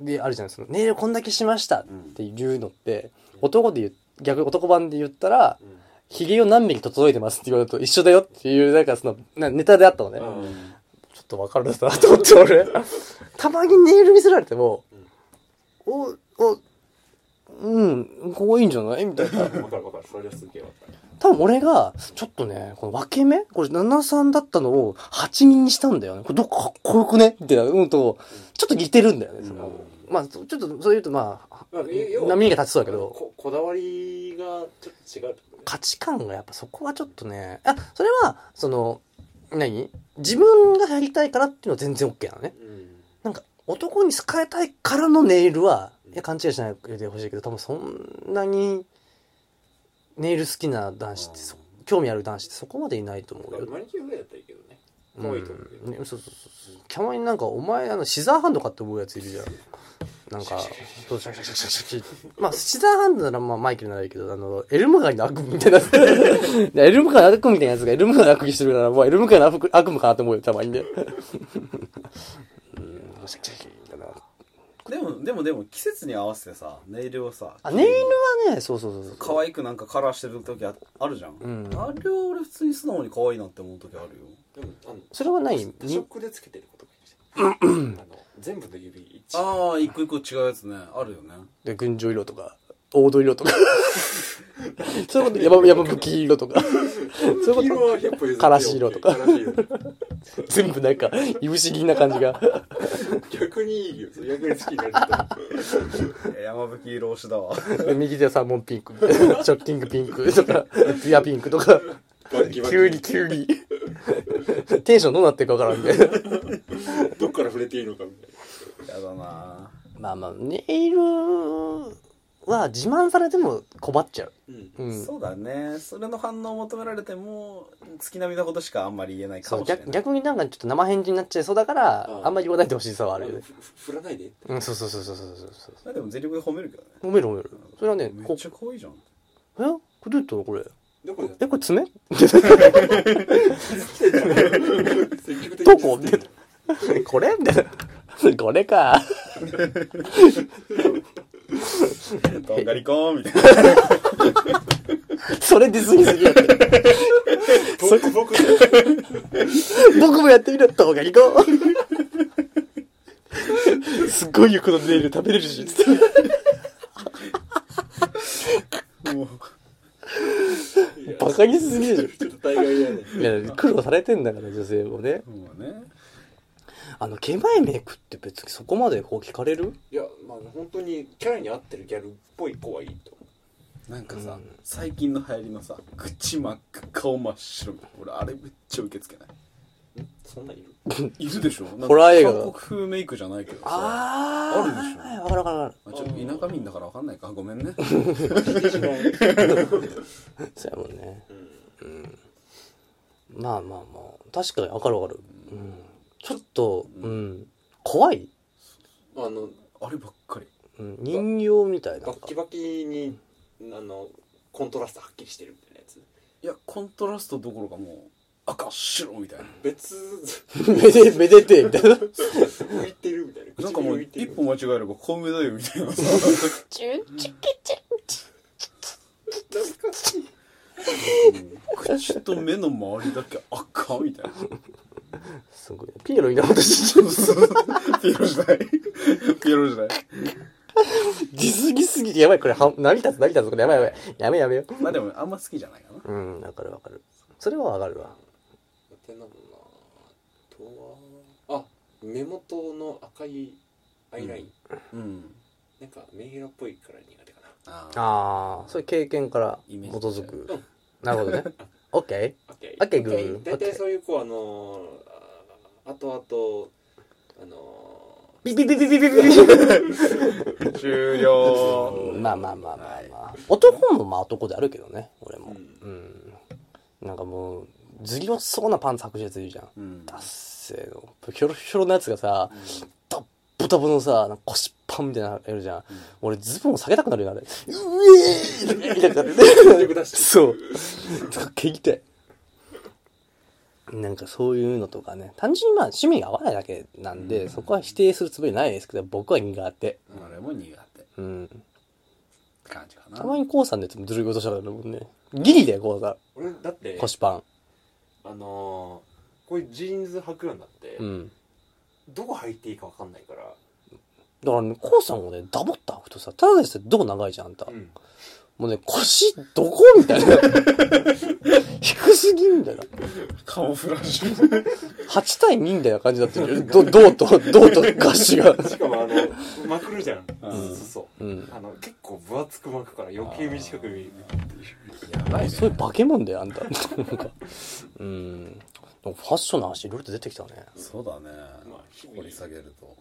Speaker 1: であるじゃないですか「ネイルこんだけしました」っ
Speaker 2: うん
Speaker 1: ていうのって男で言う逆に男版で言ったら「ひげを何ミリ整えてます」って言われると一緒だよっていうなんかそのなネタであったのね、
Speaker 3: う
Speaker 1: ちょ
Speaker 3: ん
Speaker 1: っとわかるなと思って俺たまにネイル見せられても「おおうんここいいんじゃない?」みたいな
Speaker 3: うんわかるわかるそれはすげえわかる
Speaker 1: 多分俺が、ちょっとね、この分け目これ73だったのを8人にしたんだよね。これどっかかっこよくねみたいな、うんと、ちょっと似てるんだよね。その
Speaker 3: う
Speaker 1: まあ、そちょっと、そう言うとまあ、
Speaker 3: まあ要要は
Speaker 1: 波が立ちそうだけど、
Speaker 3: ここだわりがちょっと違うってことね
Speaker 1: 価値観がやっぱそこはちょっとね、あ、それは、その、何自分がやりたいからっていうのは全然 OK なのね。
Speaker 3: うん
Speaker 1: なんか、男に好かれたいからのネイルは、いや、勘違いしないでほしいけど、多分そんなに、ネイル好きな男子ってそ、興味ある男子ってそこまでいないと思うよ。
Speaker 3: マニキュアぐらいだったらいいけどね可
Speaker 1: う
Speaker 3: 愛
Speaker 1: ん
Speaker 3: いと思うけど
Speaker 1: ね、そうそうそうたまになんかお前あのシザーハンドかって思うやついるじゃんなんかそうシャキシャキシャキシャキまあシザーハンドならまあマイケルならいいけどあのエルム街の悪夢みたいなやつエルム街の悪夢みたいなやつがエルム街の悪夢してるからもうエルム街の悪悪夢かなって思うよたまにねうんシャキシャキみたいな
Speaker 2: でもでもでも季節に合わせてさネイルをさ
Speaker 1: あネイルはねそうそうそうそう
Speaker 2: 可愛くなんかカラーしてる時ああるじゃん、
Speaker 1: うん
Speaker 2: あれは俺普通に素直に可愛いなって思う時あるよ
Speaker 3: でもあの
Speaker 1: それは何
Speaker 3: 多
Speaker 1: に
Speaker 3: 色でつけてることがいいんですよあの全部の指一
Speaker 2: ああ一個一個違うやつねあるよね
Speaker 1: で群青色とか黄土色とかそういうこと山山吹色とかそういうこと
Speaker 3: 色は100歩譲って
Speaker 1: からし色とか
Speaker 3: OK からし色
Speaker 1: 全部なんか、いぶし銀な感じが。
Speaker 3: 逆にいいよ逆に好きになると
Speaker 2: いや山吹色推しだわ
Speaker 1: 右手はサーモンピンク、ショッキングピンクとか、ツヤピンクとか、
Speaker 3: バッキバキ
Speaker 1: 急に急に。テンションどうなってるかわからんで。
Speaker 3: どっから触れていいのかみたいな
Speaker 2: やだな
Speaker 1: まあまあ、ネイルは自慢されても困っちゃう。
Speaker 3: うん
Speaker 1: うん。
Speaker 2: そうだねそれの反応を求められても月並みなことしかあんまり言えないか
Speaker 1: そう
Speaker 2: もしれない
Speaker 1: 逆逆になんかちょっと生返事になっちゃいそうだから、
Speaker 3: うん
Speaker 1: あんまり言わないでほしいさはあるよね。
Speaker 3: ふふ振らないで
Speaker 1: うん、そうそうそうそうそうそう
Speaker 2: まあでも全力で褒めるけどね
Speaker 1: 褒める褒める。それはね、
Speaker 2: め
Speaker 1: こ
Speaker 2: っちゃ可愛いじゃん
Speaker 1: えこれどうやったのこれ。
Speaker 3: どこでやっ
Speaker 1: え、これ爪
Speaker 3: た 積極的
Speaker 1: ど
Speaker 3: に
Speaker 1: こみたいな。 これみたいな。 これか。
Speaker 2: どんがりこーみたいな
Speaker 1: それディスりすぎやって。
Speaker 3: 僕僕
Speaker 1: 僕もやってみる動画行こう すっごいよこのネイル食べれるしつって
Speaker 2: もう
Speaker 3: いや
Speaker 1: バカにしすぎでし
Speaker 3: ちょっと大概やね
Speaker 1: ょいや苦労されてんだから女性もね
Speaker 2: もうね
Speaker 1: あの毛前メイクって別にそこまでこう聞かれる
Speaker 3: いやまあ本当にキャラに合ってるギャルっぽい子はいいと思う
Speaker 2: なんかさ、
Speaker 1: うん
Speaker 2: 最近の流行りのさ口真っ赤顔真っ白みたいな俺あれめっちゃ受け付けない
Speaker 3: そんなんいる
Speaker 2: いるでしょなんか
Speaker 1: ホラー映画だ
Speaker 2: 韓国風メイクじゃないけどさ
Speaker 1: あ
Speaker 2: あるでしょ
Speaker 1: はいわかるわかるわか
Speaker 2: まあちょっと田舎民だからわかんないかごめんね
Speaker 1: るそうやもんねうんまあまあまあ確かにわかるわかる、うん、ちょっとうん怖い、
Speaker 3: あの
Speaker 2: あればっかり
Speaker 1: うん、人形みたいな
Speaker 3: バ
Speaker 1: なん
Speaker 3: ッ
Speaker 1: か
Speaker 3: キバキにあのコントラストはっきりしてるみたいなやつ
Speaker 2: いやコントラストどころかもう赤白みたいな
Speaker 3: 別
Speaker 1: めでめでてえみたいな
Speaker 3: 浮いてるみたいな
Speaker 2: なんかもう一歩間違えればコウメ太夫みたいなさ
Speaker 3: 懐かしい
Speaker 2: 口と目の周りだけ赤みたいな
Speaker 1: すごいピエロになことしちゃう
Speaker 2: ピエロじゃないピエロじゃない
Speaker 1: ディスぎすぎて、やばい、これ、は涙つ、涙つ、これ、やばい、やばい。やめ、やめよ。
Speaker 2: まあでもあんま好きじゃないかな
Speaker 1: うん、わかるわかる。それはわかるわ。
Speaker 3: あてなもんなあとはあ目元の赤いアイライン、
Speaker 2: うん
Speaker 3: なんかメンヘラっぽいから苦手かな
Speaker 2: ああ
Speaker 1: ああ、そういう経験から基
Speaker 2: イメージ
Speaker 1: づく。なるほどね。オッケ
Speaker 3: オッケー
Speaker 1: オッケーグー
Speaker 3: 大体
Speaker 1: オッケー
Speaker 3: そういう子はあのー、あとあとあの
Speaker 1: ー。ビビビビビビビ
Speaker 2: 終了
Speaker 1: まあまあまあまあまあ。男もまあ男であるけどね、俺も。うん。なんかもう、ずり落ちそうなパンツ履くやついるじゃん。
Speaker 2: うん
Speaker 1: ダッセーのひょろひょろのやつがさ、ダッボタボのさなんか腰パンみたいなのやるじゃん、俺ズボン下げたくなるよあれうえーみたいになって
Speaker 3: ー全力出して
Speaker 1: そうなんか毛痛いなんかそういうのとかね単純にまあ趣味が合わないだけなんで、
Speaker 2: うん
Speaker 1: そこは否定するつもりないですけど僕は苦手
Speaker 2: 俺も苦手って
Speaker 1: うん
Speaker 2: 感じかな
Speaker 1: たまにコウさんでずるいことしたからだもんねギリだよコウさ
Speaker 3: 俺だって
Speaker 1: ん腰パン
Speaker 3: あのー、こういうジーンズ履くようになって、
Speaker 1: うん
Speaker 3: どこ履いていいか分かんないから、
Speaker 1: だからねコウさんもねダボった履くとさただでさえどこ長いじゃんあんた、
Speaker 3: うん、
Speaker 1: もうね腰どこみたいな低すぎんだよ
Speaker 2: カモフラージュ
Speaker 1: 8対2みたいな感じになってるよど銅と銅とガッシュが
Speaker 3: しかもあの まくるじゃん、
Speaker 2: うん
Speaker 3: そうそう
Speaker 1: うん
Speaker 3: あの結構分厚く巻くから余計短く見える
Speaker 2: やばいね
Speaker 1: そういう化け物だよあんたなんかうんでもファッションの話いろいろと出てきたね
Speaker 2: そうだね
Speaker 3: まあ日々
Speaker 2: 掘り下げると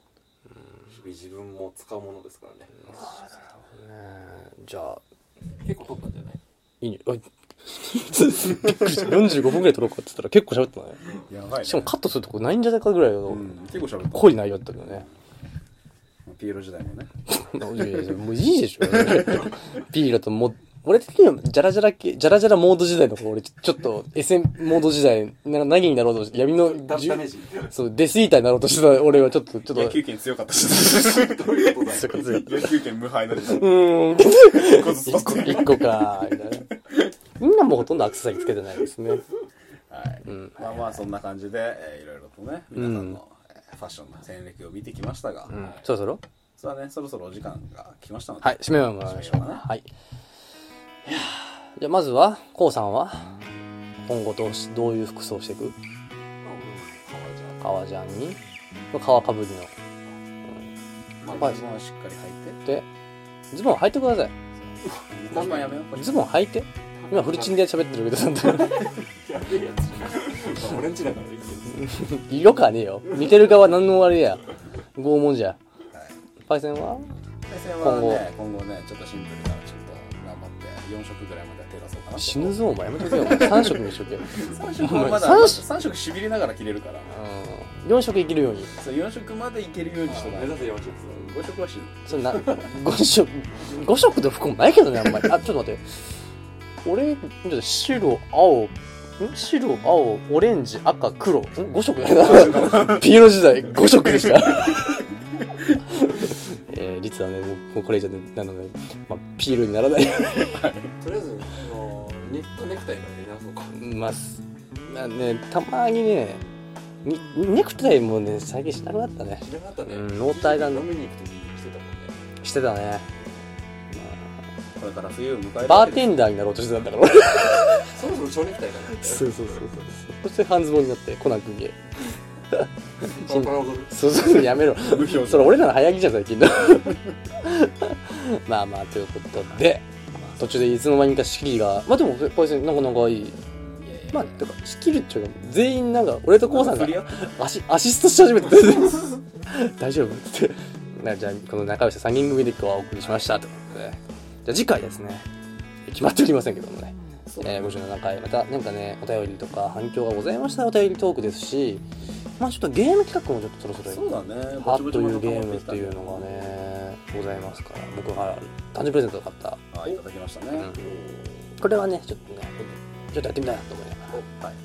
Speaker 3: 日々自分も使うものですからね
Speaker 1: えーじゃあ
Speaker 3: 結構取ったんじゃない
Speaker 1: いいねあびっくりした45分ぐらい撮ろうかって言ったら結構喋ってたね
Speaker 2: やばいね
Speaker 1: しかもカットするとこないんじゃないかぐらいの
Speaker 2: うん結構喋った
Speaker 1: 濃い内容だったけどね
Speaker 2: ピエロ時代もね
Speaker 1: いやいやいやもういいでしょ ピーラとも俺的にはジャラジャラ系ジャラジャラモード時代の方俺ちょちょっと SM モード時代な何になろうとして闇の
Speaker 3: ダ
Speaker 1: じゅ
Speaker 3: ダメージ
Speaker 1: そうデスイーターになろうとしてた俺はちょっとちょっと
Speaker 2: 野球圏強かったし野
Speaker 3: どういうことだよ
Speaker 2: 球圏無敗だった
Speaker 1: うーん
Speaker 2: 一個ずつ
Speaker 1: 一個
Speaker 2: 取って
Speaker 1: 一個かみたいなみんなもうほとんどアクセサリーつけてないですね
Speaker 2: はい
Speaker 1: ん
Speaker 2: まあまあそんな感じでえーいろいろとね皆さんのえーファッションの戦歴を見てきましたが
Speaker 1: うんそろそろ
Speaker 2: さあねそろそろお時間が来ましたので
Speaker 1: はい締めましょう
Speaker 2: 締めようかな
Speaker 1: はいいやーじゃあまずはこうさんは今後どうしどういう服装をしていく革ジャンに革かぶりの
Speaker 2: まあ
Speaker 1: はい
Speaker 2: ズボンはしっかり履い
Speaker 1: でズボン履いてください
Speaker 2: て看板やめようこれ
Speaker 1: ズボン履いて今フルチンで喋ってるけどさ んと
Speaker 3: やべえやつじゃん俺んちだからいいけ
Speaker 1: 色かねえよ見てる側何のあれや拷問じゃ
Speaker 2: はい
Speaker 1: パイセンは
Speaker 2: 対戦はね今後ねちょっとシンプルからちょっと頑張って4色ぐらいまでは手出そうかな
Speaker 1: 死ぬぞお前やめとけよ3色にしとけよ
Speaker 2: 3色はまだ
Speaker 1: お前
Speaker 2: 3
Speaker 1: 三
Speaker 2: 色しびれながら着れるか
Speaker 1: う
Speaker 2: ら
Speaker 1: ん4色いけるように
Speaker 2: そう4色までいけるようにしと
Speaker 3: ど
Speaker 2: か
Speaker 3: 目
Speaker 2: ない
Speaker 3: 指
Speaker 2: と
Speaker 3: せ4
Speaker 2: 5色は死ぬ
Speaker 1: それな5色5色の服もないけどねあんまりあちょっと待って俺ちょっと白青ん白青オレンジ赤黒ん5色だなピエロ時代5色でした えー、実はねもうもうこれ以上ねなので、まあ、ピエロにならない
Speaker 3: とりあえずあのニットネクタイからやり直そうか
Speaker 1: ますまあねたまにねにネクタイもね最近しなくなったね
Speaker 3: 知らなかったね
Speaker 1: うん納体だね
Speaker 3: 飲みに行く時に着てたもんね
Speaker 1: してたね
Speaker 2: これから冬を迎える
Speaker 1: バーテ
Speaker 2: ン
Speaker 1: ンダーになろうとしてたんだから
Speaker 3: そろそろ蝶ネクタイかな
Speaker 1: そうそうそうそうそして半ズボンになってコナン君へ
Speaker 3: パラパラ踊る
Speaker 1: そうそうやめろ
Speaker 2: 無表
Speaker 1: それ俺なら早着じゃん最近のまあまあということで途中でいつの間にか仕切りがまあでもパイセンなんかなんかいいまあてか仕切るっていうか全員なんか俺とコウさんがアシアシストし始めて大丈夫ってなじゃあこの仲良し3人組で今日はお送りしましたということでじゃあ次回ですね決まっておりませんけどもねえー、57回また何かねお便りとか反響がございましたらお便りトークですしまあちょっとゲーム企画もちょっとそろそろ
Speaker 2: そうだね
Speaker 1: ハッというゲームっていうのがねございますから僕は誕生日プレゼントを買った、
Speaker 2: はいいただきましたね
Speaker 1: うんこれはねちょっとねちょっとやってみたいなと思いながら
Speaker 2: はい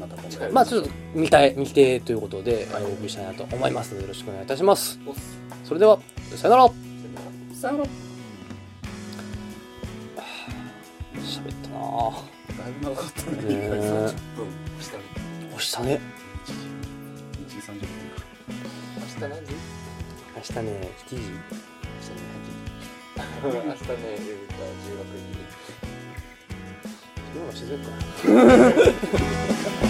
Speaker 2: また今
Speaker 3: お
Speaker 2: 回
Speaker 1: まあちょっと未定未定ということで、
Speaker 2: はい
Speaker 1: お送りしたいなと思いますのでよろしくお願いいたします
Speaker 3: おっす
Speaker 1: それではさよなら
Speaker 2: さよなら
Speaker 1: 喋ったなぁ
Speaker 2: だいぶ長かったね
Speaker 1: ね え
Speaker 3: 分した
Speaker 1: 押したね
Speaker 2: 1時30分
Speaker 3: 明日何時
Speaker 1: 明日ね7時
Speaker 3: 明日ね、夜か16時。
Speaker 1: 今は静か